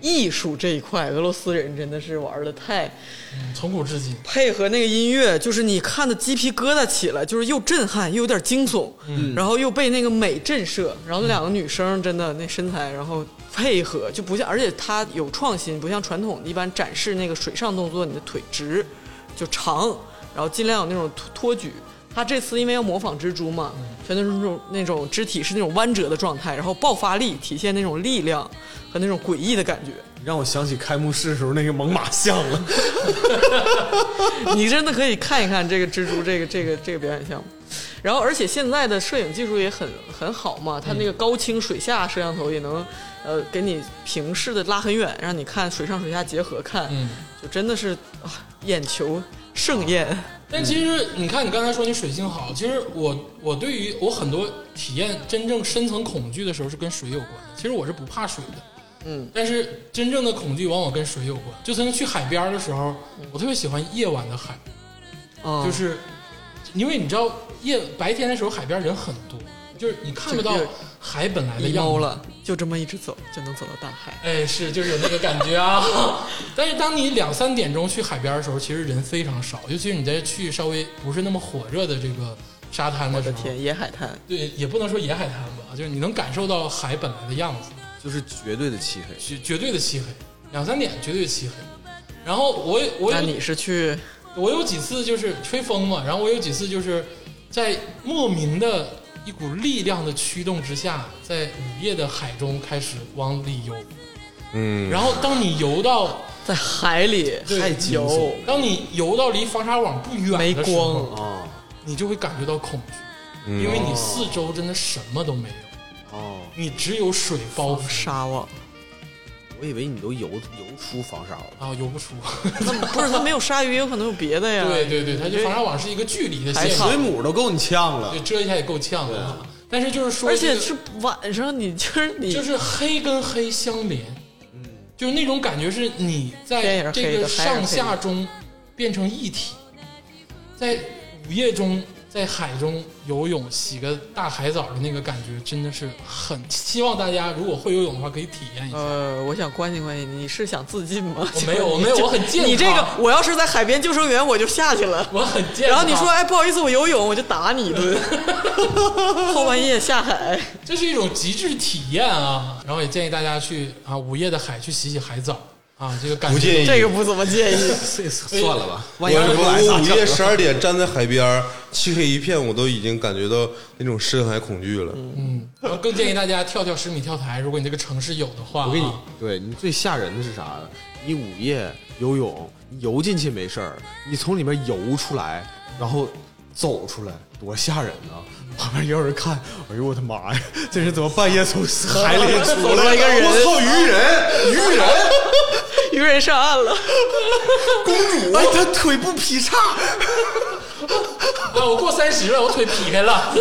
S2: 艺术这一块，俄罗斯人真的是玩的太。
S1: 嗯从古至今，
S2: 配合那个音乐，就是你看的鸡皮疙瘩起来，就是又震撼又有点惊悚，然后又被那个美震慑。然后那两个女生真的那身材，然后配合就不像，而且她有创新，不像传统一般展示那个水上动作，你的腿直就长，然后尽量有那种托托举。她这次因为要模仿蜘蛛嘛，全都是那种那种肢体是那种弯折的状态，然后爆发力体现那种力量和那种诡异的感觉。
S4: 你让我想起开幕式时候那个猛犸象了。
S2: 你真的可以看一看这个蜘蛛这个这个这个表演项目。然后，而且现在的摄影技术也很很好嘛，它那个高清水下摄像头也能，呃，给你平视的拉很远，让你看水上水下结合看，
S1: 嗯
S2: 就真的是、啊、眼球盛宴，
S1: 但其实你看，你刚才说你水性好，其实我我对于我很多体验真正深层恐惧的时候是跟水有关的。其实我是不怕水的，嗯，但是真正的恐惧往往跟水有关。就曾经去海边的时候，我特别喜欢夜晚的海，
S2: 啊，
S1: 就是因为你知道夜白天的时候海边人很多，就是你看不到
S2: 这个
S1: 海本来的
S2: 一
S1: 样
S2: 猫
S1: 子。
S2: 了，就这么一直走就能走到大海。
S1: 哎，是，就是有那个感觉啊。 但是当你两三点钟去海边的时候，其实人非常少，尤其是你在去稍微不是那么火热的这个沙滩
S2: 我
S1: 的时
S2: 的
S1: 候，
S2: 天，野海滩，
S1: 对，也不能说野海滩吧，就是你能感受到海本来的样子，
S4: 就是绝对的漆黑。
S1: 绝绝对的漆黑，两三点绝对漆黑。然后我也我
S2: 那
S1: 有
S2: 你是去
S1: 我有几次就是吹风嘛，然后我有几次就是在莫名的一股力量的驱动之下，在午夜的海中开始往里游。
S3: 嗯，
S1: 然后当你游到
S2: 在海里
S1: 太
S4: 惊悚
S2: 游，
S1: 当你游到离防沙网不远
S2: 没
S1: 的时候，
S2: 光
S4: 哦
S1: 你就会感觉到恐惧，
S3: 嗯
S1: 因为你四周真的什么都没有，
S4: 哦，
S1: 你只有水包
S2: 哦
S1: 覆
S2: 沙网，
S4: 我以为你都游游出防沙网了。
S1: 啊，游 不出。
S2: 那不是它没有鲨鱼，也有可能有别的呀。
S1: 对对对，它就防沙网是一个距离的
S2: 海
S1: 限制
S2: 草，
S4: 水母都够你呛了
S1: 对，遮一下也够呛的啊。但是就是说
S2: 而
S1: 这
S2: 且
S1: 个，
S2: 是晚上，你就是你
S1: 就是黑跟黑相连，就是那种感觉是你
S2: 天也
S1: 在
S2: 是
S1: 这
S2: 嗯黑
S1: 个
S2: 的海也是黑
S1: 上
S2: 的
S1: 下中变成一体，在午夜中在海中游泳洗个大海澡的那个感觉真的是很，希望大家如果会游泳的话可以体验一下。
S2: 呃，我想关心关心，你是想自尽吗？
S1: 我没有我没有
S2: 就
S1: 我很健康
S2: 你这个，我要是在海边救生员，我就下去了。
S1: 我很健
S2: 然
S1: 康
S2: 后你说，哎，不好意思，我游泳，我就打 你一顿。后半夜下海，
S1: 这是一种极致体验啊，然后也建议大家去啊午夜的海去洗洗海澡啊，这个感
S3: 不
S1: 觉
S3: 建 议
S2: 这个不怎么建议。
S4: 算了吧，
S3: 我
S4: 万一要是哎不来
S3: 我
S4: 咋
S3: 午夜十
S4: 整？
S3: 二点站在海边儿，漆黑一片，我都已经感觉到那种深海恐惧了。
S1: 然后更建议大家跳跳十米跳台，如果你这个城市有的话啊，
S4: 我给你，对你最吓人的是啥？你午夜游泳，你游进去没事儿，你从里面游出来，然后走出来，多吓人啊！旁边也有人看，哎呦我的妈呀，这人怎么半夜从海里出来一个人？我操，鱼人，鱼人，
S2: 渔人上岸了，
S4: 哎，他腿部劈叉，
S1: 啊，我过三十了，我腿劈开了。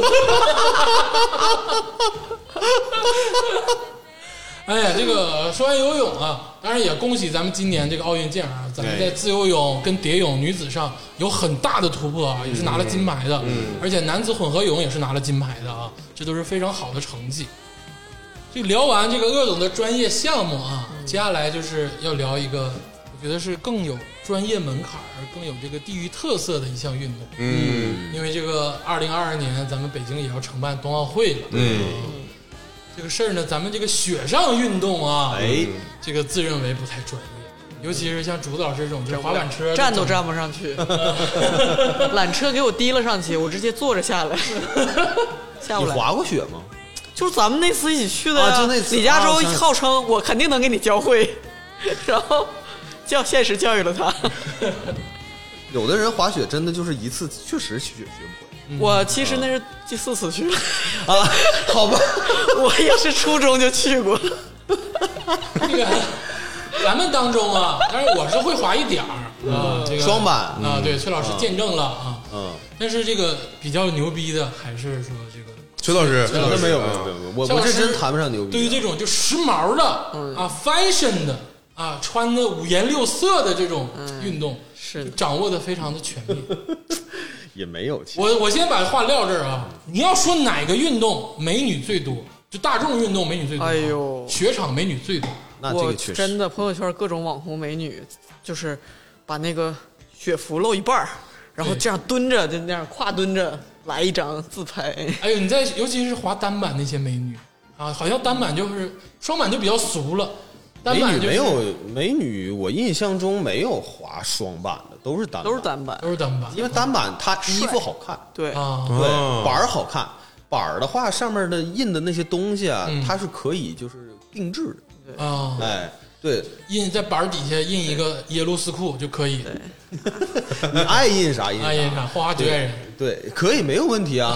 S1: 哎呀，这个说完游泳啊，当然也恭喜咱们今年这个奥运健儿啊，咱们在自由泳跟蝶泳女子上有很大的突破啊，也是拿了金牌的，而且男子混合泳也是拿了金牌的啊，这都是非常好的成绩。就聊完这个鄂总的专业项目啊，接下来就是要聊一个，我觉得是更有专业门槛儿、更有这个地域特色的一项运动。
S3: 嗯
S1: 因为这个二零二二年咱们北京也要承办冬奥会了，
S3: 嗯，
S1: 这个事儿呢，咱们这个雪上运动啊，
S4: 哎，
S1: 这个自认为不太专业，尤其是像竹子老师这种就是滑板车
S2: 站都站不上 去，缆车给我提了上去，我直接坐着下 来，下不
S4: 你
S2: 来。
S4: 滑过雪吗？
S2: 就是咱们那次一起去的呀、
S4: 啊就那次
S2: 李佳
S4: 啊
S2: 洲
S4: 我想起
S2: 号称我肯定能给你教会， 然后教现实教育了他。
S4: 有的人滑雪真的就是一次，确实学学不
S2: 我其实那是第四次去了，
S4: 会嗯啊。 好吧，
S2: 我也是初中就去过。
S1: 这 个。咱们当中啊，当然我是会滑一点儿啊，这个
S4: 嗯双板
S1: 啊，对，崔老师见证了啊，
S4: 嗯，
S1: 但是这个比较牛逼的还是说这个
S3: 崔老师，崔
S4: 嗯那
S3: 老师
S4: 没有
S3: 啊
S4: 没有没有，没有我
S1: 像
S4: 我这
S1: 是
S4: 真谈不上牛逼。啊
S1: 对于这种就时髦的
S2: 嗯
S1: 啊，fashion 的啊，穿的五颜六色的这种运动，
S2: 嗯是的
S1: 掌握的非常的全面。
S4: 也没有，其实
S1: 我我先把话撂这儿啊，你要说哪个运动美女最多，就大众运动美女最多，
S2: 哎呦
S1: 雪场美女最多，
S4: 那这
S2: 我
S4: 个确实
S2: 真的朋友圈各种网红美女，就是把那个雪服露一半儿，然后
S1: 对
S2: 这样蹲着，就那样跨蹲着来一张自拍。
S1: 哎呦，你在尤其是滑单板那些美女啊，好像单板就是双板就比较俗了，单
S4: 美
S1: 板
S4: 女
S1: 就是
S4: 没有美女，我印象中没有滑双板的，都是单板
S2: 都是，单板，
S1: 都是单板
S4: 因为单板它衣服好看，
S2: 对，
S1: 啊，
S4: 对
S3: 哦
S4: 板儿好看，板儿的话上面的印的那些东西啊
S1: 嗯，
S4: 它是可以就是定制
S1: 啊
S4: 的，，哎，对
S1: 印在板儿底下印一个耶路斯库就可以，
S4: 你爱印啥印
S1: 哎呀，看
S4: 啥，
S1: 花花绝爱人。
S4: 对，可以没有问题啊，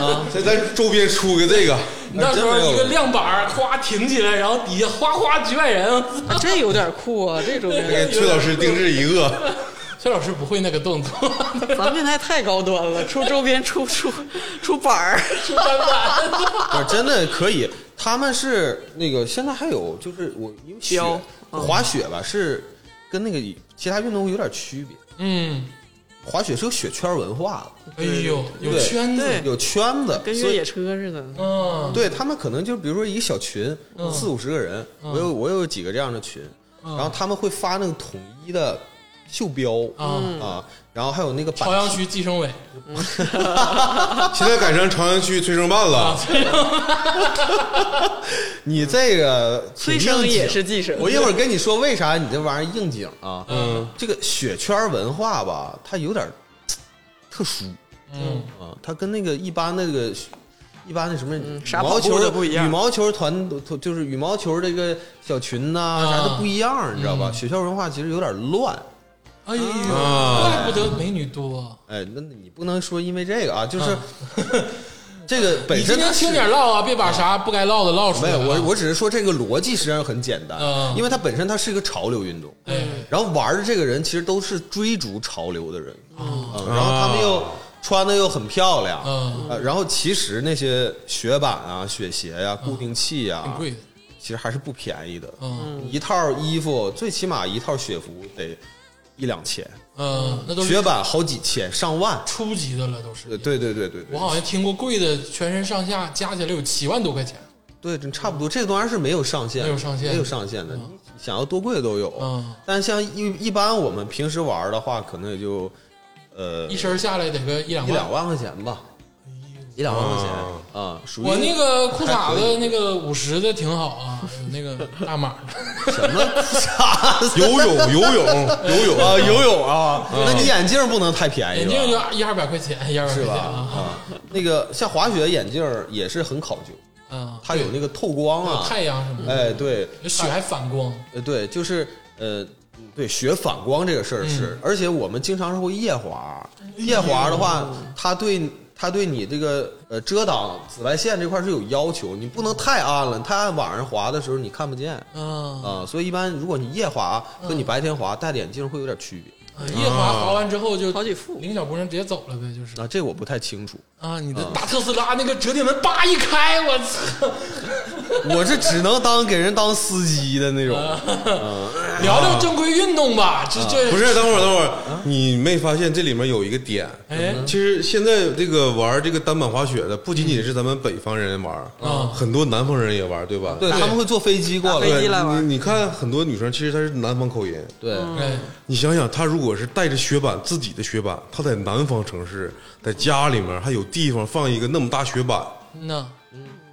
S4: 啊，
S3: 在咱周边出个这个，
S1: 你
S4: 哎
S1: 到时候一个亮板儿，咵挺起来，然后底下哗哗局外人。
S2: 这有点酷啊，这种
S3: 给崔老师定制一个，
S1: 崔崔老师不会那个动作，
S2: 咱们电台太高端了，出周边出出出板儿，
S1: 是翻版。
S4: 不是真的可以。他们是那个现在还有就是我因为雪
S2: 标嗯
S4: 滑雪吧是跟那个其他运动会有点区别，
S1: 嗯，
S4: 滑雪是有雪圈文化的，
S1: 哎呦，
S4: 对
S1: 有圈
S2: 对
S1: 子，
S4: 有圈子，
S2: 跟
S4: 所
S2: 越
S4: 以
S2: 野车似的。
S1: 嗯，
S4: 对他们可能就比如说一个小群，
S2: 嗯
S4: 四五十个人，我有我有几个这样的群，然后他们会发那个统一的袖标
S1: 啊
S2: 嗯
S4: 啊，然后还有那个
S1: 朝
S4: 板
S1: 阳区计生委，
S3: 现在改成朝阳区催生
S4: 啊
S3: 办
S1: 啊
S3: 了，
S4: 你这个挺
S2: 催生
S4: 应景
S2: 嗯也是寄生
S4: 我一会儿跟你说为啥你这玩意儿应景啊。嗯，这个雪圈文化吧，它有点儿嘖特殊
S1: 嗯
S4: 啊，它跟那个一般那个一般那什么羽
S2: 嗯啥
S4: 毛
S2: 跑
S4: 球
S2: 步的不一样
S4: 羽毛球团就是羽毛球这个小群呐、
S2: 嗯
S1: 啊
S4: 啥都不一样，你知道吧？雪圈文化其实有点乱。
S1: 哎呦，
S3: 啊
S1: 怪不得美女多。
S4: 哎，那你不能说因为这个啊，就是、
S2: 嗯
S4: 这个本
S1: 你今
S4: 身它
S1: 天
S4: 哎是
S1: 轻点唠啊，别把啥不该唠的唠出
S4: 没
S1: 来
S4: 有
S1: 啊。
S2: 嗯
S4: 我，我只是说这个逻辑实际上很简单，
S1: 嗯
S4: 因为它本身它是一个潮流运动，
S2: 嗯
S1: 哎
S4: 然后玩的这个人其实都是追逐潮流的人，
S1: 哦
S4: 嗯然后他们又穿的又很漂亮，
S1: 嗯
S4: 呃然后其实那些雪板啊、雪鞋呀、固定器呀、
S1: 挺贵的，
S4: 其实还是不便宜的，
S1: 嗯
S4: 一套衣服最起码一套雪服得一两千，
S1: 嗯，那都是
S4: 雪板好几千、上万，
S1: 初级的了，都是。
S4: 呃对对对对对
S1: 我，好像听过贵的，全身上下加起来有七万多块钱。
S4: 对，真差不多。这个东西是没有上限，
S1: 没有上限
S4: 没有上限的。你想要多贵都有。
S1: 嗯
S4: 但像一一般我们平时玩的话，可能也就呃
S1: 一身下来得个一两
S4: 一
S1: 万。
S4: 两万块钱吧，一两万块钱啊、属于
S1: 我那个裤衩
S4: 还可
S1: 子
S4: 以
S1: 那个五十的挺好啊， 有那个大码的，
S4: 什么啥子
S3: 游泳游泳游泳
S4: 啊 游泳啊？那你眼镜不能太便宜
S1: 眼
S4: 吧，
S1: 镜就一二百块钱，一二百块钱
S4: 哎是吧？
S1: 啊。
S4: 啊，那个像滑雪眼镜也是很考究，
S1: 嗯，
S4: 它有那个透光
S1: 有
S4: 啊，
S1: 太阳什么的，
S4: 哎对，
S1: 有雪还反光。
S4: 呃，对，就是呃，对，学反光这个事儿是，
S1: 嗯
S4: 而且我们经常是会夜滑，夜滑的
S1: 哎
S4: 话，它对它对你这个呃遮挡紫外线这块儿是有要求，你不能太暗了，太暗晚上滑的时候你看不见啊、
S1: 嗯，
S4: 所以一般如果你夜滑和你白天滑戴的眼镜会有点区别
S1: 夜滑嗯滑完之后就
S2: 好几副
S1: 领小姑娘直接走了呗，就是
S4: 啊，这我不太清楚，
S1: 啊，你的大特斯拉那个折叠门叭一开，我操！
S4: 我是只能当给人当司机的那种，
S1: 啊聊聊正规运动吧，这
S4: 啊
S1: 这
S3: 不是，等会儿，等会儿，你没发现这里面有一个点？
S1: 哎
S4: 嗯
S3: 其实现在这个玩这个单板滑雪的，不仅仅是咱们北方人玩，
S1: 嗯
S3: 很多南方人也玩，啊对吧？
S4: 对他们会坐飞机过
S2: 打飞
S4: 来，
S2: 机来玩
S3: 你你看很多女生，其实她是南方口音。
S4: 对。
S1: 哎，
S3: 你想想，她如果是带着雪板自己的雪板，她在南方城市，在家里面还有地方放一个那么大雪板，
S4: 啊
S1: 那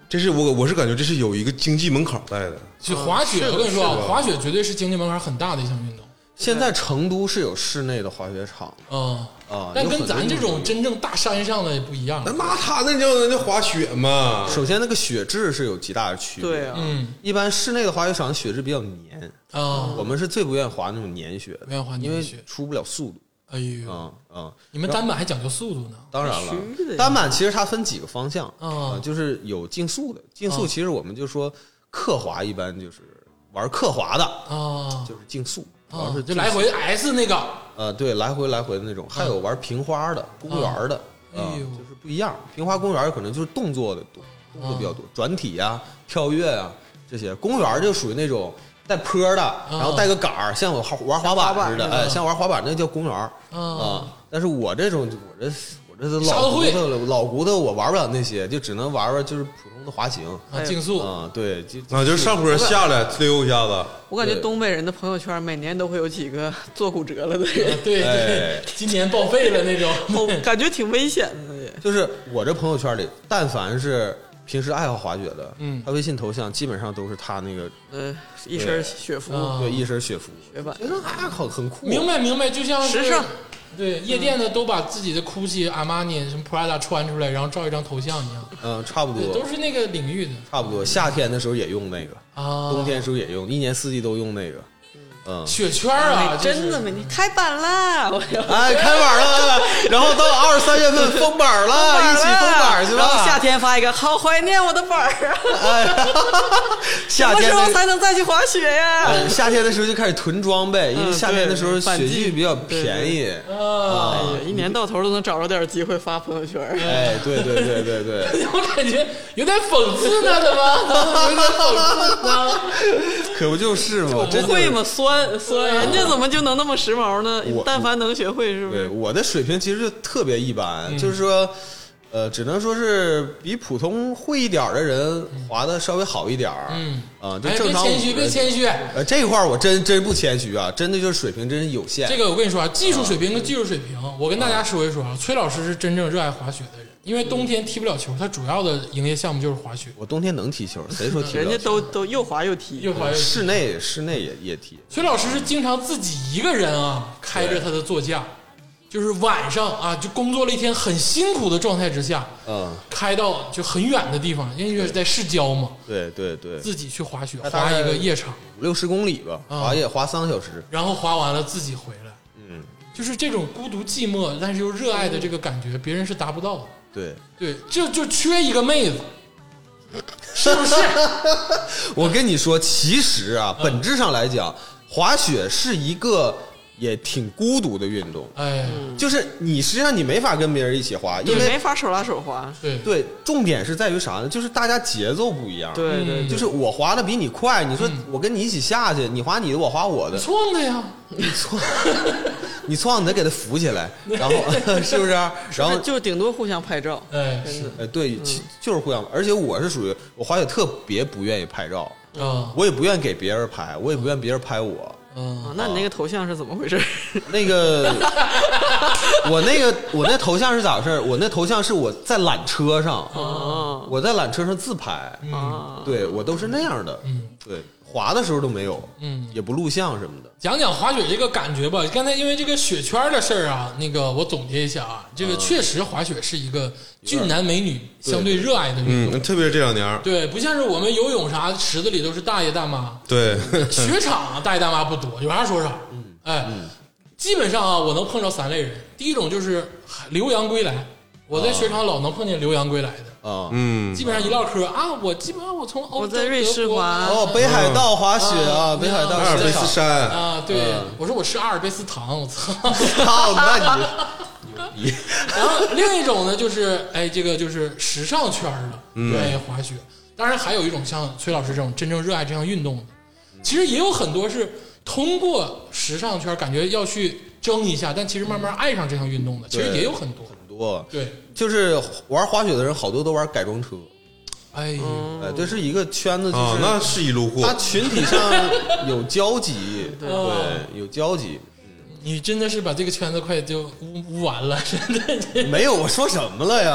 S3: 这是我我是感觉这是有一个经济门槛在的。
S1: 就滑雪，我跟你说啊，滑雪绝对是经济门槛很大的一项运动。
S4: 现在成都是有室内的滑雪场
S1: 嗯，
S4: 啊，
S1: 但
S4: 有
S1: 跟
S4: 很多
S1: 咱这
S4: 种
S1: 种真正大山上的也不一样
S3: 那。那她那叫那叫滑雪嘛？
S4: 首先，那个雪质是有极大的区别。
S2: 对，啊，
S1: 嗯
S4: 一般室内的滑雪场雪质比较黏，
S1: 啊，
S4: 我们是最不愿意滑那种黏雪的，
S1: 不愿意滑
S4: 因
S1: 黏
S4: 为
S1: 雪
S4: 出不了速度
S1: 哎呦，
S4: 啊啊。
S1: 你们单板还讲究速度呢。
S4: 当然了
S2: 必须的，呀
S4: 单板其实它分几个方向
S1: 啊
S4: 啊，就是有竞速的，竞速其实我们就说刻滑，一般就是玩刻滑的，
S1: 啊
S4: 就是竞速，主要
S1: 啊
S4: 是，
S1: 就
S4: 竞速
S1: 来回 S 那个
S4: 呃，对，来回来回的那种，还有玩平花的、公园的，
S1: 哎
S4: 啊
S1: 呦
S4: 就是不一样。平花公园可能就是动作的多，动作比较多，转体呀、跳跃呀、这些。公园就属于那种带坡的，然后带个杆儿，像我滑玩滑板似的，哎，像玩滑板那叫公园儿啊。但是我这种，我这我这都
S1: 啥
S4: 老
S1: 都
S4: 骨
S1: 会
S4: 头了，老骨头我玩不了那些，就只能玩玩就是普通的滑行
S1: 啊，竞速，
S4: 啊。对，就
S3: 啊，就是上坡下来溜一下子，
S2: 我感觉
S4: 对
S2: 东北人的朋友圈每年都会有几个 做骨折 了的人，
S1: 对对
S4: 哎，
S1: 今年报废了那种。
S2: 我感觉挺危险的也。
S4: 就是我这朋友圈里，但凡是平时爱好滑雪的，
S1: 嗯
S4: 他微信头像基本上都是他那个
S2: 呃，一身雪服，
S1: 啊
S4: 对一身雪服，
S2: 雪板
S4: 觉得啊很很酷，
S1: 明白明白，就像是
S2: 时尚。
S1: 对，夜店的都把自己的 GUCCI、阿玛尼、什么 Prada 穿出来，然后照一张头像一样，
S4: 嗯，差不
S1: 对，
S4: 多
S1: 都是那个领域的
S4: 差不多。夏天的时候也用那个，
S1: 啊。
S4: 冬天的时候也用，一年四季都用那个。嗯，
S1: 雪圈儿啊，就是
S2: 哎真的没，你开板啦！我要
S4: 哎，开板了，哎然后到二三月份封板了，啊一起封板去
S2: 然后夏
S4: 吧。
S2: 天发一个，好怀念我的板儿啊！ 什
S4: 夏
S2: 么
S4: 天
S2: 时候
S4: 的
S2: 才能再去滑雪呀、
S4: 呃夏天的时候就开始囤装备，因为
S2: 嗯
S4: 夏天的时候
S2: 对反
S4: 雪
S2: 季
S4: 具比较便宜。哦
S1: 啊，
S2: 哎呀，一年到头都能找着点机会发朋友圈儿。
S4: 哎，对对对对对，
S1: 我感觉有点讽刺呢，哎怎么怎么有点讽刺呢？
S4: 可不就是嘛，
S2: 不
S4: 真的
S2: 会吗？酸酸，人家怎么就能那么时髦呢
S4: 我？
S2: 但凡能学会，是不
S4: 对，
S2: 是？
S4: 我的水平其实就特别一般，
S1: 嗯
S4: 就是说，呃，只能说是比普通会一点儿的人滑的稍微好一点儿。
S1: 嗯
S4: 啊，就
S1: 哎，
S4: 正
S1: 别
S4: 常我们。
S1: 谦虚，别谦虚。
S4: 呃，这块儿我真真不谦虚啊，真的就是水平真是有限。
S1: 这个我跟你说啊，技术水平跟技术水平，我跟大家说一说啊，崔老师是真正热爱滑雪的人，因为冬天踢不了球，他主要的营业项目就是滑雪，
S4: 我冬天能踢球，谁说踢不了
S2: 人家都
S4: 球
S2: 都又滑又踢
S1: 又，滑又。
S4: 室内室内也也踢，
S1: 崔老师是经常自己一个人啊，开着他的座驾，就是晚上啊，就工作了一天很辛苦的状态之下，
S4: 嗯，
S1: 开到就很远的地方，因为是在市郊嘛，
S4: 对对对，
S1: 自己去滑雪，
S4: 那当
S1: 滑
S4: 然
S1: 一个夜场，
S4: 五六十公里吧，
S1: 啊
S4: 滑也滑三个小时，
S1: 然后滑完了自己回来，嗯，就是这种孤独寂寞，但是又热爱的这个感觉，别人是达不到的。
S4: 对。
S1: 对，就就缺一个妹子，是不 是？
S4: 我跟你说，其实啊，本质上来讲，滑雪是一个也挺孤独的运动，
S1: 哎，
S4: 就是你实际上你没法跟别人一起滑，
S2: 你
S4: 因
S2: 没
S4: 为
S2: 法手拉手滑。
S1: 对，
S4: 对，重点是在于啥呢？就是大家节奏不一样。。
S2: 对对
S1: 嗯
S2: 对，
S4: 就是我滑的比你快，你说
S1: 嗯
S4: 我跟你一起下去，你滑你的，我滑我的，
S1: 撞的呀，
S4: 你错，你错，你得给他扶起来，然后是不是？然后
S2: 就就顶多互相拍照。
S1: 哎，是
S4: 呃，对，其就是互相，而且我是属于我滑雪特别不愿意拍照，
S1: 啊，
S4: 我也不愿意给别人拍，我也不愿别人拍我。
S1: 嗯，
S2: 啊，那你那个头像是怎么回事？
S4: 那个，我那个我那头像是咋回事儿？我那头像是我在缆车上，
S2: 啊
S4: 我在缆车上自拍，
S1: 嗯
S2: 啊！
S4: 对我都是那样的，对，滑的时候都没有，
S1: 嗯
S4: 也不录像什么的。
S1: 讲讲滑雪这个感觉吧。刚才因为这个雪圈的事儿啊，那个我总结一下啊，这个确实滑雪是一个俊男美女相对热爱的运动。
S3: 嗯，特别是这两年儿，
S1: 对，不像是我们游泳啥池子里都是大爷大妈，
S3: 对，
S1: 雪场啊大爷大妈不多，有啥说啥。哎，基本上啊，我能碰着三类人。第一种就是留洋归来，我在雪场老能碰见留洋归来的。
S4: 啊、
S3: 嗯
S1: 基本上一唠嗑啊，我基本上我从欧洲
S2: 我在瑞士
S1: 德国
S2: 滑
S4: 哦，北海道滑雪啊，
S1: 嗯
S4: 北海道
S3: 阿尔
S4: 雪
S3: 卑
S4: 场
S3: 斯，山，
S1: 啊，对，我说我吃阿尔卑斯糖，我操。
S4: 操，
S1: 嗯
S4: 那你牛逼，
S1: 然后另一种呢，就是哎，这个就是时尚圈儿的，哎，滑雪。当然还有一种像崔老师这种真正热爱这项运动的，其实也有很多是通过时尚圈儿感觉要去争一下，但其实慢慢爱上这项运动的，其实
S4: 对
S1: 也有很多。
S4: 很 多
S1: 对，
S4: 就是玩滑雪的人好多都玩改装车，
S1: 哎呦，
S4: 哎，这是一个圈子，就
S1: 哦
S3: 啊，
S4: 是
S3: 那是一路货
S4: 它，群体上有交 集，
S1: 哦
S4: 对，有交集。
S1: 你真的是把这个圈子快就污污完了，真的。
S4: 没有，我说什么了呀？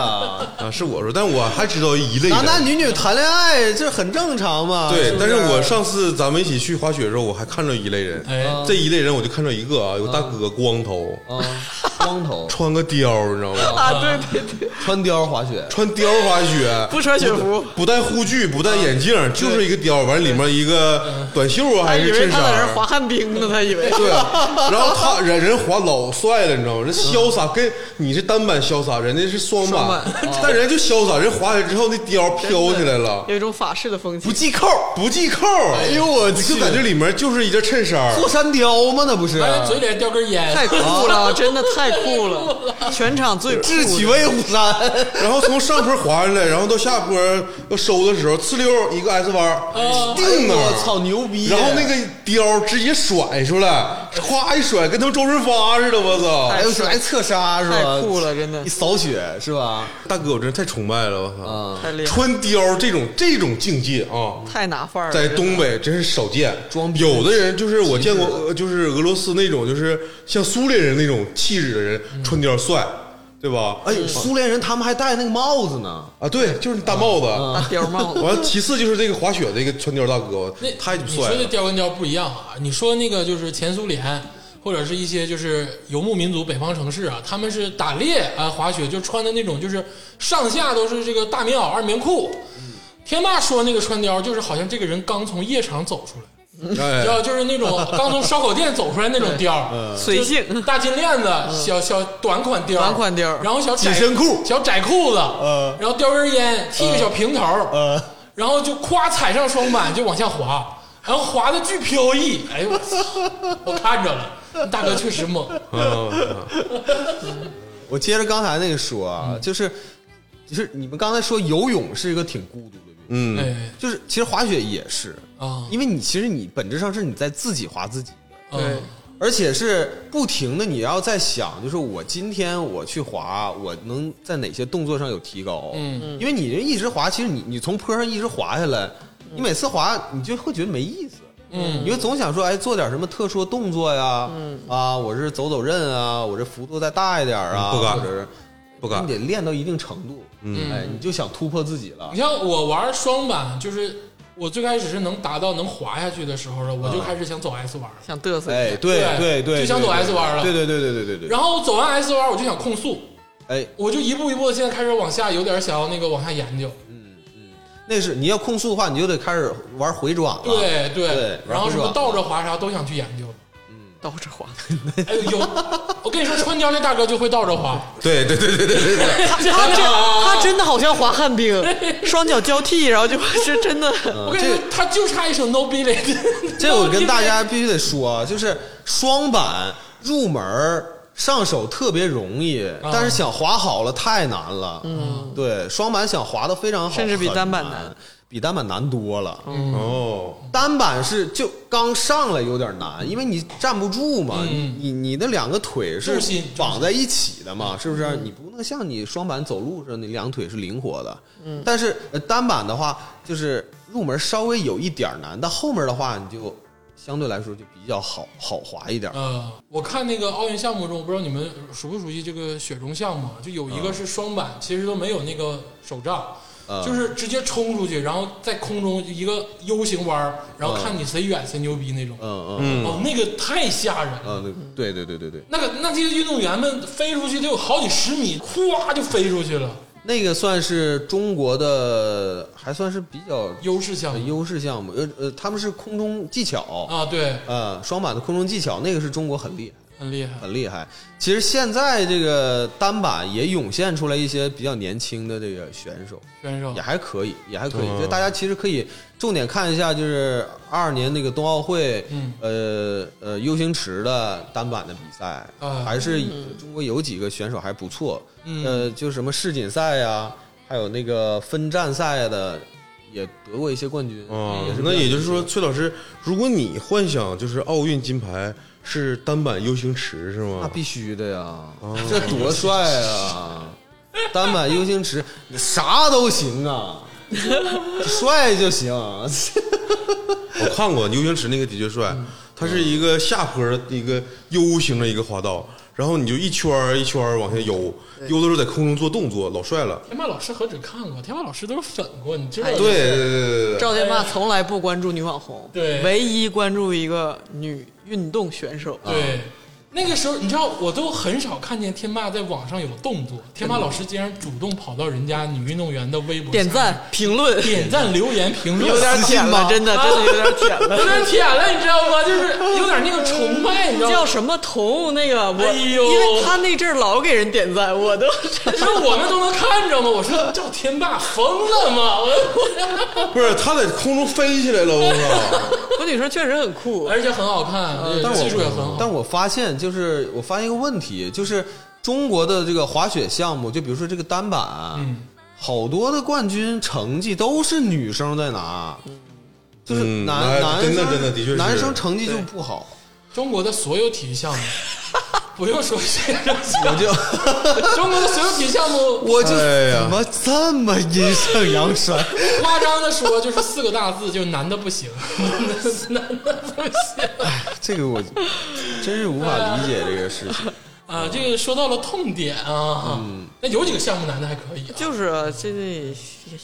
S3: 啊，是我说，但我还知道一类
S4: 男男
S3: 人。
S4: 女女谈恋爱这很正常嘛。
S3: 对，
S4: 不
S3: 啊但是我上次咱们一起去滑雪的时候，我还看着一类人，
S1: 哎，
S3: 这一类人我就看着一个啊，有大哥光头，
S4: 啊，光头
S3: 穿个貂儿，你知道吗？
S2: 啊，对对对，
S4: 穿貂滑雪，
S3: 穿貂儿滑雪，
S2: 不穿雪服，
S3: 不戴护具，不戴眼镜，就是一个貂儿，完里面一个短袖啊，
S2: 他
S3: 还
S2: 以
S3: 是
S2: 为
S3: 衬
S2: 他在那
S3: 衫
S2: 儿。滑旱冰呢，他以为。
S3: 对，啊然后他人人滑老帅了，你知道吗？人 潇洒，跟你是单板潇洒，人家是双
S2: 双
S3: 板
S2: 板，
S3: 但人家就潇洒，人滑下来之后那貂儿飘起来了，
S2: 有一种法式的风
S4: 不
S2: 情。
S4: 系扣，
S3: 不系扣儿，哎
S4: 呦我去
S3: 就感觉里面就是一件衬衫，
S4: 过山貂吗？那不是啊
S1: 完哎了嘴里还叼根烟，
S2: 太酷了，真的太酷了，全场最酷
S4: 智取
S2: 的。
S4: 威虎山，
S3: 然后从上坡滑下来，然后到下坡要收的时候，呲溜一个 S 弯，定那儿
S4: 哦哎我操，牛逼！
S3: 然后那个貂儿直接甩出来，咵一甩，跟他们周润发似的，我操！
S4: 还有来侧杀是吧？
S2: 太酷了真的
S4: 一扫雪是吧？
S3: 大哥，我真是太崇拜了，我操！
S4: 啊，
S2: 太厉害了，
S3: 穿貂儿这种这种境界啊，
S2: 太拿范儿了。
S3: 在东北真是少见。
S4: 装逼
S3: 有的人就是我见过，呃就是俄罗斯那种，就是像苏联人那种气质的人，穿貂儿帅，对吧？
S4: 嗯哎，苏联人他们还戴那个帽子呢，
S3: 啊，对，就是大帽
S4: 啊
S3: 子。
S2: 大貂帽子，
S3: 完了，其次就是这个滑雪这个穿貂儿大哥
S1: 那，
S3: 太
S1: 你说
S3: 帅
S1: 的
S3: 了。
S1: 貂跟貂不一样啊！你说那个就是前苏联或者是一些就是游牧民族北方城市啊，他们是打猎啊滑雪就穿的那种就是上下都是这个大棉袄二棉裤。天霸说那个穿貂就是好像这个人刚从夜场走出来，
S3: 哎
S1: 就就是那 种刚从烧烤店走出来那种貂
S5: 嗯
S1: 儿，
S2: 随性嗯
S1: 就大金链子，小小短款貂儿，
S2: 短款貂儿
S1: 然后小窄
S5: 紧身裤
S1: 小窄裤子，
S5: 嗯
S1: 然后叼根烟，剃个小平头，
S5: 呃，
S1: 然后就夸踩上双板就往下滑，然后滑的巨飘逸，哎呦我操，我看着了，大哥确实猛，
S4: 我接着刚才那个说啊，就是就是你们刚才说游泳是一个挺孤独的运
S3: 嗯，
S4: 动，
S1: 哎
S4: 就是其实滑雪也是
S1: 啊
S4: 因为你其实你本质上是你在自己滑自己的，
S1: 对
S4: 而且是不停的，你要在想，就是我今天我去滑，我能在哪些动作上有提高？
S1: 嗯，
S4: 因为你这一直滑，其实你你从坡上一直滑下来，
S1: 嗯
S4: 你每次滑你就会觉得没意思，嗯，你就总想说，哎，做点什么特殊的动作呀，嗯啊，我是走走刃啊，我这幅度再大一点啊，
S3: 嗯不敢
S4: 或者是
S3: 不敢
S4: 你得练到一定程度，嗯，哎，你就想突破自己了
S1: 你，像我玩双板，就是我最开始是能达到能滑下去的时候了，我
S5: 嗯
S1: 就开始想走 S 弯了。
S2: 想嘚瑟
S4: 哎，对
S1: 对
S4: 对对，
S1: 就想
S4: 对
S1: 走
S4: 对
S1: S 弯了
S4: 对对对对对对对，
S1: 然后走完 S 弯，我就想控速，
S4: 哎，
S1: 我就一步一步的现在开始往下，有点想要那个往下研究。
S4: 啊那是你要控速的话，你就得开始玩回转了。
S1: 对
S4: 对
S1: 然后什
S4: 然后
S1: 么
S4: 是吧
S1: 倒着滑啥都想去研究。
S2: 倒着滑，
S1: 哎呦，有我跟你说，穿貂那大哥就会倒着
S4: 啊
S1: 滑，
S3: 对对对对对对对，
S2: 他真他真的好像滑旱冰，双脚交替，然后就 是真的
S1: 我跟你说，他就差一首 No b i l l y
S4: 嗯这我跟大家必须得说啊，就是双板入门儿上手特别容易，
S1: 啊
S4: 但是想滑好了太难了。嗯，对，双板想滑的非常好，
S2: 甚至比单板
S4: 很
S2: 难，嗯
S4: 比单板难多了。
S3: 哦，
S4: 单板是就刚上来有点难，因为你站不住嘛，
S1: 嗯
S4: 你你的两个腿是
S1: 重心
S4: 绑在一起的嘛，是不是？你不能像你双板走路似的，你两腿是灵活的。嗯，但是呃单板的话，就是入门稍微有一点难，但后面的话你就相对来说就比较好好滑一点。
S1: 呃，我看那个奥运项目中，我不知道你们熟不熟悉这个雪中项目，啊就有一个是双板，其实都没有那个手杖，
S4: 嗯
S1: 就是直接冲出去，然后在空中一个 U 型弯儿，然
S4: 啊
S1: 后看你谁远谁牛逼那种。
S4: 嗯嗯
S3: 嗯，
S1: 哦，那个太吓人了。
S4: 嗯，对对对对对，
S1: 那个那些运动员们飞出去得有好几十米，咵就飞出去了，
S4: 那个算是中国的，还算是比较
S1: 优势
S2: 哎
S1: 项目
S4: 优势项目。呃呃，他们是空中技巧。
S1: 啊，对，
S4: 呃，双板的空中技巧，那个是中国很厉害，
S1: 很厉害。
S4: 很厉害。其实现在这个单板也涌现出来一些比较年轻的这个选手，
S1: 选
S2: 哎
S1: 手
S4: 也还可以，也还可以。
S3: 嗯
S4: 所以大家其实可以重点看一下，就是二二年那个冬奥会，
S1: 嗯
S4: 呃呃 U 型池的单板的比赛，
S1: 啊
S4: 还是中国有几个选手还不错，
S1: 嗯
S4: 呃，就什么世锦赛呀、还有那个分站赛的，也得过一些冠军，
S3: 啊
S4: 也是，比较
S3: 那也就是
S4: 年轻
S3: 说，崔老师，如果你幻想就是奥运金牌是单板 U 型池是
S4: 那
S3: 吗？
S4: 必须的呀，这多帅啊！单板 U 型池，啥都 行啊，帅就行。
S3: 我看过 U 型池那个的确帅，它是一个下坡的一个 U 型的一个滑道，然后你就一圈儿一圈儿往下悠，悠的时候在空中做动作，老帅了。
S1: 天霸老师何止看过，天霸老师都是粉过，你知道
S2: 哎
S1: 吗？
S3: 对对对对对，
S2: 赵天霸从来不关注女网红，
S1: 对
S2: 唯一关注一个女运动选手。
S1: 对，那个时候你知道，我都很少看见天霸在网上有动作，天霸老师竟然主动跑到人家女运动员的微博
S2: 点
S1: 下
S2: 赞、评论，
S1: 面、点赞、留言、评论，
S2: 有点舔了，真的，真的有点舔 了。
S1: 有点舔了，你知道吗？就是有点那个崇拜，你知道
S2: 叫
S1: 吗？
S2: 什么童那个我，
S1: 哎呦
S2: 因为他那阵儿老给人点赞， 我都
S1: 你说我们都能看着吗？我说赵天霸疯了吗？我。
S3: 不是他在空中飞起来了，我操！
S2: 我女生确实很酷，
S4: 哎
S1: 而且很好看，
S2: 呃
S4: 但
S1: 呃技
S4: 是
S1: 术也很
S4: 我
S1: 好。
S4: 但我发现，就是我发现一个问题，就是中国的这个滑雪项目，就比如说这个单板，
S1: 嗯啊
S4: 好多的冠军成绩都是女生在拿，就是
S3: 嗯那
S4: 男男
S3: 真的
S4: 生
S3: 真的的确是
S4: 男生成绩就不好。
S1: 中国的所有体育项目， 不用说这个，
S4: 我就
S1: 中国的所有体育项目，
S4: 我就
S3: 哎呀
S4: 怎么这么阴盛阳衰？
S1: 夸张的说就是四个大字，就是男的不行， 男的不行。
S4: 这个我真是无法理解这个事 情。
S1: 啊，这个说到了痛点啊，那有几个项目男的还可以啊，
S2: 就是这得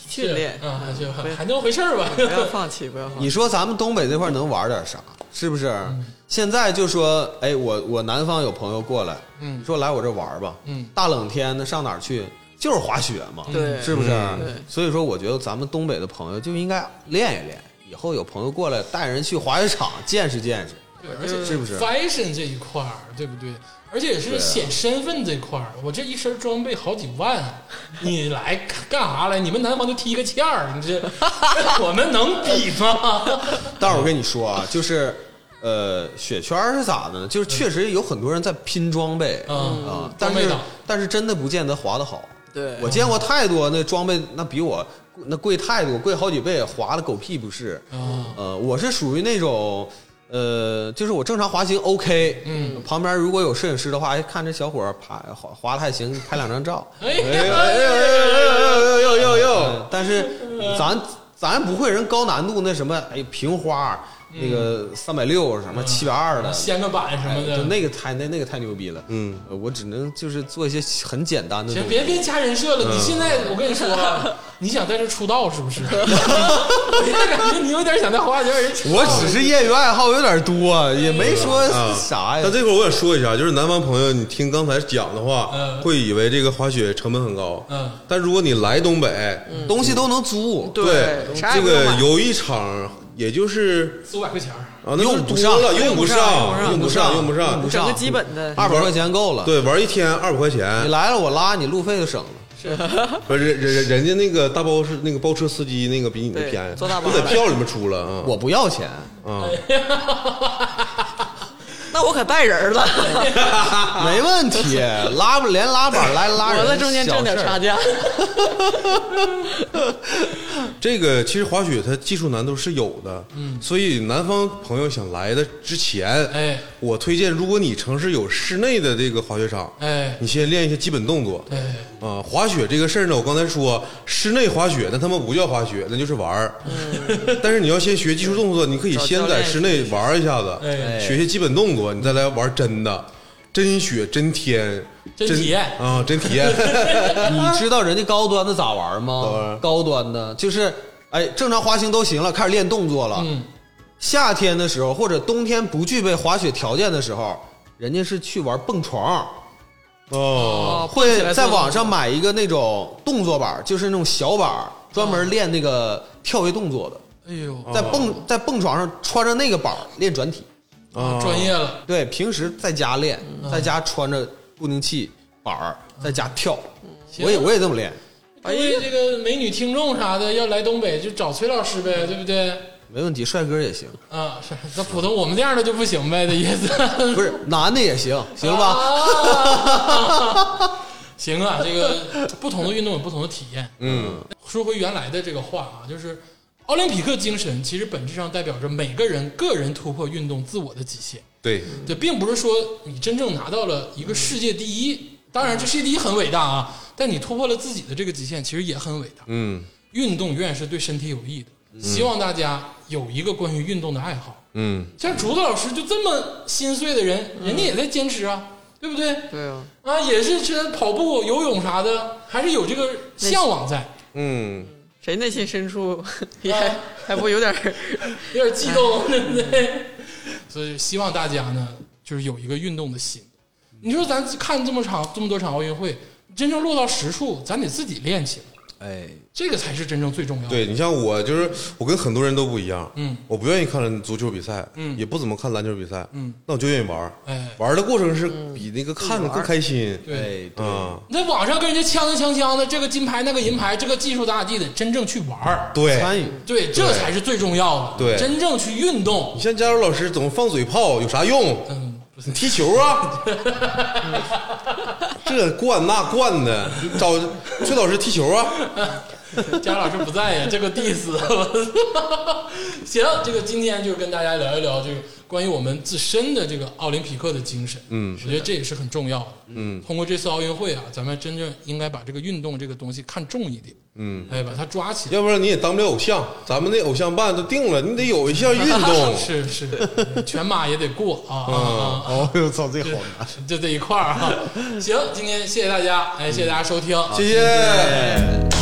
S2: 训练，
S1: 啊，就
S2: 不要
S1: 还能回事儿吧？
S2: 不要放弃，不要放弃。
S4: 你说咱们东北这块能玩点啥？是不是？
S1: 嗯
S4: 现在就说，哎，我我南方有朋友过来，
S1: 嗯
S4: 你说来我这玩吧，
S1: 嗯
S4: 大冷天的上哪儿去？就是滑雪嘛，
S2: 对
S4: 是不是
S2: 对？
S4: 所以说，我觉得咱们东北的朋友就应该练一练，以后有朋友过来带人去滑雪场见识见识，
S1: 对，而且
S4: 是不是
S1: fashion 这一块儿，对不对？而且也是显身份这块儿，我这一身装备好几万，啊你来干啥来？你们南方就踢个毽儿，你这 我们能比吗？
S4: 但是我跟你说啊，就是呃，雪圈儿是咋的呢？就是确实有很多人在拼装备啊、
S1: 嗯
S4: 但
S1: 装备
S4: 是
S1: 党
S4: 但是真的不见得滑得好。
S2: 对
S4: 我见过太多那装备，那比我那贵太多，贵好几倍，滑的狗屁不是。
S1: 啊，
S4: 呃，我是属于那种。呃，就是我正常滑行 OK，嗯，旁边如果有摄影师的话，哎看这小伙儿爬滑滑的还行，拍两张照，
S1: 哎呀，
S4: 呦呦呦呦！但是咱咱不会人高难度那什么，哎，平花那个三百六什么七百二的，
S1: 掀个板嗯什
S4: 哎
S1: 么
S4: 就
S1: 的，
S4: 那个太那那个太牛逼了。嗯，我只能就是做一些很简单的东
S1: 行，
S4: 西。
S1: 别别加人设了。你现在我跟你说啊，你想在这出道是不是？我现在感觉你有点想在花园人
S4: 我只是业余爱好有点多，也没说
S3: 啊
S4: 啥呀
S3: 但。这块儿我想说一下，就是南方朋友，你听刚才讲的话，
S1: 嗯
S3: 会以为这个滑雪成本很高，
S1: 嗯
S3: 但如果你来东北，
S4: 东西都能租，
S3: 对
S2: 啥也
S3: 这
S2: 不用
S3: 个
S2: 买，
S3: 有一场，也就是
S1: 四五百块钱儿，
S3: 啊，那
S4: 用
S3: 是
S4: 不
S3: 多
S4: 上
S3: 了，用不
S2: 用不上
S3: 用不上，用不上，
S2: 整个基本的
S4: 二百块钱够了。，
S3: 对，玩一天二百块
S4: 你
S3: 钱，
S4: 来了我拉你，路费就省了。
S3: 不是人人人家那个大包是那个包车司机那个比你这
S2: 对
S3: 便宜，
S2: 坐大巴
S3: 都在
S2: 来
S3: 票里面出了啊。
S4: 我不要钱，
S3: 啊，
S2: 那我可带人了，
S4: 啊没问题，拉不连拉板来拉
S2: 我
S4: 人，
S2: 在中间挣点
S4: 小事儿
S2: 差价。
S3: 这个其实滑雪它技术难度是有的，嗯，所以南方朋友想来的之前，
S1: 哎，
S3: 我推荐，如果你城市有室内的这个滑雪场，
S1: 哎
S3: 你先练一些基本动作，
S1: 哎
S3: 啊，滑雪这个事儿呢，我刚才说室内滑雪，那他妈不叫滑雪，那就是玩儿。
S1: 嗯
S3: 但是你要先学技术动作，你可以先在室内玩儿一下子，
S1: 哎
S3: 学些基本动作，你再来玩真的，真雪真天，
S1: 真体验
S3: 啊，真体 验。
S4: 哎你知道人家高端的咋玩
S3: 咋玩
S4: 吗？高端的就是，哎，正常滑行都行了，开始练动作了。
S1: 嗯，
S4: 夏天的时候或者冬天不具备滑雪条件的时候，人家是去玩蹦床，
S3: 哦，
S2: 哦蹦起
S4: 会
S2: 来
S4: 在
S2: 做
S4: 网上买一个那种动作板，就是那种小板，专门练那个跳跃动作的，
S1: 哎呦，
S4: 在蹦在蹦床上穿着那个板练转体。
S3: 啊
S1: 专业了。
S4: 对，平时在家练，在家穿着固定器板儿，在家跳，我也我也这么练。
S1: 哎，这个美女听众啥的要来东北就找崔老师呗，对不对？
S4: 没问题，帅哥也行，
S1: 啊，是那普通我们这样的就不行呗的意思，
S4: 不是男的也行，行了
S1: 啊
S4: 吧？
S1: 吧？ 行啊，这个不同的运动有不同的体验。
S3: 嗯，
S1: 说回原来的这个话啊，就是奥林匹克精神，其实本质上代表着每个人个人突破运动自我的极限。
S3: 对，
S1: 对，并不是说你真正拿到了一个世界第一，当然这世界第一很伟大啊，但你突破了自己的这个极限，其实也很伟大。
S3: 嗯
S1: 运动永远是对身体有益的，希望大家有一个关于运动的爱好。
S3: 嗯，
S1: 像竹子老师就这么心碎的人，人家也在坚持啊，对不对？
S2: 对啊，
S1: 啊，也是这跑步、游泳啥的，还是有这个向往在，
S3: 嗯，
S2: 谁内心深处 也
S1: 啊
S2: 还不有点儿
S1: 有点激动，对不对？ 所以希望大家呢，就是有一个运动的心。你说咱看这么场这么多场奥运会，真正落到实处，咱得自己练起来，
S4: 哎，
S1: 这个才是真正最重要的。，
S3: 对你像我就是我跟很多人都不一样，
S1: 嗯，
S3: 我不愿意看足球比赛，
S1: 嗯
S3: 也不怎么看篮球比赛，
S1: 嗯，
S3: 那我就愿意玩儿，
S1: 哎
S3: 玩儿的过程是比那个看的更开心，
S1: 对
S4: 哎，对
S3: 啊，
S1: 你在网上跟人家呛呛呛呛的，这个金牌那个银牌，这个技术咋咋地的，真正去玩儿，
S3: 对，
S4: 参与
S1: 对，这才是最重要的。
S3: 对
S1: 真正去运动
S3: 你，像佳茹老师总放嘴炮有啥用？
S1: 嗯，不是
S3: 你踢球 啊，这惯那惯的，找崔老师踢球啊，
S1: 佳老师不在呀，这个 diss。行，这个今天就跟大家聊一聊这个关于我们自身的这个奥林匹克的精神。嗯，我觉得这也是很重要的。嗯，通过这次奥运会啊，咱们真正应该把这个运动这个东西看重一点。嗯，哎，把它抓起来。。
S3: 要不然你也当不了偶像。咱们那偶像办都定了，你得有一项运动
S1: 是啊是，全马也得过啊啊啊！
S5: 哦呦，操，这好难！
S1: 就这一块儿啊。行，今天谢谢大家，哎，谢谢大家收听，
S3: 谢谢。